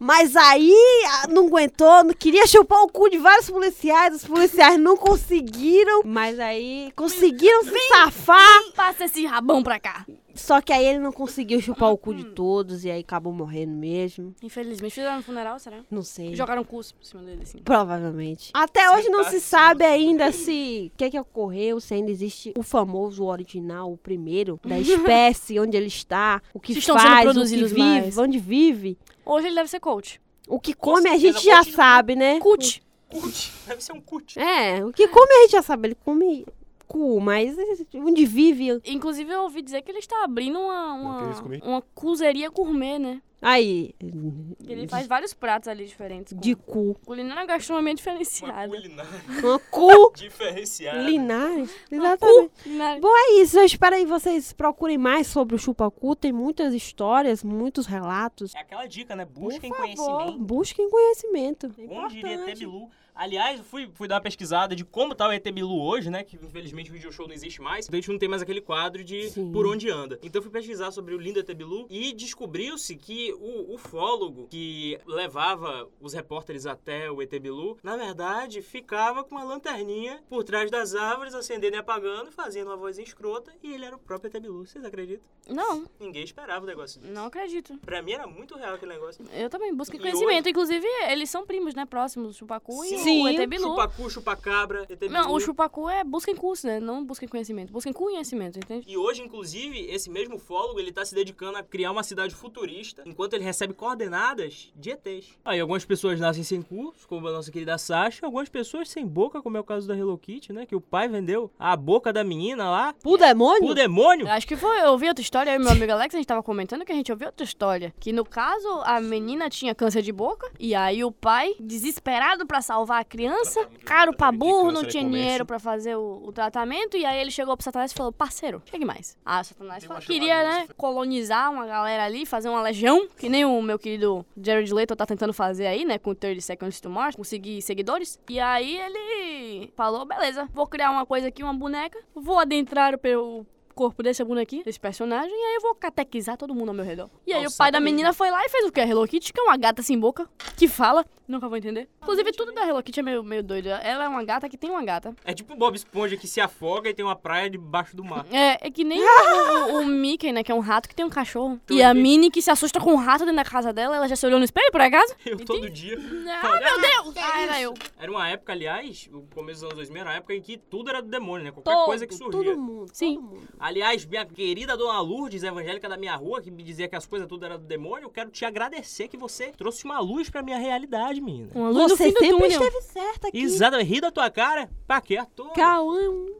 Speaker 5: Mas aí ah, não aguentou, não queria chupar o cu de vários policiais, os policiais não conseguiram, mas aí conseguiram se safar.
Speaker 1: passa esse rabão pra cá.
Speaker 5: Só que aí ele não
Speaker 1: Ah,
Speaker 5: conseguiu chupar o cu de
Speaker 1: hum.
Speaker 5: todos e aí acabou morrendo mesmo.
Speaker 1: Infelizmente, fizeram no funeral, será?
Speaker 5: Não sei.
Speaker 1: Jogaram curso por cima dele, assim.
Speaker 5: Provavelmente. Até hoje
Speaker 1: tá
Speaker 5: não se sabe ainda se o que, que ocorreu, se ainda existe o famoso o original, o primeiro
Speaker 1: [LAUGHS]
Speaker 5: da espécie, onde ele está, o que
Speaker 1: Se estão sendo
Speaker 5: faz, o que
Speaker 1: produzidos
Speaker 5: vive,
Speaker 1: mais.
Speaker 5: onde vive.
Speaker 1: Hoje ele deve ser coach. Um
Speaker 5: O que come a gente
Speaker 2: certeza,
Speaker 5: já
Speaker 2: continua.
Speaker 5: sabe, né?
Speaker 1: Cult.
Speaker 2: Cut. Deve ser um cut.
Speaker 5: É, o que come a gente já sabe, ele come cu, mas onde vive.
Speaker 1: Inclusive, eu ouvi dizer que ele está abrindo uma.
Speaker 4: que eles
Speaker 1: Uma,
Speaker 4: comiam?
Speaker 1: uma cuzeria gourmet, né?
Speaker 5: Aí,
Speaker 1: Que Ele faz vários pratos ali diferentes. com
Speaker 5: de cu.
Speaker 1: Culinária gastronomia
Speaker 2: Uma
Speaker 1: diferenciada.
Speaker 2: culinária [LAUGHS]
Speaker 5: Uma
Speaker 1: [LAUGHS]
Speaker 5: cu
Speaker 2: diferenciada.
Speaker 5: linares. Exatamente.
Speaker 1: Culinária-
Speaker 5: É isso, eu espero aí vocês procurem mais sobre o chupacu. Tem muitas histórias, muitos relatos.
Speaker 2: É aquela dica, né? Busquem
Speaker 5: Por favor,
Speaker 2: conhecimento.
Speaker 5: Busquem conhecimento. É
Speaker 2: Como diria ET
Speaker 5: importante.
Speaker 2: Bilu. Aliás, eu fui, fui dar uma pesquisada de como tá o ET Bilu hoje, né? Que infelizmente o video show não existe mais. Então a gente não tem mais aquele quadro de
Speaker 5: Sim.
Speaker 2: por onde anda. Então eu fui pesquisar sobre o lindo ET Bilu e descobriu-se que o ufólogo que levava os repórteres até o ET Bilu, na verdade, ficava com uma lanterninha por trás das árvores, acendendo e apagando, fazendo uma voz escrota. E ele era o próprio ET Bilu. Vocês acreditam?
Speaker 1: Não,
Speaker 2: Ninguém esperava o negócio desse.
Speaker 1: não acredito.
Speaker 2: Pra mim era muito real aquele negócio.
Speaker 1: Eu também, busquei
Speaker 2: E
Speaker 1: conhecimento. Inclusive, eles são primos, né? Próximos, o Chupacu e
Speaker 5: Sim.
Speaker 1: o ET Bilu.
Speaker 2: Chupacu, chupacabra, ET Bilu.
Speaker 1: Não, o Chupacu é busquem curso, né? Não busquem conhecimento. Busquem conhecimento, entende?
Speaker 2: E hoje, inclusive, esse mesmo fólogo, ele tá se dedicando a criar uma cidade futurista, enquanto ele recebe coordenadas de ETs. Aí algumas pessoas nascem sem cu, como a nossa querida Sasha, algumas pessoas sem boca, como é o caso da Hello Kitty, né? Que o pai vendeu a boca da menina lá
Speaker 5: Pro demônio?
Speaker 2: pro demônio.
Speaker 1: Acho que foi, eu ouvi outra história, eu e meu amigo Alex, a gente tava comentando que a gente ouviu outra história. Que no caso, a menina tinha câncer de boca, e aí o pai, desesperado pra salvar a criança, caro pra
Speaker 4: de
Speaker 1: burro, não
Speaker 4: câncer e
Speaker 1: tinha
Speaker 4: comércio.
Speaker 1: dinheiro pra fazer o, o tratamento, e aí ele chegou pro Satanás e falou, parceiro, chegue mais. Ah, o Satanás
Speaker 4: Tem
Speaker 1: falou,
Speaker 4: uma
Speaker 1: queria,
Speaker 4: chamada
Speaker 1: né,
Speaker 4: nisso.
Speaker 1: colonizar uma galera ali, fazer uma legião, que nem o meu querido Jared Leto tá tentando fazer aí, né, com 30 Seconds to Mars, conseguir seguidores. E aí ele falou, beleza, vou criar uma coisa aqui, uma boneca, vou adentrar o pe- o corpo desse bonequinho, desse personagem, e aí eu vou catequizar todo mundo ao meu redor. E aí
Speaker 2: Ao
Speaker 1: o pai da
Speaker 2: satanismo.
Speaker 1: menina foi lá e fez o quê? A Hello Kitty, que é uma gata sem boca, que fala, nunca vou entender. Inclusive, tudo da Hello Kitty é meio, meio doido. Ela é uma gata que tem uma gata.
Speaker 2: É tipo o Bob Esponja que se afoga e tem uma praia debaixo do
Speaker 5: [LAUGHS]
Speaker 2: mar.
Speaker 1: É, é que nem o, o- o Mickey, né, que é um rato que tem um cachorro. E a Minnie que se assusta com um rato dentro da casa dela, ela já se olhou no espelho, por acaso?
Speaker 2: Eu todo dia.
Speaker 1: Ah, meu Deus! Ah, era eu.
Speaker 2: Era uma época, aliás, o começo dos anos 2000, era uma época em que tudo era do demônio, né? Qualquer coisa que surgia.
Speaker 5: Todo mundo.
Speaker 1: Sim.
Speaker 5: Todo mundo.
Speaker 2: Aliás, minha querida dona Lourdes, evangélica da minha rua, que me dizia que as coisas tudo era do demônio, eu quero te agradecer que você trouxe uma luz pra minha realidade, menina.
Speaker 1: Uma luz
Speaker 5: Você
Speaker 1: do fim do
Speaker 5: sempre
Speaker 1: túnel.
Speaker 5: esteve certa aqui.
Speaker 2: Exato, ri da tua cara, pra que à toa?
Speaker 5: Cauã é um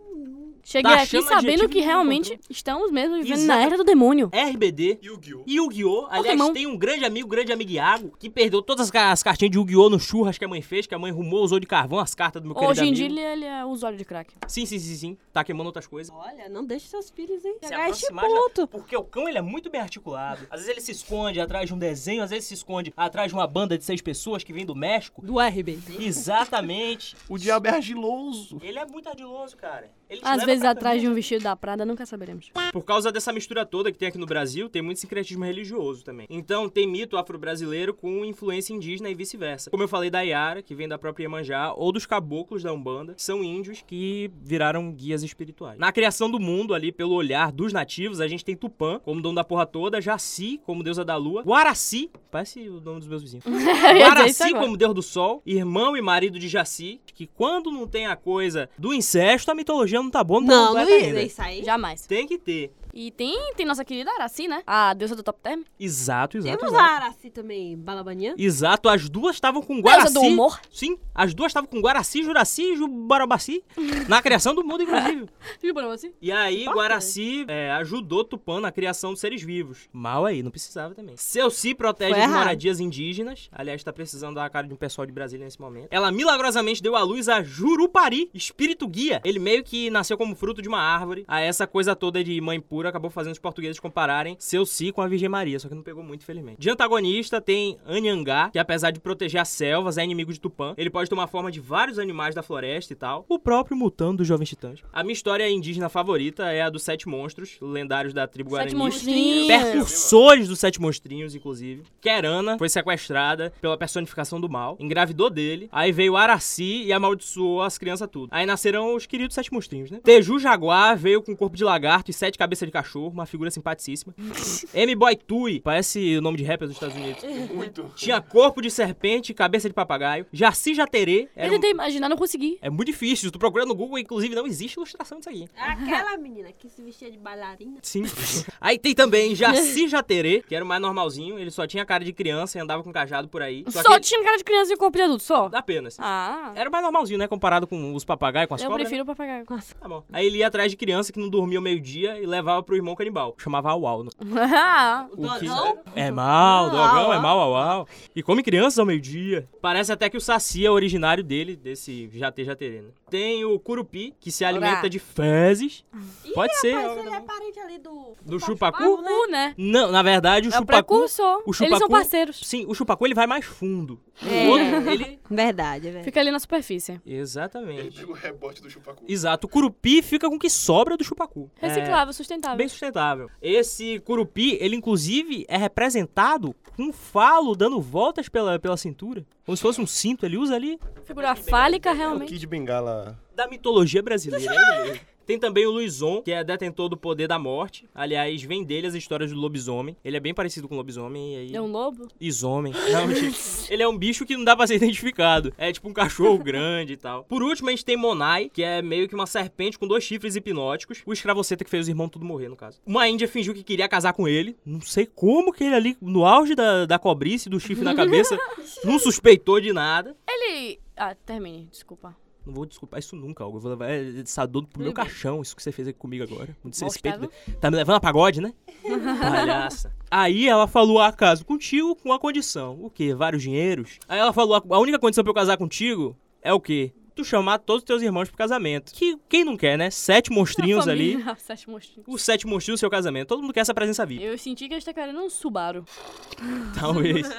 Speaker 1: Cheguei
Speaker 2: Tá
Speaker 1: aqui
Speaker 2: achando
Speaker 1: sabendo
Speaker 2: adjetivo
Speaker 1: que
Speaker 2: que não
Speaker 1: realmente estamos mesmo vivendo na
Speaker 2: Exato.
Speaker 1: era do demônio.
Speaker 2: RBD,
Speaker 4: Yu-Gi-Oh!
Speaker 2: Yu-Gi-Oh! Aliás,
Speaker 1: Pokémon.
Speaker 2: tem um grande amigo, grande amigo Iago, que perdeu todas as, ca- as cartinhas de Yu-Gi-Oh! no churras que a mãe fez, que a mãe rumou, usou de carvão as cartas do meu querido
Speaker 1: Hoje em dia
Speaker 2: amigo.
Speaker 1: ele, ele é usuário de crack.
Speaker 2: Sim, sim, sim, sim. Tá queimando outras coisas.
Speaker 5: Olha, não deixe seus filhos hein?
Speaker 2: Se
Speaker 5: Chegar a este
Speaker 2: aproximar já-
Speaker 5: ponto.
Speaker 2: Porque o cão ele é muito bem articulado. Às vezes ele se esconde atrás de um desenho, às vezes se esconde atrás de uma banda de seis pessoas que vem do México.
Speaker 5: Do RBD.
Speaker 2: Exatamente.
Speaker 4: O diabo é argiloso.
Speaker 2: Ele é muito ardiloso, cara. Ele te
Speaker 1: Às
Speaker 2: leva
Speaker 1: vezes
Speaker 2: pra
Speaker 1: atrás de
Speaker 2: caminho.
Speaker 1: um vestido da Prada, nunca
Speaker 2: [LAUGHS]
Speaker 1: saberemos. [LAUGHS]
Speaker 2: Por causa dessa mistura toda que tem aqui no Brasil, tem muito sincretismo religioso também. Então, tem mito afro-brasileiro com influência indígena e vice-versa. Como eu falei da Iara, que vem da própria Iemanjá, ou dos caboclos da Umbanda, que são índios que viraram guias espirituais. Na criação do mundo, ali, pelo olhar dos nativos, a gente tem Tupã, como dono da porra toda, Jaci, como deusa da lua, Guaraci, parece o nome dos meus vizinhos.
Speaker 1: Eu ia dizer isso
Speaker 2: Guaraci
Speaker 1: agora.
Speaker 2: como deus do sol, irmão e marido de Jaci, que quando não tem a coisa do incesto, a mitologia não tá boa, não, tá
Speaker 5: Não, não
Speaker 2: completa
Speaker 5: ia
Speaker 2: ainda.
Speaker 5: isso aí.
Speaker 1: Jamais.
Speaker 2: Tem que ter.
Speaker 1: E tem, tem nossa querida Araci, né? A deusa do Top Term.
Speaker 2: Exato, exato.
Speaker 5: Temos
Speaker 2: exato.
Speaker 5: a Araci também, Balabanian.
Speaker 2: Exato, as duas estavam com
Speaker 1: Deusa
Speaker 2: Guaraci.
Speaker 1: do humor.
Speaker 2: Sim, as duas estavam com Guaraci, Juraci e Jubarabaci na criação do mundo,
Speaker 5: [LAUGHS]
Speaker 2: inclusive.
Speaker 1: Viu, Bruno, assim?
Speaker 2: E aí,
Speaker 5: Importante.
Speaker 2: Guaraci é, ajudou Tupã na criação dos seres vivos. Mal aí, não precisava também. Celci protege
Speaker 5: Foi
Speaker 2: as
Speaker 5: errado.
Speaker 2: moradias indígenas. Aliás, tá precisando da cara de um pessoal de Brasília nesse momento. Ela milagrosamente deu à luz a Jurupari, espírito guia. Ele meio que nasceu como fruto de uma árvore. A essa coisa toda de mãe pura acabou fazendo os portugueses compararem Celci com a Virgem Maria, só que não pegou muito, felizmente. De antagonista tem Anhangá, que apesar de proteger as selvas, é inimigo de Tupã. Ele pode tomar forma de vários animais da floresta e tal. O próprio Mutano dos Jovens Titãs. A minha história indígena favorita é a dos Sete Monstros, lendários da tribo
Speaker 1: Sete
Speaker 2: Guarani.
Speaker 1: monstrinhos.
Speaker 2: Percursores dos Sete Monstrinhos, inclusive. Kerana foi sequestrada pela personificação do mal, engravidou dele, aí veio Araci e amaldiçoou as crianças tudo. Aí nasceram os queridos Sete Monstrinhos, né? Teju Jaguar veio com um corpo de lagarto e sete cabeças de cachorro, uma figura simpaticíssima. M. Boy Tui, parece o nome de rapper dos Estados Unidos.
Speaker 4: Muito.
Speaker 2: Tinha corpo de serpente, cabeça de papagaio. Jaci Jaterê
Speaker 1: Eu
Speaker 2: era um-
Speaker 1: tentei imaginar, não consegui.
Speaker 2: É muito difícil, se tu procura no Google, inclusive não existe ilustração disso aí.
Speaker 5: Aquela menina que se vestia de bailarina.
Speaker 2: Sim. [LAUGHS] aí
Speaker 1: [LAUGHS]
Speaker 2: tem também Jaci Jaterê, que era o mais normalzinho, ele só tinha cara de criança e andava com cajado por aí. Só,
Speaker 1: Só
Speaker 2: que
Speaker 1: tinha cara de criança e corpo de adulto, só.
Speaker 2: apenas.
Speaker 1: Ah,
Speaker 2: Era o mais normalzinho, né? Comparado com os papagaios, com as
Speaker 1: eu
Speaker 2: cobras.
Speaker 1: prefiro o papagaio.
Speaker 2: [LAUGHS] né? Tá bom. Aí ele ia atrás de criança que não dormia ao meio-dia e levava pro irmão canibal. Chamava Auau. né?
Speaker 1: Ah,
Speaker 2: O que- É mal, dogão, é mal, au, au. E come crianças ao meio-dia. Parece até que o saci é originário dele, desse jatê jaterê, né? Tem o curupi, que se alimenta
Speaker 1: Ora.
Speaker 2: de fezes. Pode ser.
Speaker 5: Mas
Speaker 2: ó,
Speaker 5: ele é parente ali do.
Speaker 2: Do
Speaker 1: o
Speaker 2: chupacu?
Speaker 1: cu, né?
Speaker 2: Não, na verdade, o
Speaker 1: É o
Speaker 2: chupacu...
Speaker 1: precursor.
Speaker 2: o
Speaker 1: Eles são
Speaker 2: chupacu-
Speaker 1: parceiros.
Speaker 2: Sim, o chupacu ele vai mais fundo.
Speaker 5: É.
Speaker 2: O outro, ele... é
Speaker 5: Verdade, velho.
Speaker 1: Fica ali na superfície.
Speaker 4: Ele
Speaker 2: Exatamente.
Speaker 4: pega o rebote do chupacu.
Speaker 2: Exato, o curupi fica com o que sobra do chupacu.
Speaker 1: Reciclável,
Speaker 2: É,
Speaker 1: sustentável.
Speaker 2: bem sustentável. Esse curupi, ele inclusive é representado com um falo dando voltas pela, pela cintura. Como se fosse um cinto, ele usa ali
Speaker 1: Figura fálica,
Speaker 4: É o
Speaker 1: realmente.
Speaker 4: Kid Bengala.
Speaker 2: da
Speaker 1: [LAUGHS]
Speaker 2: mitologia brasileira. é ele mesmo. Tem também o Luizon, que é detentor do poder da morte. Aliás, vem dele as histórias do lobisomem. Ele é bem parecido com o lobisomem. E aí...
Speaker 1: É um lobo?
Speaker 2: Isomem. Não, mentira. ele é um bicho que não dá pra ser identificado. É tipo um cachorro [LAUGHS] grande e tal. Por último, a gente tem Monai, que é meio que uma serpente com dois chifres hipnóticos. O escravoceta que fez os irmãos tudo morrer, no caso. Uma índia fingiu que queria casar com ele. Não sei como que ele ali, no auge da, da cobrice, do chifre na cabeça, não suspeitou de nada.
Speaker 1: Ele. Ah, termine, desculpa.
Speaker 2: Não vou desculpar isso nunca, Algo. Eu vou levar essa dor pro meu caixão, isso que você fez aqui comigo agora. Muito desrespeito.
Speaker 1: Gostava?
Speaker 2: velho. Tá me levando a pagode, né? Palhaça. Aí ela falou, ah, caso contigo com a condição. O quê? Vários dinheiros? Aí ela falou, a única condição pra eu casar contigo é o quê? Tu chamar todos os teus irmãos pro casamento. Que quem não quer, né? Sete monstrinhos
Speaker 1: [LAUGHS] A
Speaker 2: ali.
Speaker 1: família- Sete monstrinhos.
Speaker 2: Os sete monstrinhos no seu casamento. Todo mundo quer essa presença viva.
Speaker 1: Eu senti que a gente tá querendo um Subaru.
Speaker 2: Talvez.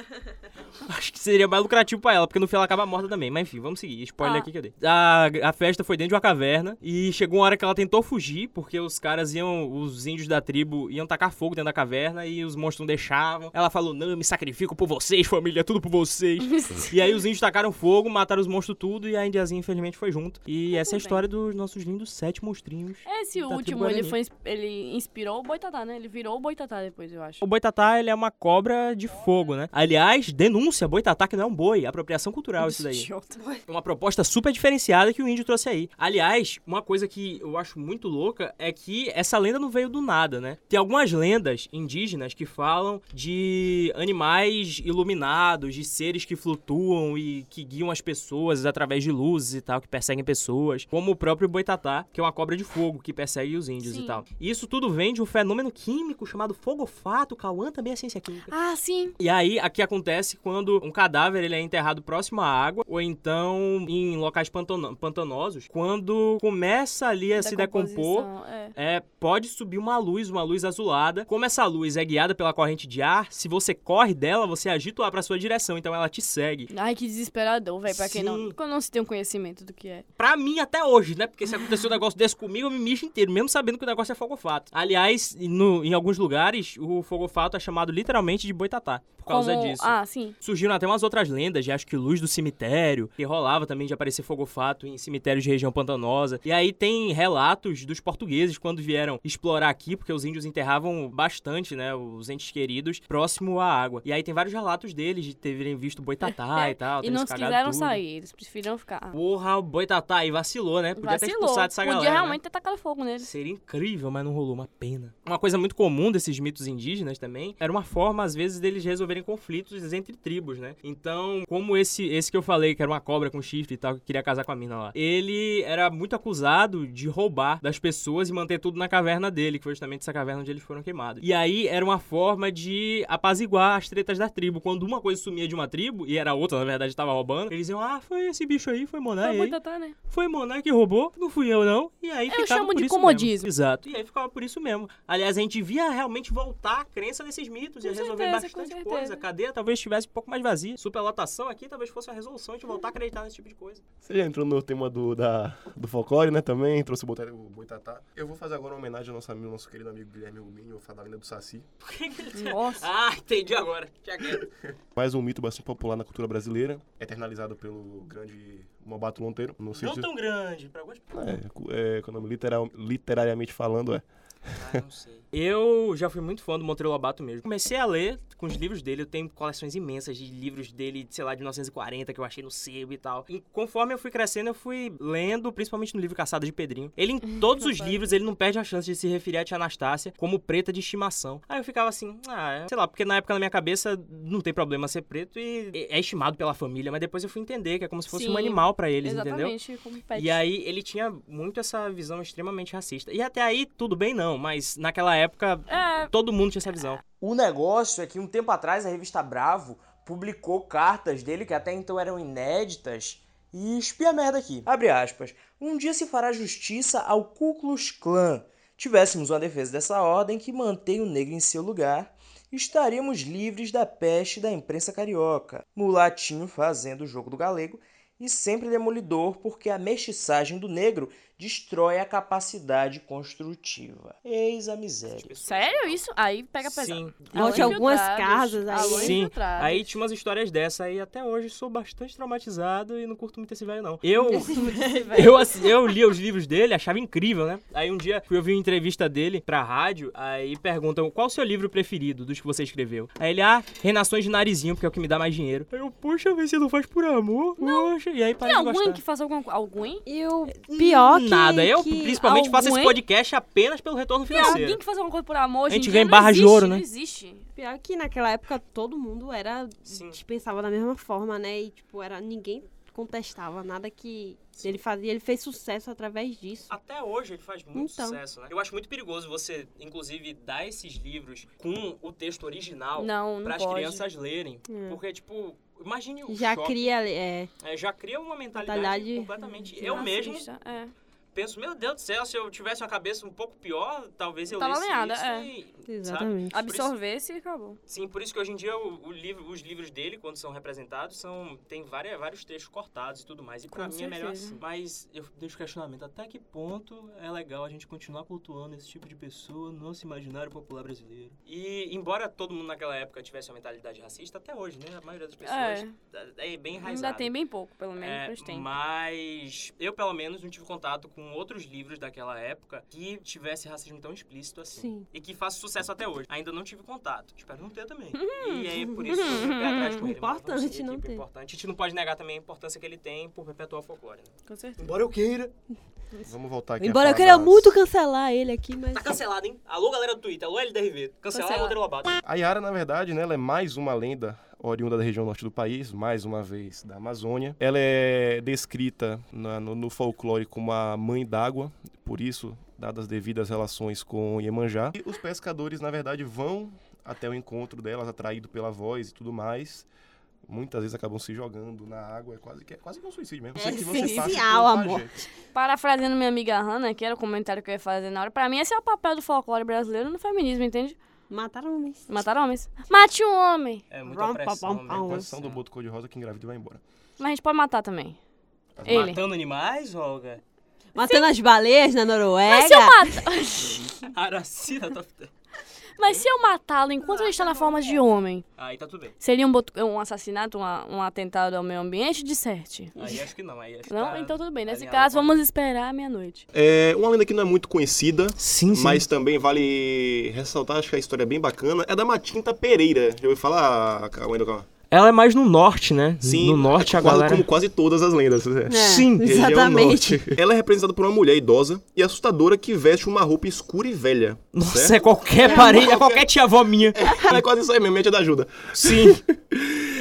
Speaker 2: [LAUGHS] Acho que seria mais lucrativo pra ela, porque no fim ela acaba morta também. Mas enfim, vamos seguir. Spoiler
Speaker 1: Ah.
Speaker 2: aqui que eu dei. A, a festa foi dentro de uma caverna e chegou uma hora que ela tentou fugir, porque os caras iam, os índios da tribo iam tacar fogo dentro da caverna e os monstros não deixavam. Ela falou: Não, eu me sacrifico por vocês, família, tudo por vocês. [LAUGHS] e aí os índios tacaram fogo, mataram os monstros tudo e a indiazinha infelizmente foi junto. E essa é a
Speaker 1: bem.
Speaker 2: história dos nossos lindos sete monstrinhos.
Speaker 1: [LAUGHS] Esse
Speaker 2: Da tribo
Speaker 1: último, ele,
Speaker 2: Guarani.
Speaker 1: foi, ins- ele inspirou o Boitatá, né? Ele virou o Boitatá depois, eu acho.
Speaker 2: O boitatá, ele é uma cobra de fogo, né? Aliás, denúncia, boitatá que não é um boi, é apropriação cultural isso daí.
Speaker 1: Idiota.
Speaker 2: Uma proposta super diferenciada que o índio trouxe aí. Aliás, uma coisa que eu acho muito louca é que essa lenda não veio do nada, né? Tem algumas lendas indígenas que falam de animais iluminados, de seres que flutuam e que guiam as pessoas através de luzes e tal, que perseguem pessoas, como o próprio boitatá, que é uma cobra de fogo que persegue os índios
Speaker 1: Sim.
Speaker 2: e tal. E isso tudo vem de um fenômeno químico chamado fogofato, Cauã também é ciência química.
Speaker 1: [LAUGHS] Ah, sim.
Speaker 2: E aí, aqui acontece quando um cadáver ele é enterrado próximo à água, ou então em locais pantano- pantanosos, quando começa ali a se decompor.
Speaker 1: Decomposição, É.
Speaker 2: É, pode subir uma luz, uma luz azulada. Como essa luz é guiada pela corrente de ar, se você corre dela, você agita o ar pra sua direção, então ela te segue.
Speaker 1: Ai, que desesperador, velho, pra quem não,
Speaker 2: Sim.
Speaker 1: quando não se tem um conhecimento do que é.
Speaker 2: Pra mim, até hoje, né? Porque se acontecer um negócio desse comigo, eu me mijo inteiro, mesmo sabendo que o negócio é fogofato. Aliás, no- em alguns lugares, o fogofato é chamado literalmente de boitatá, por causa
Speaker 1: Como-
Speaker 2: disso.
Speaker 1: Ah, sim.
Speaker 2: Surgiram até umas outras lendas, de acho que Luz do Cemitério, que rolava também de aparecer fogofato em cemitérios de região pantanosa. E aí tem relatos dos portugueses quando vieram explorar aqui, porque os índios enterravam bastante, né, os entes queridos, próximo à água. E aí tem vários relatos deles de terem visto boitatá e tal.
Speaker 1: E [LAUGHS]
Speaker 2: terem
Speaker 1: não
Speaker 2: se cagado
Speaker 1: quiseram
Speaker 2: tudo.
Speaker 1: sair, eles preferiram ficar.
Speaker 2: Pô, Porra, o Boitatá aí vacilou, né? Podia ter
Speaker 1: Vacilou.
Speaker 2: expulsado essa
Speaker 1: Podia
Speaker 2: galera. né?
Speaker 1: realmente ter tacado fogo nele.
Speaker 2: Seria incrível, mas não rolou uma pena. Uma coisa muito comum desses mitos indígenas também era uma forma, às vezes, deles resolverem conflitos entre tribos, né? Então, como esse esse que eu falei, que era uma cobra com chifre e tal, que queria casar com a mina lá, ele era muito acusado de roubar das pessoas e manter tudo na caverna dele, que foi justamente essa caverna onde eles foram queimados. E aí era uma forma de apaziguar as tretas da tribo. Quando uma coisa sumia de uma tribo, e era outra, na verdade, estava roubando, eles iam, ah, foi esse bicho aí, foi Moná
Speaker 1: Foi
Speaker 2: aí.
Speaker 1: muito até,
Speaker 2: [LAUGHS]
Speaker 1: né?
Speaker 2: Foi Moná que roubou, não fui eu não. E aí
Speaker 1: Eu
Speaker 2: ficava
Speaker 1: chamo
Speaker 2: por
Speaker 1: de
Speaker 2: isso
Speaker 1: comodismo.
Speaker 2: mesmo. Exato. E aí ficava por isso mesmo. Aliás, a gente via realmente voltar a crença nesses mitos e
Speaker 1: Com
Speaker 2: resolver
Speaker 1: certeza, com
Speaker 2: bastante
Speaker 1: certeza.
Speaker 2: coisa. A cadeia talvez estivesse um pouco mais vazia. Superlotação aqui talvez fosse a resolução de voltar a acreditar nesse tipo de coisa.
Speaker 4: Você já entrou no tema do, da, do folclore, né? Também trouxe o Boitatá- o Boitatá. Eu vou fazer agora uma homenagem ao nosso amigo, nosso querido amigo Guilherme Gumini, o Fadalina do Saci.
Speaker 1: Nossa.
Speaker 2: Ah, entendi agora. Tinha quieto.
Speaker 4: Mais um mito bastante popular na cultura brasileira, eternalizado pelo grande Mobato Monteiro. No
Speaker 2: Não
Speaker 4: sentido,
Speaker 2: tão grande, pra algumas
Speaker 4: é, cu- é, quando eu literal, literariamente falando, é.
Speaker 2: Ah, não sei. Eu já fui muito fã do Monteiro Lobato mesmo. Comecei a ler com os livros dele. Eu tenho coleções imensas de livros dele, sei lá, de 1940, que eu achei no sebo e tal. E conforme eu fui crescendo, eu fui lendo, principalmente no livro Caçada de Pedrinho. Ele, em todos os livros, ele não perde a chance de se referir a Tia Anastácia como preta de estimação. Aí eu ficava assim, ah, é- sei lá, porque na época na minha cabeça não tem problema ser preto e é estimado pela família. Mas depois eu fui entender que é como se fosse um
Speaker 1: Sim,
Speaker 2: animal pra eles, entendeu?
Speaker 1: Exatamente, como pet.
Speaker 2: E aí ele tinha muito essa visão extremamente racista. E até aí tudo bem não, mas naquela época
Speaker 1: É,
Speaker 2: todo mundo tinha essa visão.
Speaker 7: O negócio é que um tempo atrás a revista Bravo publicou cartas dele que até então eram inéditas e espia a merda aqui. Abre aspas. Um dia se fará justiça ao Ku Klux Klan. Tivéssemos uma defesa dessa ordem que mantém o negro em seu lugar, estaríamos livres da peste da imprensa carioca. Mulatinho fazendo o jogo do galego e sempre demolidor porque a mestiçagem do negro destrói a capacidade construtiva. Eis a miséria.
Speaker 1: sério isso? Aí pega pesado.
Speaker 2: Sim.
Speaker 1: Alô,
Speaker 5: Onde algumas
Speaker 1: infiltrados,
Speaker 5: casas aí-
Speaker 1: alô,
Speaker 2: Sim,
Speaker 1: infiltrados.
Speaker 2: Aí tinha umas histórias dessa aí até hoje sou bastante traumatizado e não curto muito esse velho não. Eu
Speaker 5: [LAUGHS]
Speaker 2: eu ass- eu li os livros dele, achava incrível, né? Aí um dia fui ouvir uma entrevista dele pra rádio, aí perguntam qual o seu livro preferido dos que você escreveu. Aí ele, ah, Renações de Narizinho, porque é o que me dá mais dinheiro. Aí eu, poxa, vê se não faz por amor. Poxa, e aí
Speaker 1: Tem
Speaker 2: parei de
Speaker 1: alguém
Speaker 2: gostar.
Speaker 1: que faça algum... Alguém?
Speaker 5: E o pior que...
Speaker 2: Nada, eu
Speaker 5: que
Speaker 2: principalmente faço esse
Speaker 1: alguém-
Speaker 2: podcast apenas pelo retorno
Speaker 1: Tem alguém
Speaker 2: financeiro.
Speaker 1: que faça alguma coisa por amor?
Speaker 2: A
Speaker 1: hoje
Speaker 2: gente
Speaker 1: em
Speaker 2: ganha
Speaker 1: dia? Não
Speaker 2: barra de
Speaker 1: existe,
Speaker 2: ouro, né?
Speaker 1: Não existe.
Speaker 5: Pior que naquela época todo mundo era.
Speaker 2: Sim.
Speaker 5: Pensava da mesma forma, né? E tipo, era, ninguém contestava nada que ele fazia. Ele fez sucesso através disso.
Speaker 2: Até hoje ele faz muito
Speaker 5: Então.
Speaker 2: sucesso, né? Eu acho muito perigoso você, inclusive, dar esses livros com o texto original
Speaker 1: Não,
Speaker 2: para
Speaker 1: não
Speaker 2: as
Speaker 1: pode.
Speaker 2: crianças lerem.
Speaker 5: É.
Speaker 2: Porque, tipo, imagine o
Speaker 5: Já
Speaker 2: choque.
Speaker 5: cria. É,
Speaker 2: É, já cria uma mentalidade
Speaker 5: Mentalidade
Speaker 2: completamente...
Speaker 5: de
Speaker 2: Eu
Speaker 1: Racista,
Speaker 2: mesmo
Speaker 1: É.
Speaker 2: penso, meu Deus do céu, se eu tivesse uma cabeça um pouco pior, talvez eu
Speaker 1: Tava
Speaker 2: lesse
Speaker 1: alinhada,
Speaker 2: isso
Speaker 1: é.
Speaker 2: e... sabe?
Speaker 5: exatamente.
Speaker 2: Por isso-
Speaker 1: Absorver-se e acabou.
Speaker 2: Sim, por isso que hoje em dia o, o livro- os livros dele, quando são representados, são tem várias, vários trechos cortados e tudo mais. E pra
Speaker 1: Com
Speaker 2: mim é melhor
Speaker 1: certeza.
Speaker 2: assim. Mas eu deixo o questionamento. Até que ponto é legal a gente continuar cultuando esse tipo de pessoa no nosso imaginário popular brasileiro? E embora todo mundo naquela época tivesse uma mentalidade racista, até hoje, né? A maioria das pessoas é, é bem enraizada.
Speaker 1: Ainda tem bem pouco, pelo menos,
Speaker 2: É,
Speaker 1: mas tem.
Speaker 2: mas eu, pelo menos, não tive contato com outros livros daquela época que tivesse racismo tão explícito assim.
Speaker 5: Sim.
Speaker 2: E que faça sucesso até hoje. Ainda não tive contato. Espero não ter também. e aí, é por isso, eu fui pé atrás com ele. mas vamos
Speaker 5: Uhum. Importante
Speaker 2: seguir aqui,
Speaker 5: não
Speaker 2: porque é
Speaker 5: ter.
Speaker 2: Importante. A gente não pode negar também a importância que ele tem por perpetuar o folclore. Né?
Speaker 1: Com certeza.
Speaker 2: Embora eu queira.
Speaker 4: Vamos voltar aqui. é à
Speaker 5: Embora eu
Speaker 4: fala
Speaker 5: queira
Speaker 4: das-
Speaker 5: muito cancelar ele aqui, mas.
Speaker 2: Tá cancelado, hein? Alô, galera do Twitter. Alô, LDRV. Cancelado,
Speaker 1: Cancela.
Speaker 2: Monteiro Lobato.
Speaker 4: A Yara, na verdade, né, ela é mais uma lenda oriunda da região norte do país, mais uma vez da Amazônia. Ela é descrita na- no, no folclore como a mãe d'água, por isso, dadas as devidas relações com Iemanjá. E os pescadores, na verdade, vão até o encontro delas, atraído pela voz e tudo mais. Muitas vezes acabam se jogando na água, é quase que, é quase que um suicídio mesmo. Sei que você passa por um
Speaker 5: essencial a
Speaker 4: pajé.
Speaker 5: morte.
Speaker 1: Parafraseando minha amiga Hannah, que era o comentário que eu ia fazer na hora, pra mim esse é o papel do folclore brasileiro no feminismo, entende?
Speaker 5: Mataram homens.
Speaker 1: Matar homens. Mate um homem!
Speaker 2: É muito
Speaker 5: Rom,
Speaker 2: opressão,
Speaker 5: pom,
Speaker 2: né?
Speaker 5: pom, pom.
Speaker 4: A ação do boto cor-de-rosa que engravida e vai embora.
Speaker 1: Mas a gente pode matar também. Ele.
Speaker 2: Matando animais, Olga? [LAUGHS]
Speaker 5: Matando as baleias
Speaker 1: Mas
Speaker 5: na
Speaker 1: se eu,
Speaker 5: Noruega.
Speaker 1: mat...
Speaker 2: Aracida tá...
Speaker 1: [LAUGHS] Mas se eu matá-lo enquanto ele está na forma
Speaker 2: é.
Speaker 1: de homem,
Speaker 2: Aí tá tudo bem.
Speaker 1: seria um, botu- um assassinato, uma- um atentado ao meio ambiente? De certo.
Speaker 2: Aí acho que não. Aí acho que
Speaker 1: Não?
Speaker 2: tá
Speaker 1: Então tudo bem. Nesse
Speaker 2: alinhado
Speaker 1: caso,
Speaker 2: com-
Speaker 1: vamos esperar a meia-noite.
Speaker 4: É, uma lenda que não é muito conhecida,
Speaker 2: Sim, sim.
Speaker 4: Mas também vale ressaltar, acho que a história é bem bacana, é da Matinta Pereira. Já ouviu falar, Wendel?
Speaker 2: É Ela é mais no norte, né?
Speaker 4: Sim, é
Speaker 2: No norte a
Speaker 4: quase-
Speaker 2: galera.
Speaker 4: como quase todas as lendas. é.
Speaker 2: Sim.
Speaker 4: Região
Speaker 5: Exatamente.
Speaker 4: Norte. Ela é representada por uma mulher idosa e assustadora que veste uma roupa escura e velha.
Speaker 2: Nossa,
Speaker 4: certo?
Speaker 2: é qualquer parente, é qualquer tia-avó minha.
Speaker 4: é quase isso aí mesmo, minha tia da ajuda.
Speaker 2: Sim.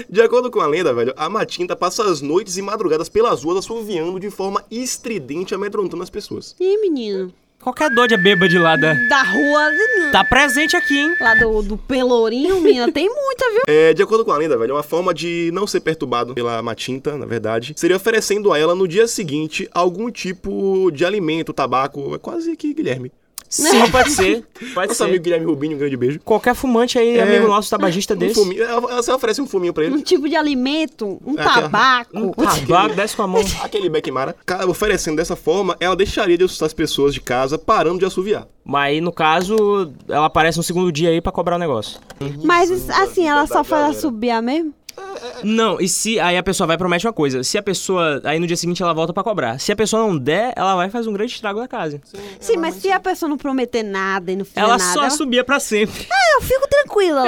Speaker 4: De acordo com a lenda, velho, a Matinta passa as noites e madrugadas pelas ruas assoviando de forma estridente, amedrontando as pessoas.
Speaker 5: Ih, menino.
Speaker 2: Qualquer doida bêbada de lá da...
Speaker 5: Da rua de-
Speaker 2: Tá presente aqui,
Speaker 5: [LAUGHS]
Speaker 2: hein?
Speaker 5: lá do, do Pelourinho, menina, tem muita, viu?
Speaker 4: É, de acordo com a lenda, velho, uma forma de não ser perturbado pela Matinta, na verdade, seria oferecendo a ela no dia seguinte algum tipo de alimento, tabaco, é quase que Guilherme.
Speaker 2: Sim, pode ser. Pode
Speaker 4: Nosso
Speaker 2: ser.
Speaker 4: amigo Guilherme Rubinho, um grande beijo.
Speaker 2: Qualquer fumante aí,
Speaker 4: É,
Speaker 2: amigo nosso, tabagista
Speaker 4: Um
Speaker 2: desse.
Speaker 4: fuminho, ela, ela- você oferece um fuminho pra ele.
Speaker 5: Um tipo de alimento, um
Speaker 4: É,
Speaker 5: tabaco.
Speaker 2: Um tabaco, desce com a mão.
Speaker 4: Aquele Beck Mara, ca- oferecendo dessa forma, ela deixaria de assustar as pessoas de casa parando de assoviar.
Speaker 2: Mas aí, no caso, ela aparece no segundo dia aí pra cobrar o negócio.
Speaker 5: Mas assim, ela só foi
Speaker 4: galera.
Speaker 5: assobiar mesmo?
Speaker 2: Não, e se... Aí a pessoa vai e promete uma coisa. Se a pessoa... Aí no dia seguinte ela volta pra cobrar. Se a pessoa não der, ela vai e faz um grande estrago na casa.
Speaker 5: Sim,
Speaker 2: é
Speaker 5: mas se a pessoa não prometer nada e não fizer
Speaker 2: Ela
Speaker 5: nada,
Speaker 2: só subia pra sempre.
Speaker 5: eu fico tranquila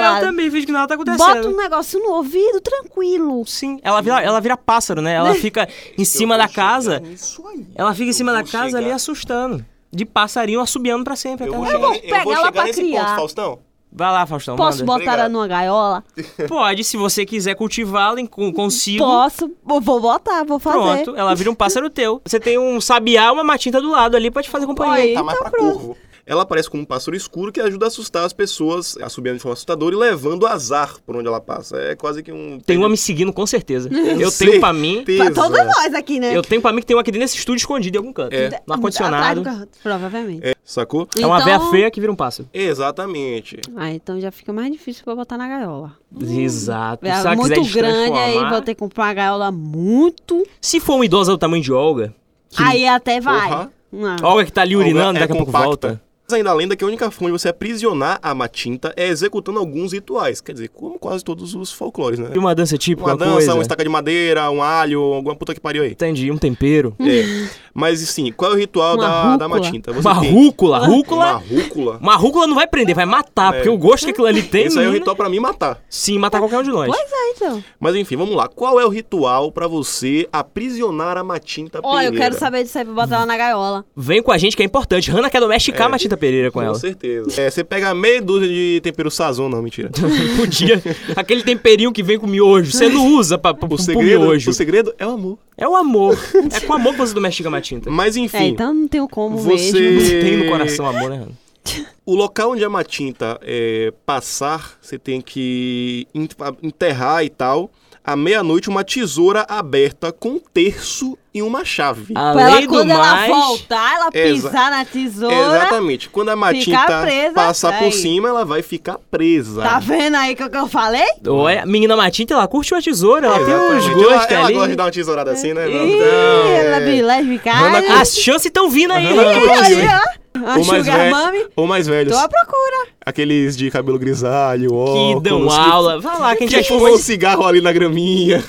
Speaker 2: [LAUGHS] Ela
Speaker 5: lá.
Speaker 2: também finge que nada tá acontecendo.
Speaker 5: Bota um negócio no ouvido, tranquilo.
Speaker 2: Sim, ela vira, ela vira pássaro, né?
Speaker 5: [LAUGHS]
Speaker 2: Ela fica em cima da casa. É
Speaker 4: Isso aí.
Speaker 2: Ela fica em cima
Speaker 4: Eu
Speaker 2: da
Speaker 4: vou
Speaker 2: casa ali
Speaker 4: chegar.
Speaker 2: assustando. De passarinho assobiando um pra sempre.
Speaker 4: Eu
Speaker 2: até
Speaker 4: vou
Speaker 2: ela
Speaker 4: chegar,
Speaker 2: chegar.
Speaker 4: eu
Speaker 5: pegar
Speaker 4: vou
Speaker 5: ela
Speaker 4: chegar
Speaker 5: pra
Speaker 4: nesse ponto,
Speaker 5: criar.
Speaker 4: Faustão.
Speaker 2: Vai lá, Faustão.
Speaker 5: Posso
Speaker 2: manda.
Speaker 5: botar ela numa gaiola?
Speaker 2: Pode, se você quiser cultivá-la, em- com- consigo.
Speaker 5: Posso, vou vou botar, vou fazer.
Speaker 2: Pronto, ela vira um pássaro teu. Você tem um sabiá, uma matinta do lado ali pra te fazer companhia.
Speaker 5: Aí,
Speaker 4: tá mais
Speaker 5: tá
Speaker 4: pra
Speaker 5: pronto.
Speaker 4: curvo. Ela aparece como um pássaro escuro que ajuda a assustar as pessoas, assobiando de forma assustadora e levando azar por onde ela passa. É quase que um.
Speaker 2: Tem uma tá me seguindo, com certeza.
Speaker 4: Com
Speaker 2: Eu tenho pra mim.
Speaker 5: Pra
Speaker 4: certeza.
Speaker 5: todos nós aqui, né?
Speaker 2: Eu tenho pra mim que tem um aqui dentro desse estúdio escondido em algum canto. É. No
Speaker 5: Atrás do
Speaker 2: ar-condicionado.
Speaker 5: carro, provavelmente.
Speaker 4: É, sacou?
Speaker 2: É uma véia
Speaker 5: Então-
Speaker 2: feia que vira um pássaro.
Speaker 4: Exatamente.
Speaker 5: Ah, então já fica mais difícil pra botar na gaiola.
Speaker 2: Exato.
Speaker 5: É
Speaker 2: se ela quiser
Speaker 5: muito
Speaker 2: te
Speaker 5: grande, aí
Speaker 2: transformar-
Speaker 5: vou ter que comprar uma gaiola muito.
Speaker 2: Se for uma idosa do tamanho de Olga, Que-
Speaker 5: Aí até vai.
Speaker 4: Porra.
Speaker 5: Uma-
Speaker 2: Olga que tá ali urinando,
Speaker 4: Olga é
Speaker 2: daqui a pouco
Speaker 4: compacta.
Speaker 2: volta.
Speaker 4: Mas ainda a lenda que a única forma de você aprisionar a matinta é executando alguns rituais. Quer dizer, como quase todos os folclores, né?
Speaker 2: E uma dança típica,
Speaker 4: Uma
Speaker 2: Tipo uma,
Speaker 4: dança,
Speaker 2: coisa.
Speaker 4: uma estaca de madeira, um alho, alguma puta que pariu aí.
Speaker 2: Entendi, um tempero. [LAUGHS]
Speaker 4: É. Mas sim, qual é o ritual
Speaker 5: Uma
Speaker 4: da, da
Speaker 5: rúcula.
Speaker 4: matinta?
Speaker 2: Uma rúcula,
Speaker 4: Então Uma
Speaker 2: rúcula.
Speaker 4: rúcula.
Speaker 2: Uma rúcula não vai prender, vai matar, porque o gosto que aquilo ali tem.
Speaker 4: Isso aí é o
Speaker 2: menina,
Speaker 4: ritual pra mim matar.
Speaker 2: Sim, matar qualquer um de nós.
Speaker 5: Pois é, então.
Speaker 4: Mas enfim, vamos lá. Qual é o ritual pra você aprisionar a matinta
Speaker 5: Ó, eu
Speaker 4: pereira?
Speaker 5: quero saber disso aí pra botar ela na gaiola.
Speaker 2: Vem com a gente que é importante. Hanna quer domesticar
Speaker 4: É.
Speaker 2: a Matita Pereira com
Speaker 4: Com
Speaker 2: ela.
Speaker 4: certeza. É, você pega meia dúzia de tempero sazon,
Speaker 2: [LAUGHS]
Speaker 4: não, mentira.
Speaker 2: Podia. Aquele temperinho que vem com miojo. Você não usa pra, pra,
Speaker 4: O
Speaker 2: pro
Speaker 4: segredo,
Speaker 2: miojo.
Speaker 4: o segredo é o amor.
Speaker 2: É o amor. É com amor que você domestica a Matinta.
Speaker 4: Mas
Speaker 5: É,
Speaker 4: enfim,
Speaker 5: então não tenho como
Speaker 4: você...
Speaker 5: mesmo.
Speaker 2: Tem no coração amor, né, Hanna?
Speaker 4: O local onde a matinta é, passar, você tem que en- enterrar e tal. À meia-noite, uma tesoura aberta com um terço e uma chave.
Speaker 5: Pra ela,
Speaker 2: Além do
Speaker 5: quando ela
Speaker 2: mais.
Speaker 5: voltar, ela
Speaker 4: Exa-
Speaker 5: pisar na tesoura.
Speaker 4: Exatamente. Quando a
Speaker 5: Ficar
Speaker 4: matinta
Speaker 5: presa,
Speaker 4: passar por
Speaker 5: aí.
Speaker 4: cima, ela vai ficar presa.
Speaker 5: Tá vendo aí o que eu falei?
Speaker 2: Olha, a menina Matinta, ela curte uma tesoura, ela tem uns
Speaker 4: Exatamente.
Speaker 2: gostos
Speaker 4: ela, ela
Speaker 2: ali.
Speaker 4: gosta de dar uma tesourada assim, né?
Speaker 2: Então,
Speaker 4: Não,
Speaker 5: Ih,
Speaker 4: não,
Speaker 5: ela é
Speaker 4: é.
Speaker 5: bem lésbica.
Speaker 4: Manda
Speaker 5: ai,
Speaker 2: As chances estão vindo aí.
Speaker 5: Aí, ó. Uma
Speaker 4: Ou mais,
Speaker 5: sugar
Speaker 4: velho,
Speaker 5: mami.
Speaker 4: ou mais velhos.
Speaker 5: Tô à procura.
Speaker 4: Aqueles de cabelo grisalho, óculos.
Speaker 2: que dão aula. Vai lá, que a
Speaker 4: Que,
Speaker 2: gente já
Speaker 4: que
Speaker 2: expôs
Speaker 4: fumam um
Speaker 2: esse...
Speaker 4: cigarro ali na graminha.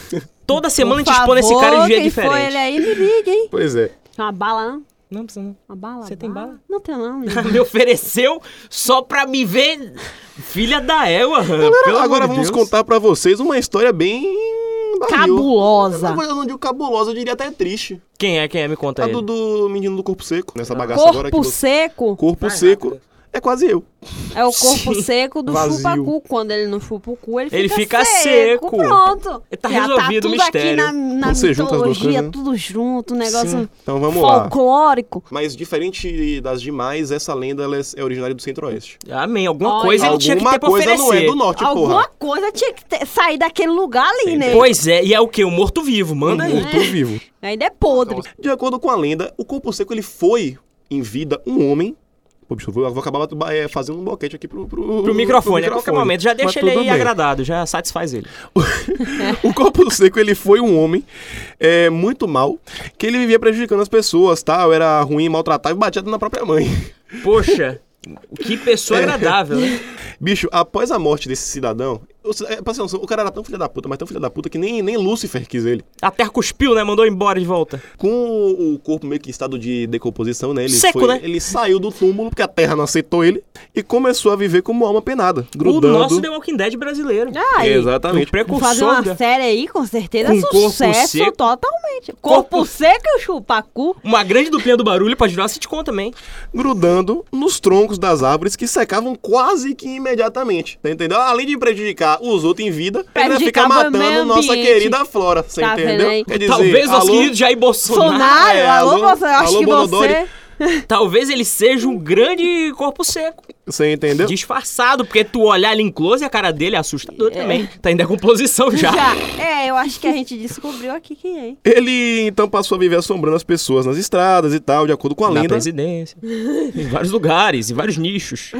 Speaker 2: Toda semana a
Speaker 5: Por
Speaker 2: gente expõe esse cara de um
Speaker 5: favor,
Speaker 2: jeito
Speaker 5: quem for
Speaker 2: diferente.
Speaker 5: ele é- aí, me liga, hein?
Speaker 4: Pois é.
Speaker 5: Tem uma bala, não?
Speaker 2: Não precisa não.
Speaker 5: Uma bala?
Speaker 2: Você tem bala?
Speaker 5: Não tem não, menino.
Speaker 2: [LAUGHS] Me ofereceu só pra me ver... Filha da égua, Ram, pelo amor
Speaker 4: Agora
Speaker 2: de Deus.
Speaker 4: vamos contar pra vocês uma história bem... barril.
Speaker 5: Cabulosa.
Speaker 4: Eu não digo cabulosa, eu diria até triste.
Speaker 2: Quem é, quem é? Me conta
Speaker 4: A
Speaker 2: aí.
Speaker 4: do, do menino do corpo seco. Nessa bagaça agora aqui.
Speaker 5: Corpo
Speaker 4: Do...
Speaker 5: seco
Speaker 4: Corpo seco. É quase eu.
Speaker 5: é o corpo
Speaker 2: Sim.
Speaker 5: seco do
Speaker 4: Vazio.
Speaker 5: chupa-cu. Quando ele não chupa o cu, ele,
Speaker 2: Ele fica seco.
Speaker 5: Pronto.
Speaker 2: Ele tá
Speaker 5: Já
Speaker 2: resolvido o
Speaker 5: tá tudo aqui
Speaker 2: mistério.
Speaker 5: na, na
Speaker 4: Você junta as duas
Speaker 5: mitologia,
Speaker 4: coisas, né?
Speaker 5: tudo junto, um negócio
Speaker 4: Então vamos lá.
Speaker 5: folclórico.
Speaker 4: Mas diferente das demais, essa lenda ela é é originária do centro-oeste.
Speaker 2: Amém. Alguma
Speaker 5: Olha.
Speaker 2: coisa ele tinha que ter
Speaker 4: Alguma
Speaker 2: pra
Speaker 4: coisa não é
Speaker 2: oferecer.
Speaker 4: do norte,
Speaker 5: Alguma
Speaker 4: porra.
Speaker 5: coisa tinha que ter- sair daquele lugar ali, né?
Speaker 2: Pois é, e é o quê? O morto-vivo. Manda aí.
Speaker 4: Muito vivo.
Speaker 5: Ainda é podre.
Speaker 4: De acordo com a lenda, o corpo seco ele foi, em vida, um homem. Pô, bicho, eu vou, eu vou acabar é, fazendo um boquete aqui pro, pro,
Speaker 2: Pro microfone, a qualquer
Speaker 4: microfone.
Speaker 2: momento. Já deixa
Speaker 4: Mas
Speaker 2: ele aí
Speaker 4: tudo bem.
Speaker 2: agradado, já satisfaz ele.
Speaker 4: [LAUGHS] O corpo seco ele foi um homem é, muito mal, que ele vivia prejudicando as pessoas, tal, era ruim, maltratava e batia na própria mãe. [LAUGHS] É.
Speaker 2: Poxa, que pessoa agradável, né?
Speaker 4: Bicho, após a morte desse cidadão, ou seja, é, pra você ter noção, o cara era tão filho da puta, mas tão filho da puta que nem, nem Lúcifer quis ele.
Speaker 2: A Terra cuspiu, né? Mandou embora de volta.
Speaker 4: Com o corpo meio que em estado de decomposição, né? Ele
Speaker 2: Seco,
Speaker 4: foi,
Speaker 2: né?
Speaker 4: Ele saiu do túmulo porque a terra não aceitou ele e começou a viver como alma penada,
Speaker 2: O
Speaker 4: grudando.
Speaker 2: nosso The Walking Dead brasileiro.
Speaker 5: Ah, e
Speaker 2: O
Speaker 4: Exatamente.
Speaker 5: fazer uma
Speaker 2: precursor. da-
Speaker 5: série aí, com certeza,
Speaker 2: Com corpo
Speaker 5: sucesso
Speaker 2: seco.
Speaker 5: totalmente.
Speaker 2: Corpo-
Speaker 5: Corpo, seco e o chupacu.
Speaker 2: Uma grande duplinha do barulho pra girar sitcom também.
Speaker 4: grudando nos troncos das árvores que secavam quase que imediatamente. Tá entendeu? Além de prejudicar os outros em vida, ainda fica
Speaker 5: Prejudicava o meio
Speaker 4: matando nossa
Speaker 5: ambiente.
Speaker 4: querida flora. Você
Speaker 5: Tá vendo
Speaker 4: entendeu?
Speaker 5: aí?
Speaker 4: Quer dizer,
Speaker 2: Talvez nosso
Speaker 4: alô,
Speaker 2: querido Jair Bolsonaro.
Speaker 5: Bolsonaro,
Speaker 4: é,
Speaker 5: alô,
Speaker 4: alô,
Speaker 5: você, acho
Speaker 4: alô,
Speaker 5: que
Speaker 4: Bonodori.
Speaker 5: você...
Speaker 2: Talvez ele seja um grande corpo seco.
Speaker 4: Você entendeu?
Speaker 2: Disfarçado, porque tu olhar ali em close a cara dele é assustador
Speaker 5: É.
Speaker 2: também. Tá em
Speaker 5: [LAUGHS]
Speaker 2: decomposição já.
Speaker 5: Já. É, eu acho que a gente descobriu aqui quem é. hein?
Speaker 4: Ele então passou a viver assombrando as pessoas nas estradas e tal, de acordo com a
Speaker 2: Na
Speaker 4: lenda.
Speaker 2: presidência. em vários lugares, em vários nichos.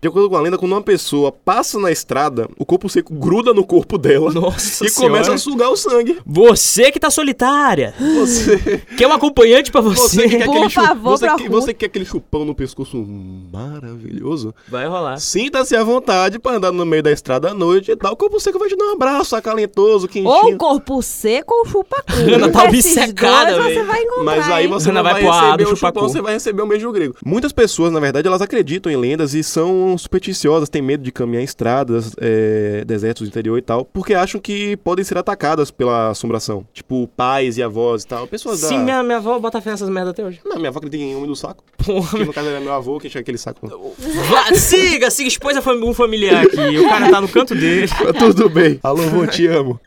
Speaker 4: De acordo com a lenda, quando uma pessoa passa na estrada, o corpo seco gruda no corpo dela
Speaker 2: Nossa
Speaker 4: e
Speaker 2: senhora.
Speaker 4: começa a sugar o sangue.
Speaker 2: Você que tá solitária.
Speaker 4: Você,
Speaker 2: Quer um acompanhante pra
Speaker 4: você,
Speaker 2: [LAUGHS] você?
Speaker 4: que quer
Speaker 5: Por
Speaker 4: aquele chu-
Speaker 5: favor,
Speaker 4: você, que,
Speaker 5: procura.
Speaker 4: você que quer aquele chupão no pescoço Hum, maravilhoso?
Speaker 2: Vai rolar.
Speaker 4: Sinta-se à vontade pra andar no meio da estrada à noite e tal. Como você que vai te dar um abraço acalentoso,
Speaker 5: Ou
Speaker 4: quentinho.
Speaker 5: corpo seco
Speaker 2: [LAUGHS]
Speaker 5: ou chupacu.
Speaker 2: Ana tá
Speaker 5: Um desses
Speaker 2: obcecada,
Speaker 5: dois
Speaker 2: velho.
Speaker 5: Você vai encontrar,
Speaker 4: Mas aí
Speaker 5: hein?
Speaker 4: você
Speaker 2: Ana
Speaker 4: não
Speaker 2: vai
Speaker 4: vai,
Speaker 2: pro
Speaker 4: receber
Speaker 2: Ado,
Speaker 4: o
Speaker 2: chupacu.
Speaker 4: chupão, você vai receber o beijo grego. Muitas pessoas, na verdade, elas acreditam em lendas e são supersticiosas, têm medo de caminhar em estradas, é, desertos do interior e tal, porque acham que podem ser atacadas pela assombração. Tipo, pais e avós e tal. Pessoas
Speaker 2: Sim,
Speaker 4: da...
Speaker 2: minha, minha avó bota fé nessas merda até hoje.
Speaker 4: [LAUGHS] Não, minha avó acredita em homem do [LAUGHS] saco.
Speaker 2: Porra.
Speaker 4: Que no caso era meu avô que tinha aquele saco. [LAUGHS]
Speaker 2: Vá, siga, siga, expôs a fam- um familiar aqui. O cara tá no canto dele.
Speaker 4: Tudo bem. Alô, vô, te [LAUGHS] amo.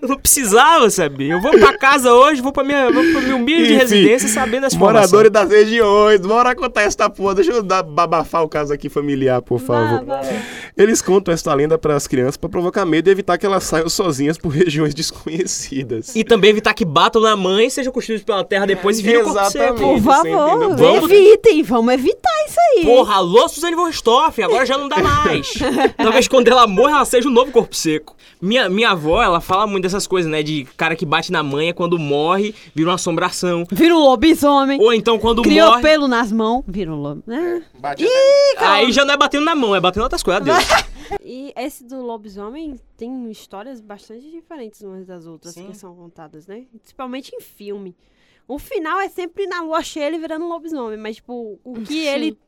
Speaker 2: Eu não precisava saber. Eu vou pra casa hoje, vou pra minha, vou pra minha humilde
Speaker 4: Enfim,
Speaker 2: residência sabendo as
Speaker 4: Moradores das regiões, bora contar essa porra. Deixa eu dar, babafar o caso aqui familiar, por favor. Eles contam essa lenda para as crianças para provocar medo e evitar que elas saiam sozinhas por [LAUGHS] regiões desconhecidas.
Speaker 2: E também evitar que batam na mãe, sejam construídos pela terra depois e virem corpo seco.
Speaker 4: Exatamente.
Speaker 5: Por
Speaker 4: Você entendeu?
Speaker 5: favor,
Speaker 2: Vamos-
Speaker 5: evitem. Vamos evitar isso aí.
Speaker 2: Porra, alô, Suzane von Stoff, agora já não dá mais. Talvez quando ela morra, ela seja um novo corpo seco. Minha, minha avó, ela fala muito dessas coisas, né? De cara que bate na mãe, é quando morre, vira uma assombração.
Speaker 5: Vira um lobisomem.
Speaker 2: Ou então quando
Speaker 5: Criou
Speaker 2: morre,
Speaker 5: pelo nas mãos. Vira um lobo. né?
Speaker 8: Bate
Speaker 2: aí já não é batendo na mão, é batendo em outras coisas, adeus.
Speaker 5: E esse do lobisomem tem histórias bastante diferentes umas das outras
Speaker 2: Sim.
Speaker 5: que são contadas, né? Principalmente em filme. O final é sempre na lua cheia ele virando um lobisomem, mas tipo, [LAUGHS] o que
Speaker 1: Sim.
Speaker 5: ele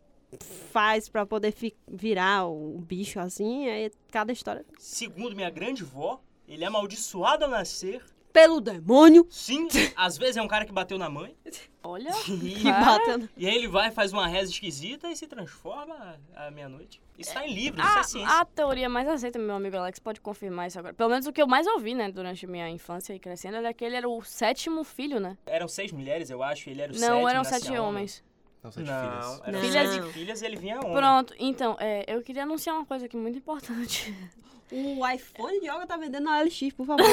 Speaker 5: faz pra poder fi- virar um bicho assim, é cada história.
Speaker 2: Segundo minha grande vó, ele é amaldiçoado ao nascer.
Speaker 5: Pelo demônio
Speaker 2: Sim, às vezes é um cara que bateu na mãe.
Speaker 1: Olha. [LAUGHS]
Speaker 5: que
Speaker 1: Cara.
Speaker 5: bata na-
Speaker 2: E aí ele vai, faz uma reza esquisita e se transforma à meia-noite. Isso tá em livro, isso é ciência.
Speaker 1: Ah, A, a teoria mais aceita, meu amigo Alex, pode confirmar isso agora. Pelo menos o que eu mais ouvi, né, durante minha infância e crescendo, era que ele era o sétimo filho, né?
Speaker 2: Eram seis mulheres, eu acho, ele era o sétimo.
Speaker 1: Não, eram
Speaker 2: nascia
Speaker 1: sete
Speaker 2: homem.
Speaker 1: homens.
Speaker 8: Não, sete
Speaker 2: Não,
Speaker 8: filhas.
Speaker 2: eram
Speaker 5: Filhas
Speaker 2: sete
Speaker 5: e-
Speaker 2: filhas e ele vinha homem.
Speaker 1: Pronto, então, é, eu queria anunciar uma coisa aqui muito importante. [LAUGHS]
Speaker 5: O iPhone de yoga tá vendendo na LX, por [LAUGHS] favor.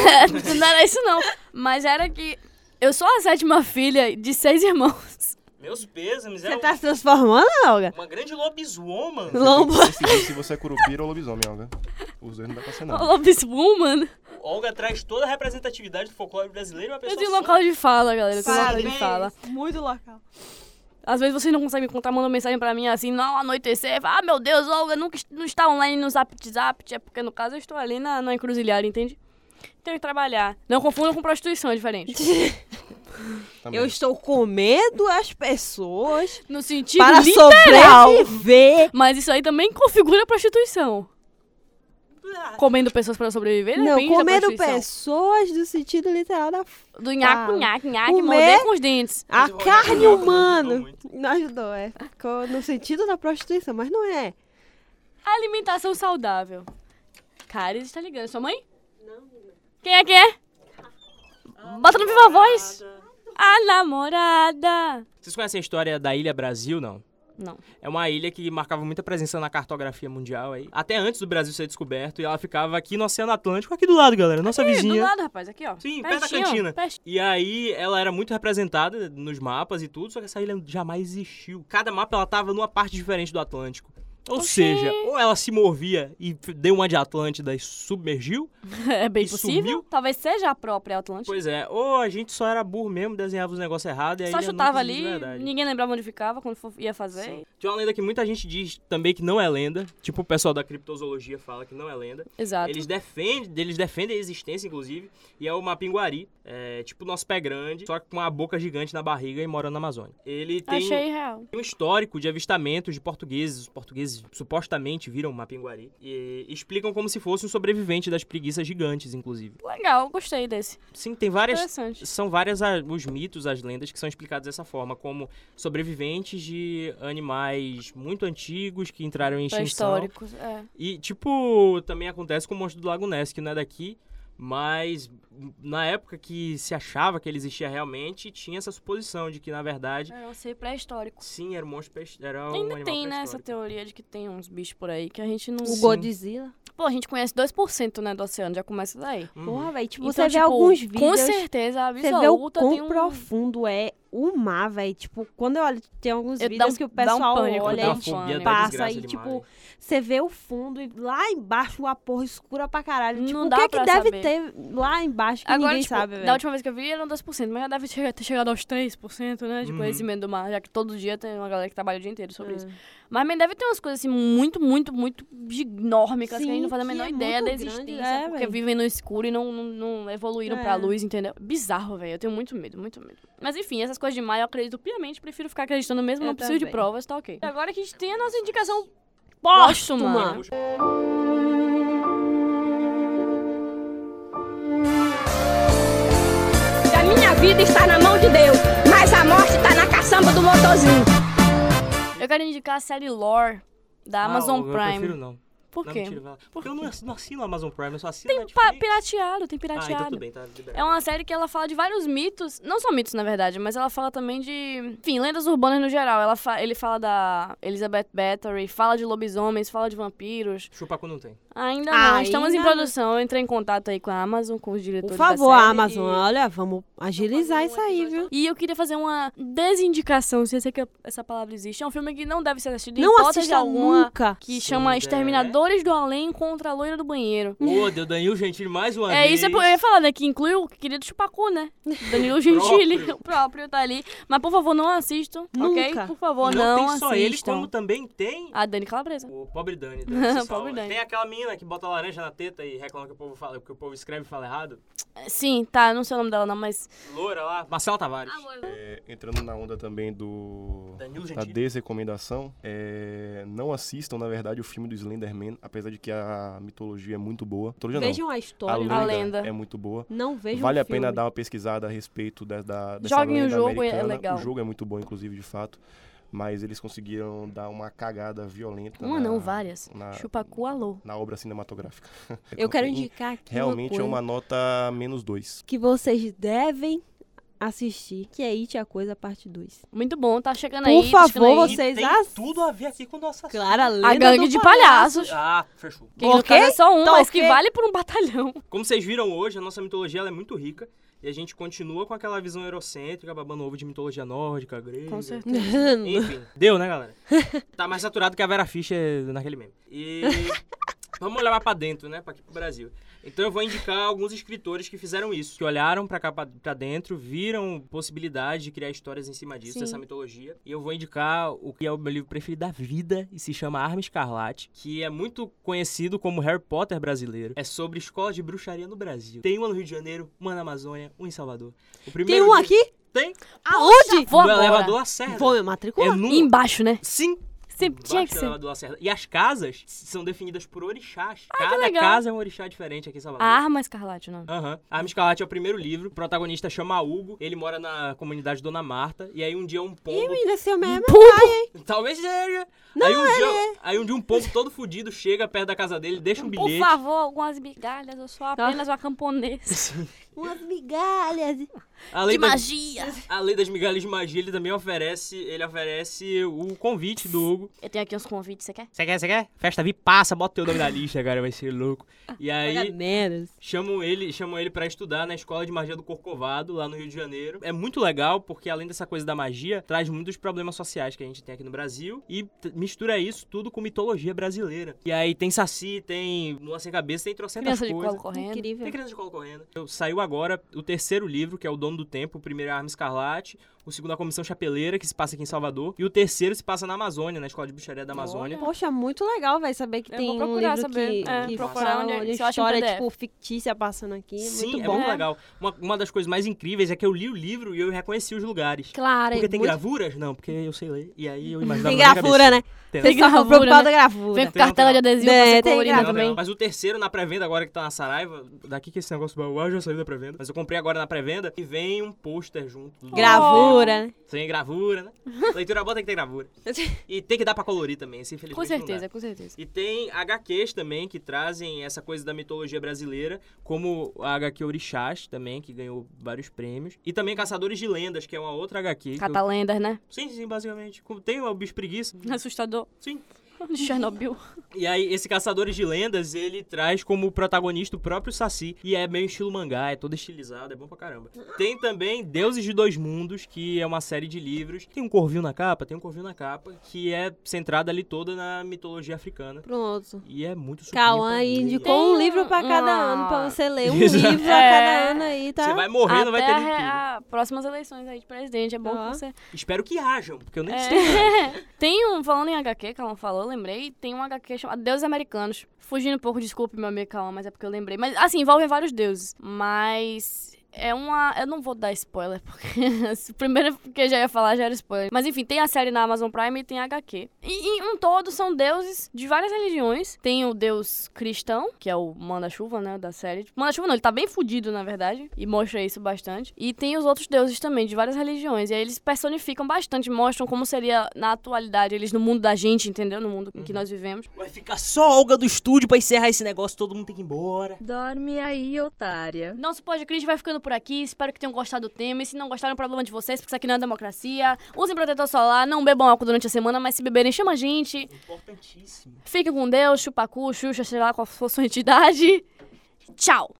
Speaker 1: não era isso, não. Mas era que eu sou a sétima filha de seis irmãos.
Speaker 2: Meus pêsames,
Speaker 5: Você
Speaker 2: era um,
Speaker 5: tá se transformando, Olga?
Speaker 2: uma grande lobiswoman.
Speaker 5: Lombo.
Speaker 8: Decidir se você é curupira ou lobisomem, Olga. Os dois não dá pra ser nada.
Speaker 1: Lobiswoman.
Speaker 2: Olga traz toda a representatividade do folclore brasileiro e uma
Speaker 1: Eu
Speaker 2: pessoa
Speaker 1: tenho
Speaker 2: só.
Speaker 1: local de fala, galera. Eu tenho local de
Speaker 5: Parabéns.
Speaker 1: fala.
Speaker 5: Muito local.
Speaker 1: Às vezes vocês não conseguem me contar, mandam mensagem pra mim assim, não, anoitecer. Fala, Ah, meu Deus, Olga, nunca est- não está online no Zap Zap. É porque, no caso, eu estou ali na, na encruzilhada, entende? Tenho que trabalhar. Não confundam com prostituição, é diferente.
Speaker 8: Também.
Speaker 5: Eu estou comendo as pessoas
Speaker 1: No sentido
Speaker 5: para
Speaker 1: literal.
Speaker 5: sobreviver.
Speaker 1: Mas isso aí também configura prostituição. Comendo pessoas para sobreviver,
Speaker 5: Não,
Speaker 1: depende da
Speaker 5: comendo
Speaker 1: prostituição.
Speaker 5: pessoas no sentido literal da f-
Speaker 1: Do nhaque,
Speaker 5: Fala.
Speaker 1: nhaque, nhaque,
Speaker 5: Comer.
Speaker 1: morder com os dentes.
Speaker 5: a
Speaker 2: Mas o
Speaker 5: carne
Speaker 2: Ronaldo
Speaker 5: humana.
Speaker 2: ajudou muito.
Speaker 5: Não ajudou, é. Ficou no sentido da prostituição, mas não é.
Speaker 1: Alimentação saudável. Caris está ligando. Sua mãe? Não. Quem é que é? Bota no viva voz. A namorada.
Speaker 2: Vocês conhecem a história da Ilha Brasil, não?
Speaker 1: Não.
Speaker 2: É uma ilha que marcava muita presença na cartografia mundial aí. Até antes do Brasil ser descoberto, e ela ficava aqui no Oceano Atlântico, aqui do lado, galera, nossa
Speaker 1: Ih,
Speaker 2: vizinha.
Speaker 1: Do lado, rapaz, aqui, ó.
Speaker 2: Sim, perto da
Speaker 1: Pertinho,
Speaker 2: cantina.
Speaker 1: pertinho.
Speaker 2: E aí ela era muito representada nos mapas e tudo, só que essa ilha jamais existiu. Cada mapa ela tava numa parte diferente do Atlântico. Ou seja, ou ela se movia e deu uma de Atlântida e submergiu.
Speaker 1: É bem
Speaker 2: E
Speaker 1: possível.
Speaker 2: sumiu?
Speaker 1: Talvez seja a própria Atlântida.
Speaker 2: Pois é, ou a gente só era burro mesmo, desenhava os negócios errados e aí
Speaker 1: Só chutava ali,
Speaker 2: Verdade.
Speaker 1: ninguém lembrava onde ficava quando for- ia fazer.
Speaker 2: Tinha uma lenda que muita gente diz também que não é lenda. Tipo, o pessoal da criptozoologia fala que não é lenda.
Speaker 1: Exato.
Speaker 2: Eles defendem, eles defendem a existência, inclusive, e é uma pinguari, é, tipo o nosso pé grande, só que com uma boca gigante na barriga e mora na Amazônia. Ele tem
Speaker 1: Achei real.
Speaker 2: tem um histórico de avistamentos de portugueses. Os portugueses supostamente viram uma pinguari e explicam como se fosse um sobrevivente das preguiças gigantes, inclusive.
Speaker 1: Legal, gostei desse.
Speaker 2: Sim, tem várias
Speaker 1: Interessante.
Speaker 2: são várias a- os mitos, as lendas que são explicados dessa forma, como sobreviventes de animais muito antigos que entraram em extinção.
Speaker 1: Pré-históricos. É.
Speaker 2: E, tipo, também acontece com o monstro do Lago Ness, que não é daqui, mas na época que se achava que ele existia realmente, tinha essa suposição de que, na verdade,
Speaker 1: É, Eu sei pré-histórico.
Speaker 2: sim, era um monstro, pes- era um
Speaker 1: Ainda
Speaker 2: animal
Speaker 1: tem, né, essa
Speaker 2: pré-histórico.
Speaker 1: teoria de que tem uns bichos por aí que a gente não.
Speaker 5: O
Speaker 2: Sim.
Speaker 5: Godzilla.
Speaker 1: Pô, a gente conhece 2% né, do oceano, já começa daí.
Speaker 2: Uhum.
Speaker 5: Porra, velho. Tipo,
Speaker 1: Então,
Speaker 5: você vê
Speaker 1: tipo,
Speaker 5: alguns
Speaker 1: Com
Speaker 5: vídeos.
Speaker 1: certeza,
Speaker 5: Você vê o
Speaker 1: absoluta tem
Speaker 5: quão
Speaker 1: um...
Speaker 5: profundo é o mar, velho. Tipo, quando eu olho, tem alguns
Speaker 1: Eu- dá
Speaker 5: vídeos
Speaker 1: um-
Speaker 5: que o
Speaker 1: dá um
Speaker 5: pessoal
Speaker 1: pânico,
Speaker 2: Dá
Speaker 5: olha
Speaker 2: uma
Speaker 1: Olhante,
Speaker 5: e
Speaker 2: fobia da
Speaker 5: passa
Speaker 2: desgraça
Speaker 5: e,
Speaker 2: de
Speaker 5: tipo,
Speaker 2: imagem.
Speaker 5: você vê o fundo e lá embaixo uma porra escura pra caralho.
Speaker 1: Não
Speaker 5: Tipo, o
Speaker 1: dá
Speaker 5: que é que
Speaker 1: pra
Speaker 5: deve
Speaker 1: saber.
Speaker 5: ter lá embaixo que
Speaker 1: Agora,
Speaker 5: ninguém
Speaker 1: tipo,
Speaker 5: sabe,
Speaker 1: da
Speaker 5: velho?
Speaker 1: última vez que eu vi, era um 2%, mas já deve chegar- ter chegado aos 3%, né, de
Speaker 2: Uhum.
Speaker 1: conhecimento do mar, já que todo dia tem uma galera que trabalha o dia inteiro
Speaker 5: É.
Speaker 1: sobre isso. Mas mas deve ter umas coisas, assim, muito, muito, muito enormes, que assim, a gente
Speaker 5: Sim,
Speaker 1: não faz a
Speaker 5: que
Speaker 1: menor
Speaker 5: é
Speaker 1: ideia
Speaker 5: muito
Speaker 1: da
Speaker 5: grande,
Speaker 1: existência,
Speaker 5: é,
Speaker 1: porque
Speaker 5: véi.
Speaker 1: vivem no escuro e não, não, não evoluíram pra
Speaker 5: É.
Speaker 1: luz, entendeu? Bizarro, velho, eu tenho muito medo, muito medo. Mas enfim, essas coisas de mar eu acredito piamente, prefiro ficar acreditando mesmo,
Speaker 5: Eu
Speaker 1: não preciso de
Speaker 5: também.
Speaker 1: provas, tá ok. E agora que a gente tem a nossa indicação póstuma.
Speaker 9: A minha vida está na mão de Deus, mas a morte está na caçamba do motorzinho.
Speaker 1: Eu quero indicar a série Lore, da
Speaker 2: Ah,
Speaker 1: Amazon
Speaker 2: eu
Speaker 1: Prime.
Speaker 2: prefiro não.
Speaker 1: Por
Speaker 2: Não,
Speaker 1: quê? um
Speaker 2: mentira, vai lá. Porque eu não ass- não assino Amazon Prime, eu só assino Netflix.
Speaker 1: Pa- pirateado, tem
Speaker 2: Ah, então
Speaker 1: pirateado.
Speaker 2: tudo bem, tá liberado.
Speaker 1: É uma série que ela fala de vários mitos, não só mitos na verdade, mas ela fala também de, enfim, lendas urbanas no geral. Ela fa- ele fala da Elizabeth Bathory, fala de lobisomens, fala de vampiros.
Speaker 2: Chupa quando não tem.
Speaker 1: [LAUGHS] Ainda não,
Speaker 5: Ainda
Speaker 1: estamos em
Speaker 5: não.
Speaker 1: produção. Eu entrei em contato aí com a Amazon, com os
Speaker 5: Por
Speaker 1: diretores da
Speaker 5: favor,
Speaker 1: série,
Speaker 5: Amazon,
Speaker 1: e-
Speaker 5: olha, vamos agilizar isso aí, viu?
Speaker 1: E eu queria fazer uma desindicação, se eu sei que essa palavra existe. É um filme que não deve ser assistido em
Speaker 5: Não
Speaker 1: hipótese
Speaker 5: assista
Speaker 1: alguma.
Speaker 5: nunca.
Speaker 1: Que
Speaker 2: Sim,
Speaker 1: chama
Speaker 2: né?
Speaker 1: Exterminadores do Além contra a Loira do Banheiro.
Speaker 2: Ô, deu Danilo Gentili mais uma
Speaker 1: É,
Speaker 2: vez.
Speaker 1: isso é por- eu ia falar, né? Que inclui o querido Chupacu, né?
Speaker 2: [LAUGHS]
Speaker 1: Danilo Gentili,
Speaker 2: Próprio.
Speaker 1: [LAUGHS] o próprio tá ali. Mas, por favor, não assistam, ok?
Speaker 5: Nunca.
Speaker 1: Por favor,
Speaker 2: E
Speaker 1: não,
Speaker 2: tem
Speaker 1: assistam.
Speaker 2: só ele, como também tem
Speaker 1: A Dani Calabresa.
Speaker 2: o
Speaker 1: [LAUGHS]
Speaker 2: pobre Dani. Dani se salva.
Speaker 1: Pobre Dani.
Speaker 2: Tem aquela menina que bota laranja na teta e reclama que o povo, fala, que o povo escreve e fala errado.
Speaker 1: Sim, tá, não sei o nome dela não, mas...
Speaker 2: Loura lá. Marcela Tavares.
Speaker 4: É, entrando na onda também do.
Speaker 2: Danilo
Speaker 4: Da
Speaker 2: Gentili.
Speaker 4: desrecomendação, é, não assistam, na verdade, o filme do Slenderman, apesar de que a mitologia é muito boa. Mitologia não,
Speaker 5: Vejam a
Speaker 4: a
Speaker 5: história.
Speaker 4: lenda,
Speaker 1: A lenda.
Speaker 4: é muito boa.
Speaker 5: Não vejam
Speaker 4: vale
Speaker 5: o
Speaker 4: a pena
Speaker 5: filme.
Speaker 4: dar uma pesquisada a respeito da, da, dessa
Speaker 1: Joguem o
Speaker 4: lenda
Speaker 1: jogo, é
Speaker 4: americana.
Speaker 1: legal.
Speaker 4: O jogo é muito bom, inclusive, de fato. Mas eles conseguiram dar uma cagada violenta.
Speaker 1: Uma
Speaker 4: na,
Speaker 1: não, várias.
Speaker 4: Na,
Speaker 1: Chupacu, alô.
Speaker 4: na obra cinematográfica.
Speaker 5: Eu
Speaker 4: [LAUGHS]
Speaker 5: quero
Speaker 4: E
Speaker 5: indicar aqui
Speaker 4: Realmente
Speaker 5: uma
Speaker 4: é
Speaker 5: coisa.
Speaker 4: uma nota menos dois.
Speaker 5: que vocês devem assistir, que é It a Coisa Parte 2.
Speaker 1: Muito bom, tá chegando
Speaker 5: Por
Speaker 1: aí.
Speaker 5: favor,
Speaker 1: chegando aí.
Speaker 5: você- vocês
Speaker 2: e tem
Speaker 5: ass-
Speaker 2: tudo a ver aqui com o nosso assunto.
Speaker 5: Clara, lenda
Speaker 1: A gangue
Speaker 5: do
Speaker 1: de
Speaker 5: palhaço.
Speaker 1: palhaços.
Speaker 2: Ah, fechou.
Speaker 1: Que no
Speaker 5: Ok,
Speaker 1: caso é só um,
Speaker 5: tá
Speaker 1: mas que
Speaker 5: ok.
Speaker 1: vale por um
Speaker 2: [LAUGHS]
Speaker 1: batalhão.
Speaker 2: Como vocês viram hoje, a nossa mitologia ela é muito rica. E a gente continua com aquela visão eurocêntrica, babando ovo de mitologia nórdica, grega.
Speaker 1: Com certeza.
Speaker 5: [LAUGHS]
Speaker 2: Enfim, [LAUGHS] deu, né, galera? Tá mais saturado que a Vera Fischer naquele meme. E vamos olhar mais pra dentro, né, pra aqui pro Brasil. Então eu vou indicar alguns escritores que fizeram isso, que olharam pra cá pra pra dentro, viram possibilidade de criar histórias em cima disso,
Speaker 1: Sim.
Speaker 2: dessa mitologia. E eu vou indicar o que é o meu livro preferido da vida e se chama Arma Escarlate, que é muito conhecido como Harry Potter brasileiro. É sobre escola de bruxaria no Brasil. Tem uma no Rio de Janeiro, uma na Amazônia, uma em Salvador. O
Speaker 5: Tem
Speaker 2: primeiro
Speaker 5: um
Speaker 2: livro-
Speaker 5: aqui?
Speaker 2: Tem.
Speaker 5: Aonde?
Speaker 1: Vou
Speaker 2: do
Speaker 1: agora.
Speaker 2: é elevador Lacerda.
Speaker 5: Vou me
Speaker 2: É
Speaker 5: matricular.
Speaker 2: no...
Speaker 1: E embaixo, né?
Speaker 2: Sim,
Speaker 1: Sempre tinha que
Speaker 2: Baixo
Speaker 1: ser.
Speaker 2: do Lacerda. E as casas são definidas por orixás. Cada
Speaker 1: Ah, legal. Ah.
Speaker 2: casa é um orixá diferente aqui em
Speaker 1: A
Speaker 2: Salvador.
Speaker 1: arma é escarlate, o nome.
Speaker 2: Aham. A Arma Escarlate é o primeiro livro. O protagonista chama Hugo. Ele mora na comunidade Dona Marta. E aí um dia um
Speaker 4: É
Speaker 2: pombo.
Speaker 5: Ih, Desceu mesmo.
Speaker 2: Talvez seja. aí,
Speaker 1: é,
Speaker 2: um dia, aí um dia um pombo todo fudido chega perto da casa dele, deixa um
Speaker 1: né? Por
Speaker 2: bilhete.
Speaker 1: Tá. favor, algumas migalhas, eu sou apenas uma camponesa.
Speaker 5: umas migalhas.
Speaker 2: A
Speaker 10: De
Speaker 2: lei, das,
Speaker 10: magia.
Speaker 2: a lei das migalhas de magia, ele também oferece, ele oferece o convite do Hugo.
Speaker 10: Eu tenho aqui uns convites, você quer?
Speaker 2: Você quer, você quer? Festa VIP, passa, bota o teu nome na lista, cara, vai ser louco. E
Speaker 5: Olha
Speaker 2: aí,
Speaker 5: menos.
Speaker 2: Chamam ele, chamam ele para estudar na Escola de Magia do Corcovado, lá no Rio de Janeiro. É muito legal porque além dessa coisa da magia, traz muitos problemas sociais que a gente tem aqui no Brasil e t- mistura isso tudo com mitologia brasileira. E aí tem saci, tem lua sem cabeça, tem trocentas
Speaker 10: Criança de
Speaker 2: coisas.
Speaker 10: colo correndo.
Speaker 5: Incrível.
Speaker 2: Tem criança de colo correndo. Eu- Saiu agora o terceiro livro, que é O Dono do Tempo. O primeiro é a Arma Escarlate. O segundo é a Comissão Chapeleira, que se passa aqui em Salvador. E o terceiro se passa na Amazônia, na Escola de Bruxaria da Amazônia.
Speaker 5: Poxa, muito legal, vai saber que
Speaker 1: É. Eu
Speaker 5: tem
Speaker 1: vou
Speaker 5: um
Speaker 1: procurar
Speaker 5: livro
Speaker 1: saber.
Speaker 5: que,
Speaker 1: É,
Speaker 5: que
Speaker 1: procurar
Speaker 5: fala
Speaker 1: onde é-
Speaker 5: de
Speaker 1: se eu acho em
Speaker 5: história,
Speaker 1: PDF.
Speaker 5: tipo, fictícia passando aqui.
Speaker 2: Sim,
Speaker 5: muito
Speaker 2: é
Speaker 5: bom.
Speaker 2: muito legal. Uma, uma das coisas mais incríveis é que eu li o livro e eu reconheci os lugares.
Speaker 5: Claro,
Speaker 2: Porque tem
Speaker 5: muito...
Speaker 2: gravuras? Não, porque eu sei ler. E aí eu imaginava.
Speaker 5: Tem
Speaker 2: na minha
Speaker 5: gravura, né?
Speaker 2: Tem.
Speaker 5: Vocês
Speaker 1: Tem
Speaker 5: estavam
Speaker 1: gravura, né?
Speaker 5: preocupados da
Speaker 1: Vem
Speaker 5: gravura.
Speaker 1: com cartela de adesivo
Speaker 5: É,
Speaker 1: pra você
Speaker 5: tem
Speaker 1: colorir.
Speaker 5: graça.
Speaker 2: Não,
Speaker 5: também.
Speaker 2: não. Mas o terceiro na pré-venda, agora que tá na Saraiva, daqui que esse negócio baú, ah, já saiu da pré-venda. Mas eu comprei agora na pré-venda e vem um pôster junto. do-
Speaker 5: Gravura,
Speaker 1: um
Speaker 5: né?
Speaker 2: Tem gravura,
Speaker 5: [LAUGHS]
Speaker 2: né? Leitura boa tem que ter gravura. E tem que dar pra colorir também, assim, infelizmente.
Speaker 1: Com
Speaker 2: não dá.
Speaker 1: certeza, com certeza.
Speaker 2: E tem HQs também que trazem essa coisa da mitologia brasileira, como a HQ Orixás também, que ganhou vários prêmios. E também Caçadores de Lendas, que é uma outra HQ. que eu-
Speaker 1: Catalendas, né?
Speaker 2: Sim, sim, basicamente. Com- Tem o Bicho Preguiça.
Speaker 1: Assustador.
Speaker 2: Sim.
Speaker 1: De [LAUGHS] Chernobyl.
Speaker 2: E aí, esse Caçadores de Lendas, ele traz como protagonista o próprio Saci. E é meio estilo mangá, é todo estilizado, é bom pra caramba. Tem também Deuses de Dois Mundos, que é uma série de livros. Tem um corvinho na capa, tem um corvinho na capa, que é centrada ali toda na mitologia africana.
Speaker 5: Pronto.
Speaker 2: E é muito sutil.
Speaker 5: Cauã
Speaker 2: pra ler.
Speaker 5: indicou
Speaker 1: Tem
Speaker 5: um livro pra cada
Speaker 1: uma-
Speaker 5: ano, pra você ler
Speaker 2: [LAUGHS]
Speaker 5: um
Speaker 2: Isso.
Speaker 5: livro a
Speaker 1: Ah. É.
Speaker 5: cada ano aí, tá?
Speaker 2: Você vai morrer, não vai ter
Speaker 1: Até
Speaker 2: nem filho.
Speaker 1: a- próximas eleições aí de presidente. É bom
Speaker 5: Ó.
Speaker 1: que você.
Speaker 2: Espero que hajam, porque eu nem
Speaker 1: É. [LAUGHS]
Speaker 2: sei.
Speaker 1: Tem um, falando em HQ, Calma falou, eu lembrei, tem um HQ chamado Deuses Americanos. Fugindo um pouco, desculpe, meu amigo Calma, mas é porque eu lembrei. Mas, assim, envolve vários deuses. Mas é uma... Eu não vou dar spoiler, [LAUGHS] porque... Primeiro, porque já ia falar, já era spoiler. Mas, enfim, tem a série na Amazon Prime e tem a HQ. E, em um todo, são deuses de várias religiões. Tem o deus cristão, que é o manda-chuva, né, da série. Tipo, Manda-chuva não, ele tá bem fudido, na verdade, e mostra isso bastante. E tem os outros deuses também, de várias religiões. E aí eles personificam bastante, mostram como seria na atualidade eles no mundo da gente, entendeu? No mundo em que nós vivemos.
Speaker 2: Vai ficar só a Olga do estúdio pra encerrar esse negócio, todo mundo tem que ir embora.
Speaker 11: Dorme aí, otária.
Speaker 1: Nosso podcast vai ficando por aqui. Espero que tenham gostado do tema. E se não gostaram, um problema de vocês, porque isso aqui não é democracia. Usem protetor solar, não bebam álcool durante a semana, mas se beberem, chama a gente.
Speaker 2: Importantíssimo.
Speaker 1: Fique com Deus, chupacu, Xuxa, sei lá qual for sua entidade. Tchau!